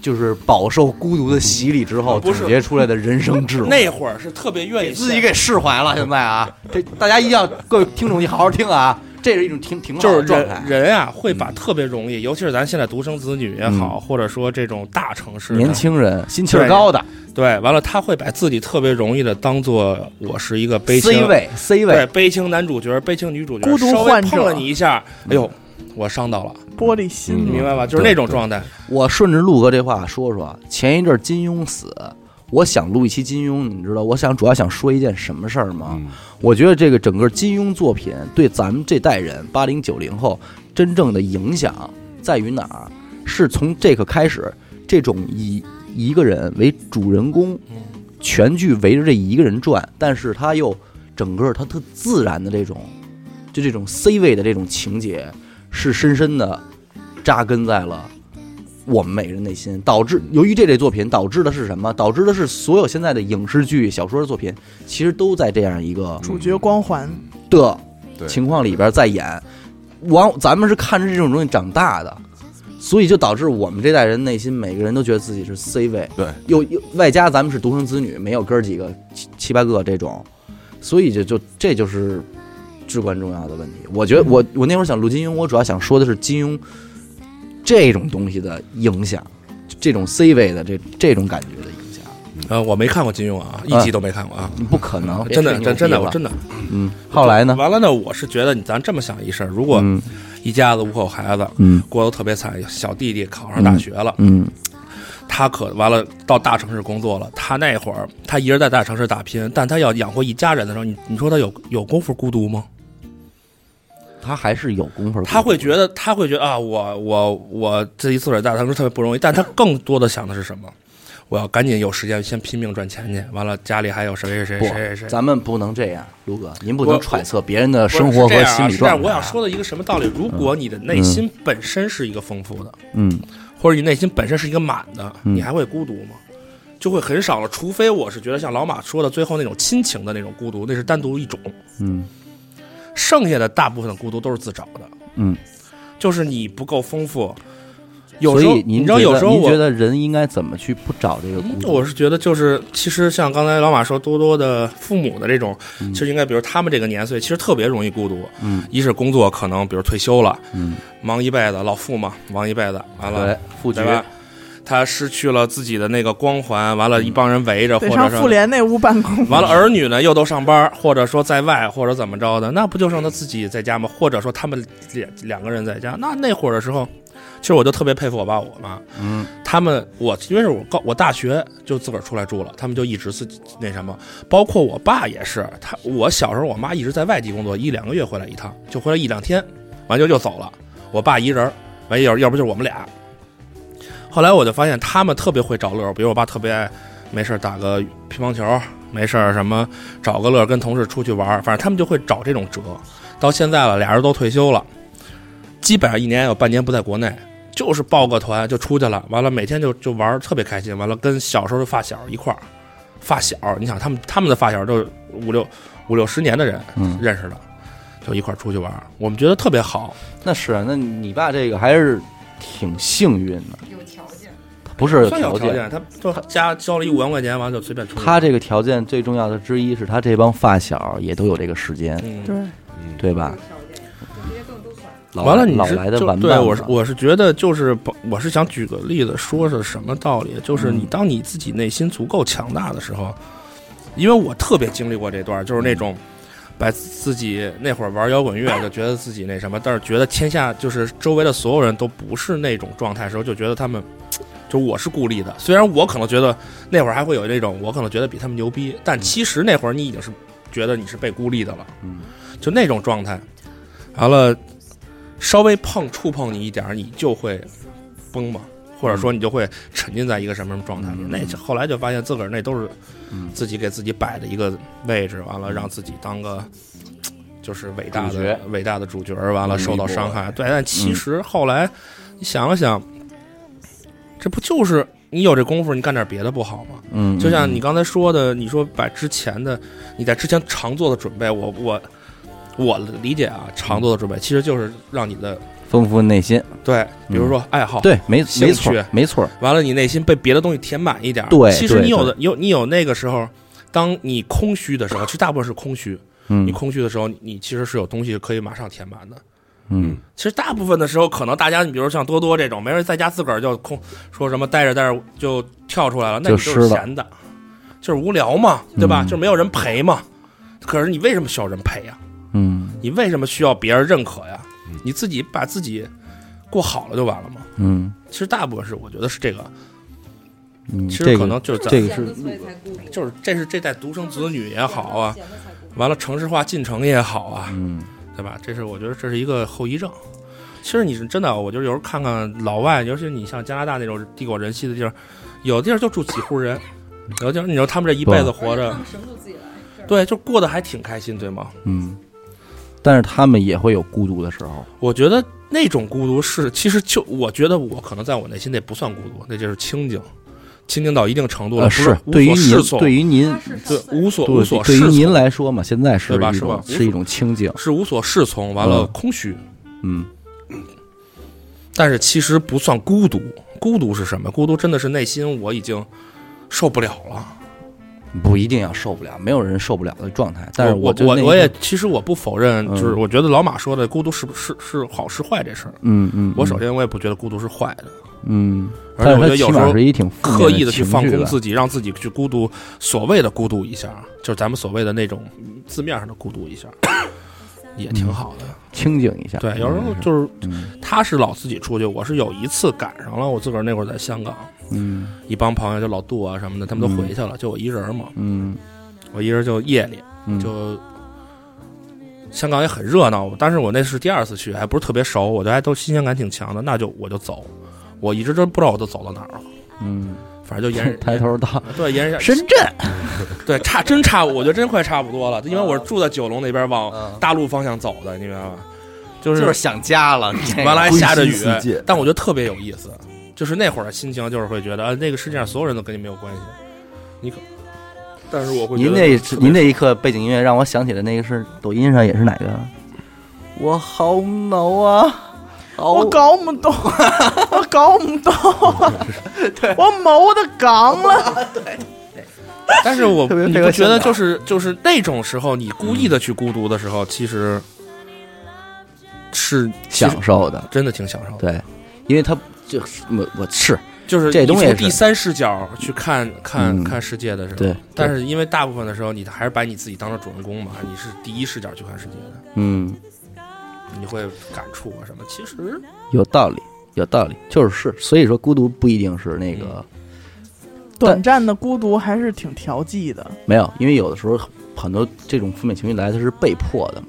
G: 就是饱受孤独的洗礼之后
I: 不
G: 总
I: 是
G: 结出来的人生智慧。
I: <laughs> 那会儿是特别愿意
G: 给自己给释怀了。现在啊，这大家一定要各位听众，你好好听啊，这是一种挺挺好
I: 就
G: 的
I: 是
G: 状
I: 人
G: 态。
I: 人啊，会把特别容易，尤其是咱现在独生子女也
G: 嗯
I: 好，或者说这种大城市的
G: 年轻人心气儿高的
I: 对，完了他会把自己特别容易的当做我是一个悲情
G: C 位 C
I: 对
G: 位，
I: 悲情男主角、悲情女主角，
D: 孤独
I: 稍微
D: 患者
I: 碰了你一下，哎呦，我伤到了，
D: 玻璃心
G: 嗯
I: 你
D: 了，
I: 明白吧？就是那种状态，
G: 我顺着陆哥这话说说，前一阵儿金庸死，我想录一期金庸，你知道，我想主要想说一件什么事儿吗？
F: 嗯，
G: 我觉得这个整个金庸作品对咱们这代人八零九零后真正的影响在于哪儿？是从这个开始，这种以一个人为主人公，全剧围着这一个人转，但是他又整个他特自然的这种，就这种 C 位的这种情节，是深深的扎根在了。我们每个人内心导致，由于这类作品导致的是什么？导致的是所有现在的影视剧、小说的作品，其实都在这样一个
D: 主角光环，
G: 的
F: 对
G: 情况里边再演，往咱们是看着这种东西长大的，所以就导致我们这代人内心每个人都觉得自己是 C 位，
F: 对，
G: 又又外加咱们是独生子女，没有哥儿几个七七八个这种，所以就就这就是至关重要的问题。我
I: 嗯
G: 觉得我我那会儿想录金庸，我主要想说的是金庸这种东西的影响，这种 C 位的这这种感觉的影响，
I: 呃，我没看过金庸啊，
G: 嗯
I: 一集都没看过啊，
G: 你不可能，
I: 真的，真真的，我
G: 的，
I: 真的。
G: 嗯，后来呢？
I: 完了呢，我是觉得你咱这么想一事儿，如果
G: 嗯
I: 一家子五口孩子
G: 嗯
I: 过得特别惨，小弟弟考上大学了，
G: 嗯
I: 他可完了到大城市工作了，他那会儿他一人在大城市打拼，但他要养活一家人的时候，你你说他有有功夫孤独吗？
G: 他还是有功夫，
I: 他会觉得，他会觉得啊，我我我这一自个儿带，他说特别不容易，但他更多的想的是什么？我要赶紧有时间先拼命赚钱去，完了家里还有谁谁谁
G: 不
I: 谁谁谁。
G: 咱们不能这样，卢哥，您不
I: 我
G: 能揣测别人的
I: 不是
G: 生活和
I: 是这样啊
G: 心理
I: 是这样
G: 状态。
I: 我想，说的一个什么道理？如果你的内心本身是一个丰富的，
G: 嗯，
I: 或者你内心本身是一个满的，
G: 嗯
I: 你还会孤独吗？就会很少了，除非我是觉得像老马说的最后那种亲情的那种孤独，那是单独一种。
G: 嗯，
I: 剩下的大部分的孤独都是自找的。
G: 嗯，
I: 就是你不够丰富。有
G: 所
I: 时候
G: 以您
I: 你知道，
G: 觉
I: 有
G: 得
I: 时候
G: 您
I: 我
G: 觉得人应该怎么去不找这个孤
I: 嗯
G: 独？
I: 我是觉得就是，其实像刚才老马说，多多的父母的这种，其实应该比如他们这个年岁，其实特别容易孤独。
G: 嗯，
I: 一是工作可能比如退休了，
G: 嗯，
I: 忙一辈子，老父嘛，忙一辈子，完了
G: 对，副局
I: 对吧？他失去了自己的那个光环，完
G: 嗯
I: 了，一帮人围着，或
D: 得
I: 者
D: 上妇
I: 是
D: 联那屋办
I: <laughs>
D: <laughs> 公。
I: 完了，儿女呢又都上班，或者说在外，或者怎么着的，那不就剩他自己在家吗？或者说他们两两个人在家，那那会儿的时候，其实我就特别佩服我爸我妈，
G: 嗯，
I: 他们我因为是我高我大学就自个儿出来住了，他们就一直自己那什么，包括我爸也是，他我小时候我妈一直在外地工作，一两个月回来一趟，就回来一两天，完就又走了，我爸一人儿，完要要不就是我们俩。后来我就发现他们特别会找乐儿，比如我爸特别爱没事儿打个乒乓球，没事儿什么找个乐儿跟同事出去玩儿，反正他们就会找这种折。到现在了，俩人都退休了，基本上一年有半年不在国内，就是报个团就出去了，完了每天就就玩儿特别开心，完了跟小时候的发小一块儿，发小，你想他们他们的发小都是五六五六十年的人
G: 嗯
I: 认识的，就一块儿出去玩儿，我们觉得特别好。
G: 那是啊，那你爸这个还是挺幸运的，
B: 有条件，
G: 不是有
I: 算有
G: 条
I: 条
G: 件。
I: 件，他就家交了一五万块钱，完了就随便出去。
G: 他这个条件最重要的之一是他这帮发小也都有这个时间，
I: 嗯，
D: 对，
G: 对吧？老
I: 完了，你
G: 老
I: 是
G: 来的
I: 就
G: 玩
I: 对
G: 伴
I: 我是
G: 嘛
I: 我是觉得就是不，我是想举个例子，说是什么道理？就是
G: 嗯
I: 你当你自己内心足够强大的时候，因为我特别经历过这段，就是
G: 嗯
I: 那种把自己那会儿玩摇滚乐就觉得自己那什么，但是觉得天下就是周围的所有人都不是那种状态的时候，就觉得他们。就我是孤立的，虽然我可能觉得那会儿还会有那种，我可能觉得比他们牛逼，但其实那会儿你已经是觉得你是被孤立的了，
G: 嗯，
I: 就那种状态。完了，稍微碰触碰你一点儿，你就会崩吧，或者说你就会沉浸在一个什么什么状态里。
G: 嗯
I: 那就后来就发现自个儿那都是
G: 嗯
I: 自己给自己摆的一个位置，完了让自己当个就是伟大
G: 主
I: 的
G: 角
I: 伟大的主角，完了
G: 嗯
I: 受到
G: 一嗯波
I: 伤害。对，但其实后来你想了想，这不就是你有这功夫，你干点别的不好吗？
G: 嗯，
I: 就像
G: 嗯
I: 你刚才说的，你说把之前的你在之前常做的准备，我我我理解啊，常做的准备其实就是让你的
G: 丰富内心，
I: 对，比如说爱好，，
G: 嗯对，没
I: 兴
G: 没错
I: 趣，
G: 没错，
I: 完了你内心被别的东西填满一点儿。
G: 对
I: 其实
G: 对
I: 你有的有你有那个时候，当你空虚的时候，其实大部分是空虚。
G: 嗯
I: 你空虚的时候，你你其实是有东西可以马上填满的。
G: 嗯，
I: 其实大部分的时候，可能大家，你比如像多多这种，没人在家自个儿就空说什么待着待着就跳出来了，那你
G: 就
I: 就是
G: 湿了
I: 闲的，就是无聊嘛，对吧？
G: 嗯
I: 就没有人陪嘛。可是你为什么需要人陪呀、
G: 嗯
I: 你为什么需要别人认可呀？你自己把自己过好了就完了嘛。
G: 嗯
I: 其实大部分是我觉得是这个，
G: 嗯，
I: 其
G: 这
I: 实可
G: 个
I: 能就是咱
G: 这个是
I: 就是这是这代独生子女也好啊，完了城市化进程也好啊，
G: 嗯
I: 对吧？这是我觉得这是一个后遗症。其实你是真的，我就是有时候看看老外，尤其是你像加拿大那种地广人稀的地儿，有的地儿就住几户人，有的地儿你说他们这一辈子活着，对，就过得还挺开心，对吗？
G: 嗯，但是他们也会有孤独的时候，
I: 我觉得那种孤独是，其实就我觉得我可能在我内心那不算孤独，那就是清静，清静到一定程度了，
G: 呃，
I: 不
G: 是
I: 无
G: 对于
I: 所
G: 您
I: 适，从，
G: 对于您，
I: 对无所无
G: 对对
I: 所适
G: 于
I: 从，
G: 您来说嘛，现在是
I: 对吧
G: 一
I: 是吧
G: 种是一种清静，
I: 是无所适从，完了
G: 嗯
I: 空虚，
G: 嗯
I: 但是其实不算孤独。孤独是什么？孤独真的是内心我已经受不了了。
G: 不一定要受不了，没有人受不了的状态。但是
I: 我
G: 就
I: 我
G: 那
I: 我
G: 一
I: 也
G: 刻
I: 其实我不否认，
G: 嗯
I: 就是我觉得老马说的孤独是不是是好是坏这事儿。
G: 嗯嗯，
I: 我首先我也不觉得孤独是坏的，
G: 嗯，
I: 而且
G: 但
I: 我
G: 是它
I: 觉得有
G: 起
I: 时
G: 码
I: 候
G: 是一挺负嗯面
I: 刻意的去
G: 情
I: 放
G: 绪
I: 空
G: 吧
I: 自己，让自己去孤独，所谓的孤独一下，就是咱们所谓的那种嗯字面上的孤独
G: <coughs>
I: 一下，也挺好的。
G: 清静一下。
I: 对，有时候
G: 嗯
I: 就是
G: 嗯
I: 他是老自己出去，我是有一次赶上了，我自个儿那会儿在香港，
G: 嗯
I: 一帮朋友就老杜啊什么的，他们都回去了，就我一人儿嘛，
G: 嗯
I: 我一人就夜里
G: 嗯，
I: 就。香港也很热闹，但是我那是第二次去，还不是特别熟，我觉得还都新鲜感挺强的，那就我就走，我一直真不知道我都走到哪儿了，
G: 嗯，
I: 反正就
G: <laughs>
I: 沿
G: 抬头到
I: 对沿着
G: 深圳，
I: 对，差真差，我觉得真快差不多了，因为
G: 嗯
I: 我是住在九龙那边往大陆方向走的，你明白吗？就
G: 就是
I: 是
G: 想家了。
I: 完了还下着雨
F: 归心似箭，
I: 但我觉得特别有意思，就是那会儿的心情就是会觉得，啊，那个世界上所有人都跟你没有关系，你可，但是我会觉
G: 您
I: 得
G: 那
I: 特别
G: 您那一刻背景音乐让我想起了那个是抖音上也是哪个？我好恼啊！
D: 我
G: 我
D: 搞不 <laughs> 懂，我搞不懂，我谋的杠了。
I: 但是我
G: 特别
I: 你
G: 配
I: 不
G: 合
I: 觉
G: 性格
I: 得就是就是那种时候，你故
G: 嗯
I: 意的去孤独的时候，其实是其实
G: 享受的，
I: 真的挺享受的，
G: 对，因为他就是我我是
I: 就是
G: 这
I: 你
G: 东西
I: 从
G: 也
I: 第
G: 是
I: 三视角去看看
G: 嗯
I: 看世界的时候，
G: 对，
I: 但
G: 对
I: 是因为大部分的时候，你还是把你自己当成主人公嘛，你是第一视角去看世界的，
G: 嗯，
I: 你会感触啊什么。其实
G: 有道理，有道理，就是是，所以说孤独不一定是那个。
D: 短暂的孤独还是挺调剂的，
G: 没有，因为有的时候很多这种负面情绪来的是被迫的嘛。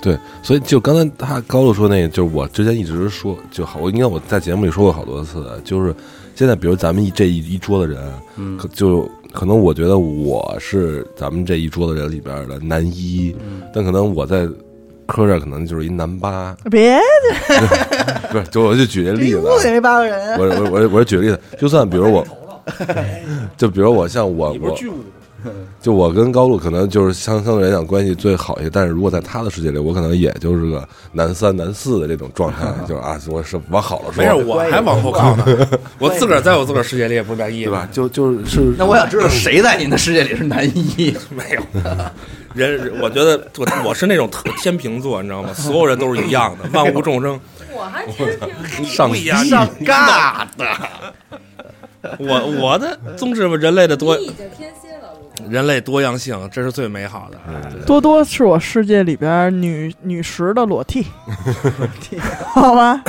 F: 对，所以就刚才他高露说那个，就是我之前一直说就好，我应该我在节目里说过好多次，就是现在比如咱们一这一一桌的人，
I: 嗯
F: 可就可能我觉得我是咱们这一桌的人里边的男一，
I: 嗯
F: 但可能我在科这儿可能就是一男八， <laughs>
D: 别
F: 不是，就我就举这例
D: 一
F: 子
D: 屋
F: 啊，
D: 里那帮人，
F: 我我我我举个例子，就算比如我，就比如我像我
I: 你不是
F: 我
I: 巨物，
F: 就我跟高露可能就是相相对来讲关系最好一些，但是如果在他的世界里，我可能也就是个男三男四的这种状态，就是啊，我是往好了说，
I: 没事，我还往后靠呢，
G: <laughs>
I: 我自个儿在我自个儿世界里也不满意，
F: 对吧？？就就是是
G: 那我想知道谁在您的世界里是男一？
I: 没有， <laughs> 人我觉得我我是那种特天秤座，你知道吗？所有人都是一样
G: <laughs>
I: 的，万物众生。
F: 上
I: 不一样，
F: 上
G: <laughs>
I: 嘎
G: 嗯
I: 的。 <laughs> 我我的宗旨嘛，人类的多， <laughs> 人类多样性，这是最美好的。
D: 多多是我世界里边女女十的裸替， <laughs> 好吧。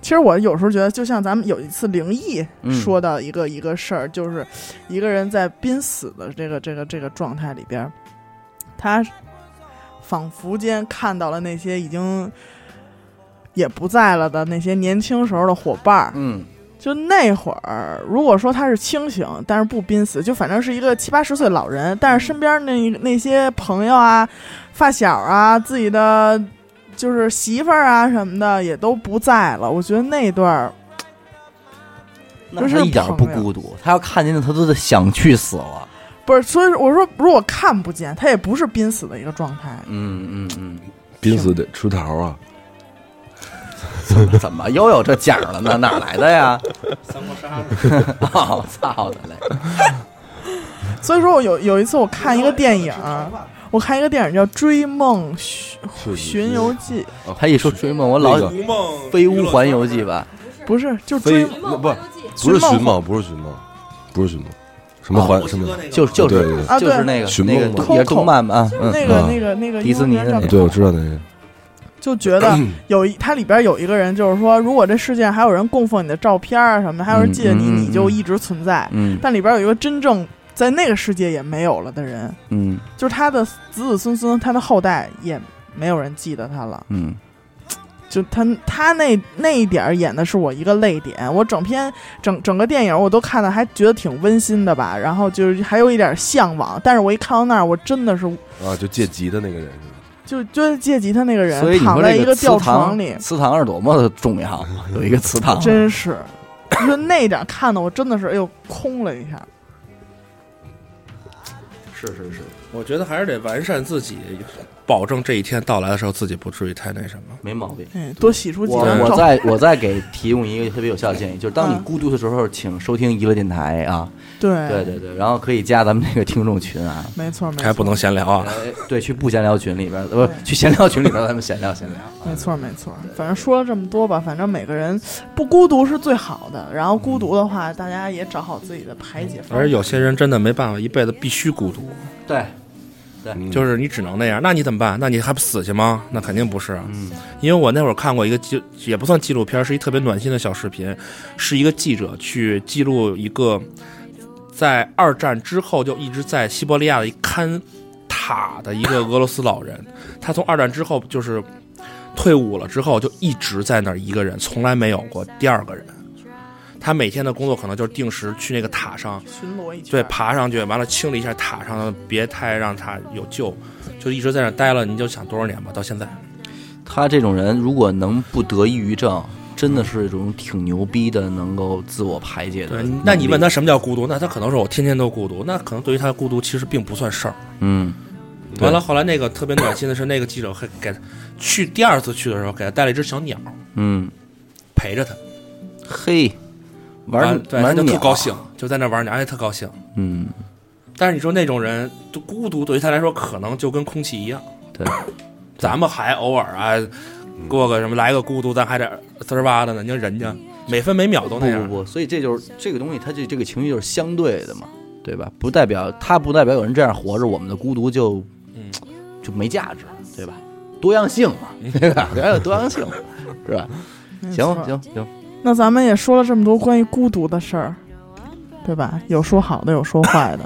D: 其实我有时候觉得，就像咱们有一次灵异
G: 嗯
D: 说到一个、一个事儿，就是一个人在濒死的这个这个这个状态里边，他仿佛间看到了那些已经也不在了的那些年轻时候的伙伴儿，
G: 嗯
D: 就那会儿，如果说他是清醒，但是不濒死，就反正是一个七八十岁老人，但是身边那那些朋友啊、发小啊、自己的就是媳妇儿啊什么的也都不在了。我觉得那段儿，
G: 那
D: 不是
G: 他一点都不
D: 朋友
G: 孤独，他要看见的他都想去死了。
D: 不是，所以我说如果看不见，他也不是濒死的一个状态。
G: 嗯嗯嗯，
F: 濒死得吃桃啊，
G: 怎么 <laughs> 怎么又有这奖了呢？哪儿来的呀？
I: 三国杀
G: <laughs> 哦，操的嘞！
D: 所以说我有有一次我看一个电影，我看一个电影叫《追梦寻
F: 是
D: 寻游记
G: 他一说追梦，我老
F: 那
G: 《
F: 个
I: 梦
G: 飞屋环游记》吧，
D: 不是，就是追
F: 非
D: 梦
F: 那不不是寻梦，不是寻梦，不是寻梦，什么环
I: 哦我
F: 什
I: 记
F: 么
I: 得？那个
G: 就是就
F: 对
G: 是
F: 对对
D: 啊，
G: 就
D: 对
G: 是那个
F: 寻梦
G: 那
F: 嘛
G: 个也是动漫嘛，啊嗯，
D: 那个
F: 嗯
D: 那个那个
G: 迪士尼
D: 英文叫
G: 的那个嗯
F: 对，我知道那个，
D: 就觉得有一，它里边有一个人，就是说，如果这世界上还有人供奉你的照片啊什么的，还有人记得你，
G: 嗯嗯嗯
D: 你就一直存在。
G: 嗯
D: 但里边有一个真正在那个世界也没有了的人，
G: 嗯
D: 就是他的子子孙孙，他的后代也没有人记得他了。
G: 嗯，
D: 就他他那那一点儿演的是我一个泪点，我整篇整整个电影我都看的还觉得挺温馨的吧，然后就是还有一点向往，但是我一看到那儿，我真的是
F: 啊，就借吉的那个人，
D: 就就借吉他那个人
G: 所以你
D: 躺
G: 说
D: 在
G: 这
D: 一
G: 个祠
D: 吊床
G: 堂
D: 里，
G: 祠堂是多么的重要，有一个祠
I: 哦
G: 堂，
D: 真是，就那点儿看的我真的是哎呦空了一下，
G: 是是是，
I: 我觉得还是得完善自己，保证这一天到来的时候自己不至于太那什么。
G: 没毛病。
D: 哎，多洗出几
G: 我
D: 张
G: 我
D: 照。
G: 再我再给提供一个特别有效的建议，就是当你
D: 嗯
G: 孤独的时候，请收听娱乐电台啊，对
D: 对，
G: 对对，然后可以加咱们这个听众群啊，
D: 没错没错，
I: 还不能闲聊啊！
G: 哎对，去不闲聊群里边，呃不去闲聊群里边，咱们闲聊闲聊。
D: 没错没错，反正说了这么多吧，反正每个人不孤独是最好的，然后孤独的话，大家也找好自己的排解方
I: 嗯而
D: 式。
I: 有些人真的没办法，一辈子必须孤独，
G: 对，
I: 就是你只能那样。那你怎么办？那你还不死去吗？那肯定不是啊。因为我那会儿看过一个纪，也不算纪录片，是一特别暖心的小视频，是一个记者去记录一个在二战之后就一直在西伯利亚的一看塔的一个俄罗斯老人，他从二战之后就是退伍了之后就一直在那儿一个人，从来没有过第二个人。他每天的工作可能就是定时去那个塔上
D: 巡逻一圈，
I: 对，爬上去，完了清理一下塔上的，别太让它有旧，就一直在那儿待了，你就想多少年吧，到现在。
G: 他这种人如果能不得抑郁症，真的是一种挺牛逼的，能够自我排解的。
I: 那你问他，什么叫孤独？那他可能说我天天都孤独，那可能对于他的孤独其实并不算事儿。
G: 嗯，
F: 对
I: 完了，后来那个特别暖心的是，那个记者还给他去第二次去的时候，给他带了一只小鸟
G: 嗯，
I: 陪着他，
G: 嘿，玩
I: 完
G: 儿
I: 啊对，
G: 玩
I: 他
G: 儿
I: 就
G: 鸟啊
I: 特高兴，，就在那玩鸟，哎，特高兴。
G: 嗯，
I: 但是你说那种人，就孤独对于他来说，可能就跟空气一样。
G: 对，
I: <coughs>
G: 嗯
I: 咱们还偶尔啊，过个什么来个孤独，咱还得滋儿哇的呢。你说人家每分每秒都
G: 不
I: 那样，
G: 不不，所以这就是这个东西，它这这个情绪就是相对的嘛，对吧？不代表它不代表有人这样活着，我们的孤独就
I: 嗯
G: 就没价值，对吧？多样性
I: <laughs>
G: 嘛，对吧？要有多样性，是吧？
I: 嗯
D: 没
G: 行
D: 错
G: 行行，
D: 那咱们也说了这么多关于孤独的事儿，对吧？有说好的，有说坏 <laughs> 的，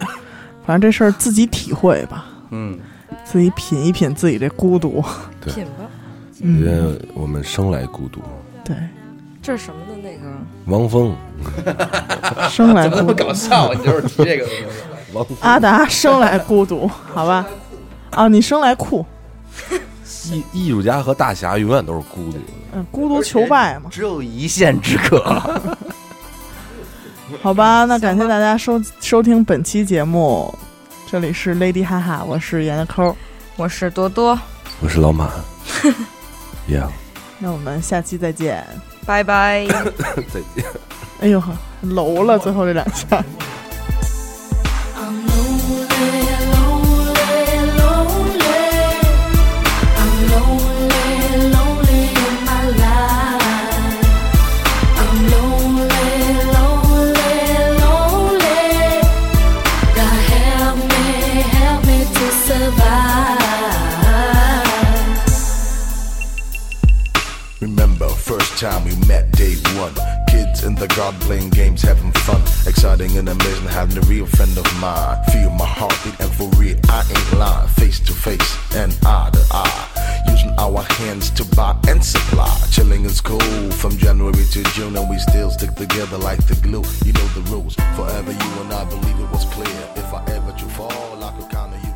D: 反正这事儿自己体会吧，
G: <laughs> 嗯，
D: 自己品一品自己这孤独。
F: 对
E: 品吧，
F: 因
D: 嗯，
F: 为我们生来孤独。
D: 对，
E: 这是什么的那个？
F: 汪峰，
D: 生来孤独，
G: 笑？你就是提这个东西，
D: 阿 <laughs> 达生来孤独，好吧？啊，你生来酷，
F: 艺艺术家和大侠永远都是孤独的。
D: 嗯，孤独求败 <laughs> 嘛，
G: 只有一线之隔。
D: 好吧？那感谢大家收收听本期节目，这里是 Lady 哈哈，我是严的抠，
E: 我是多多，
F: 我是老 <laughs> 马，Yeah，
D: 那我们下期再见。
E: 拜拜。
F: 再见。
D: 哎呦呵，楼了，最后这两下。
J: Remember, first time we met, day one. Kids in the garden playing games, having fun. Exciting and amazing, having a real friend of mine. Feel my heartbeat, and for real, I ain't lying. Face to face, and eye to eye. Using our hands to buy and supply. Chilling is cool from January to June, and we still stick together like the glue. You know the rules. Forever you and I believe it was clear. If I ever to fall, I could count on you.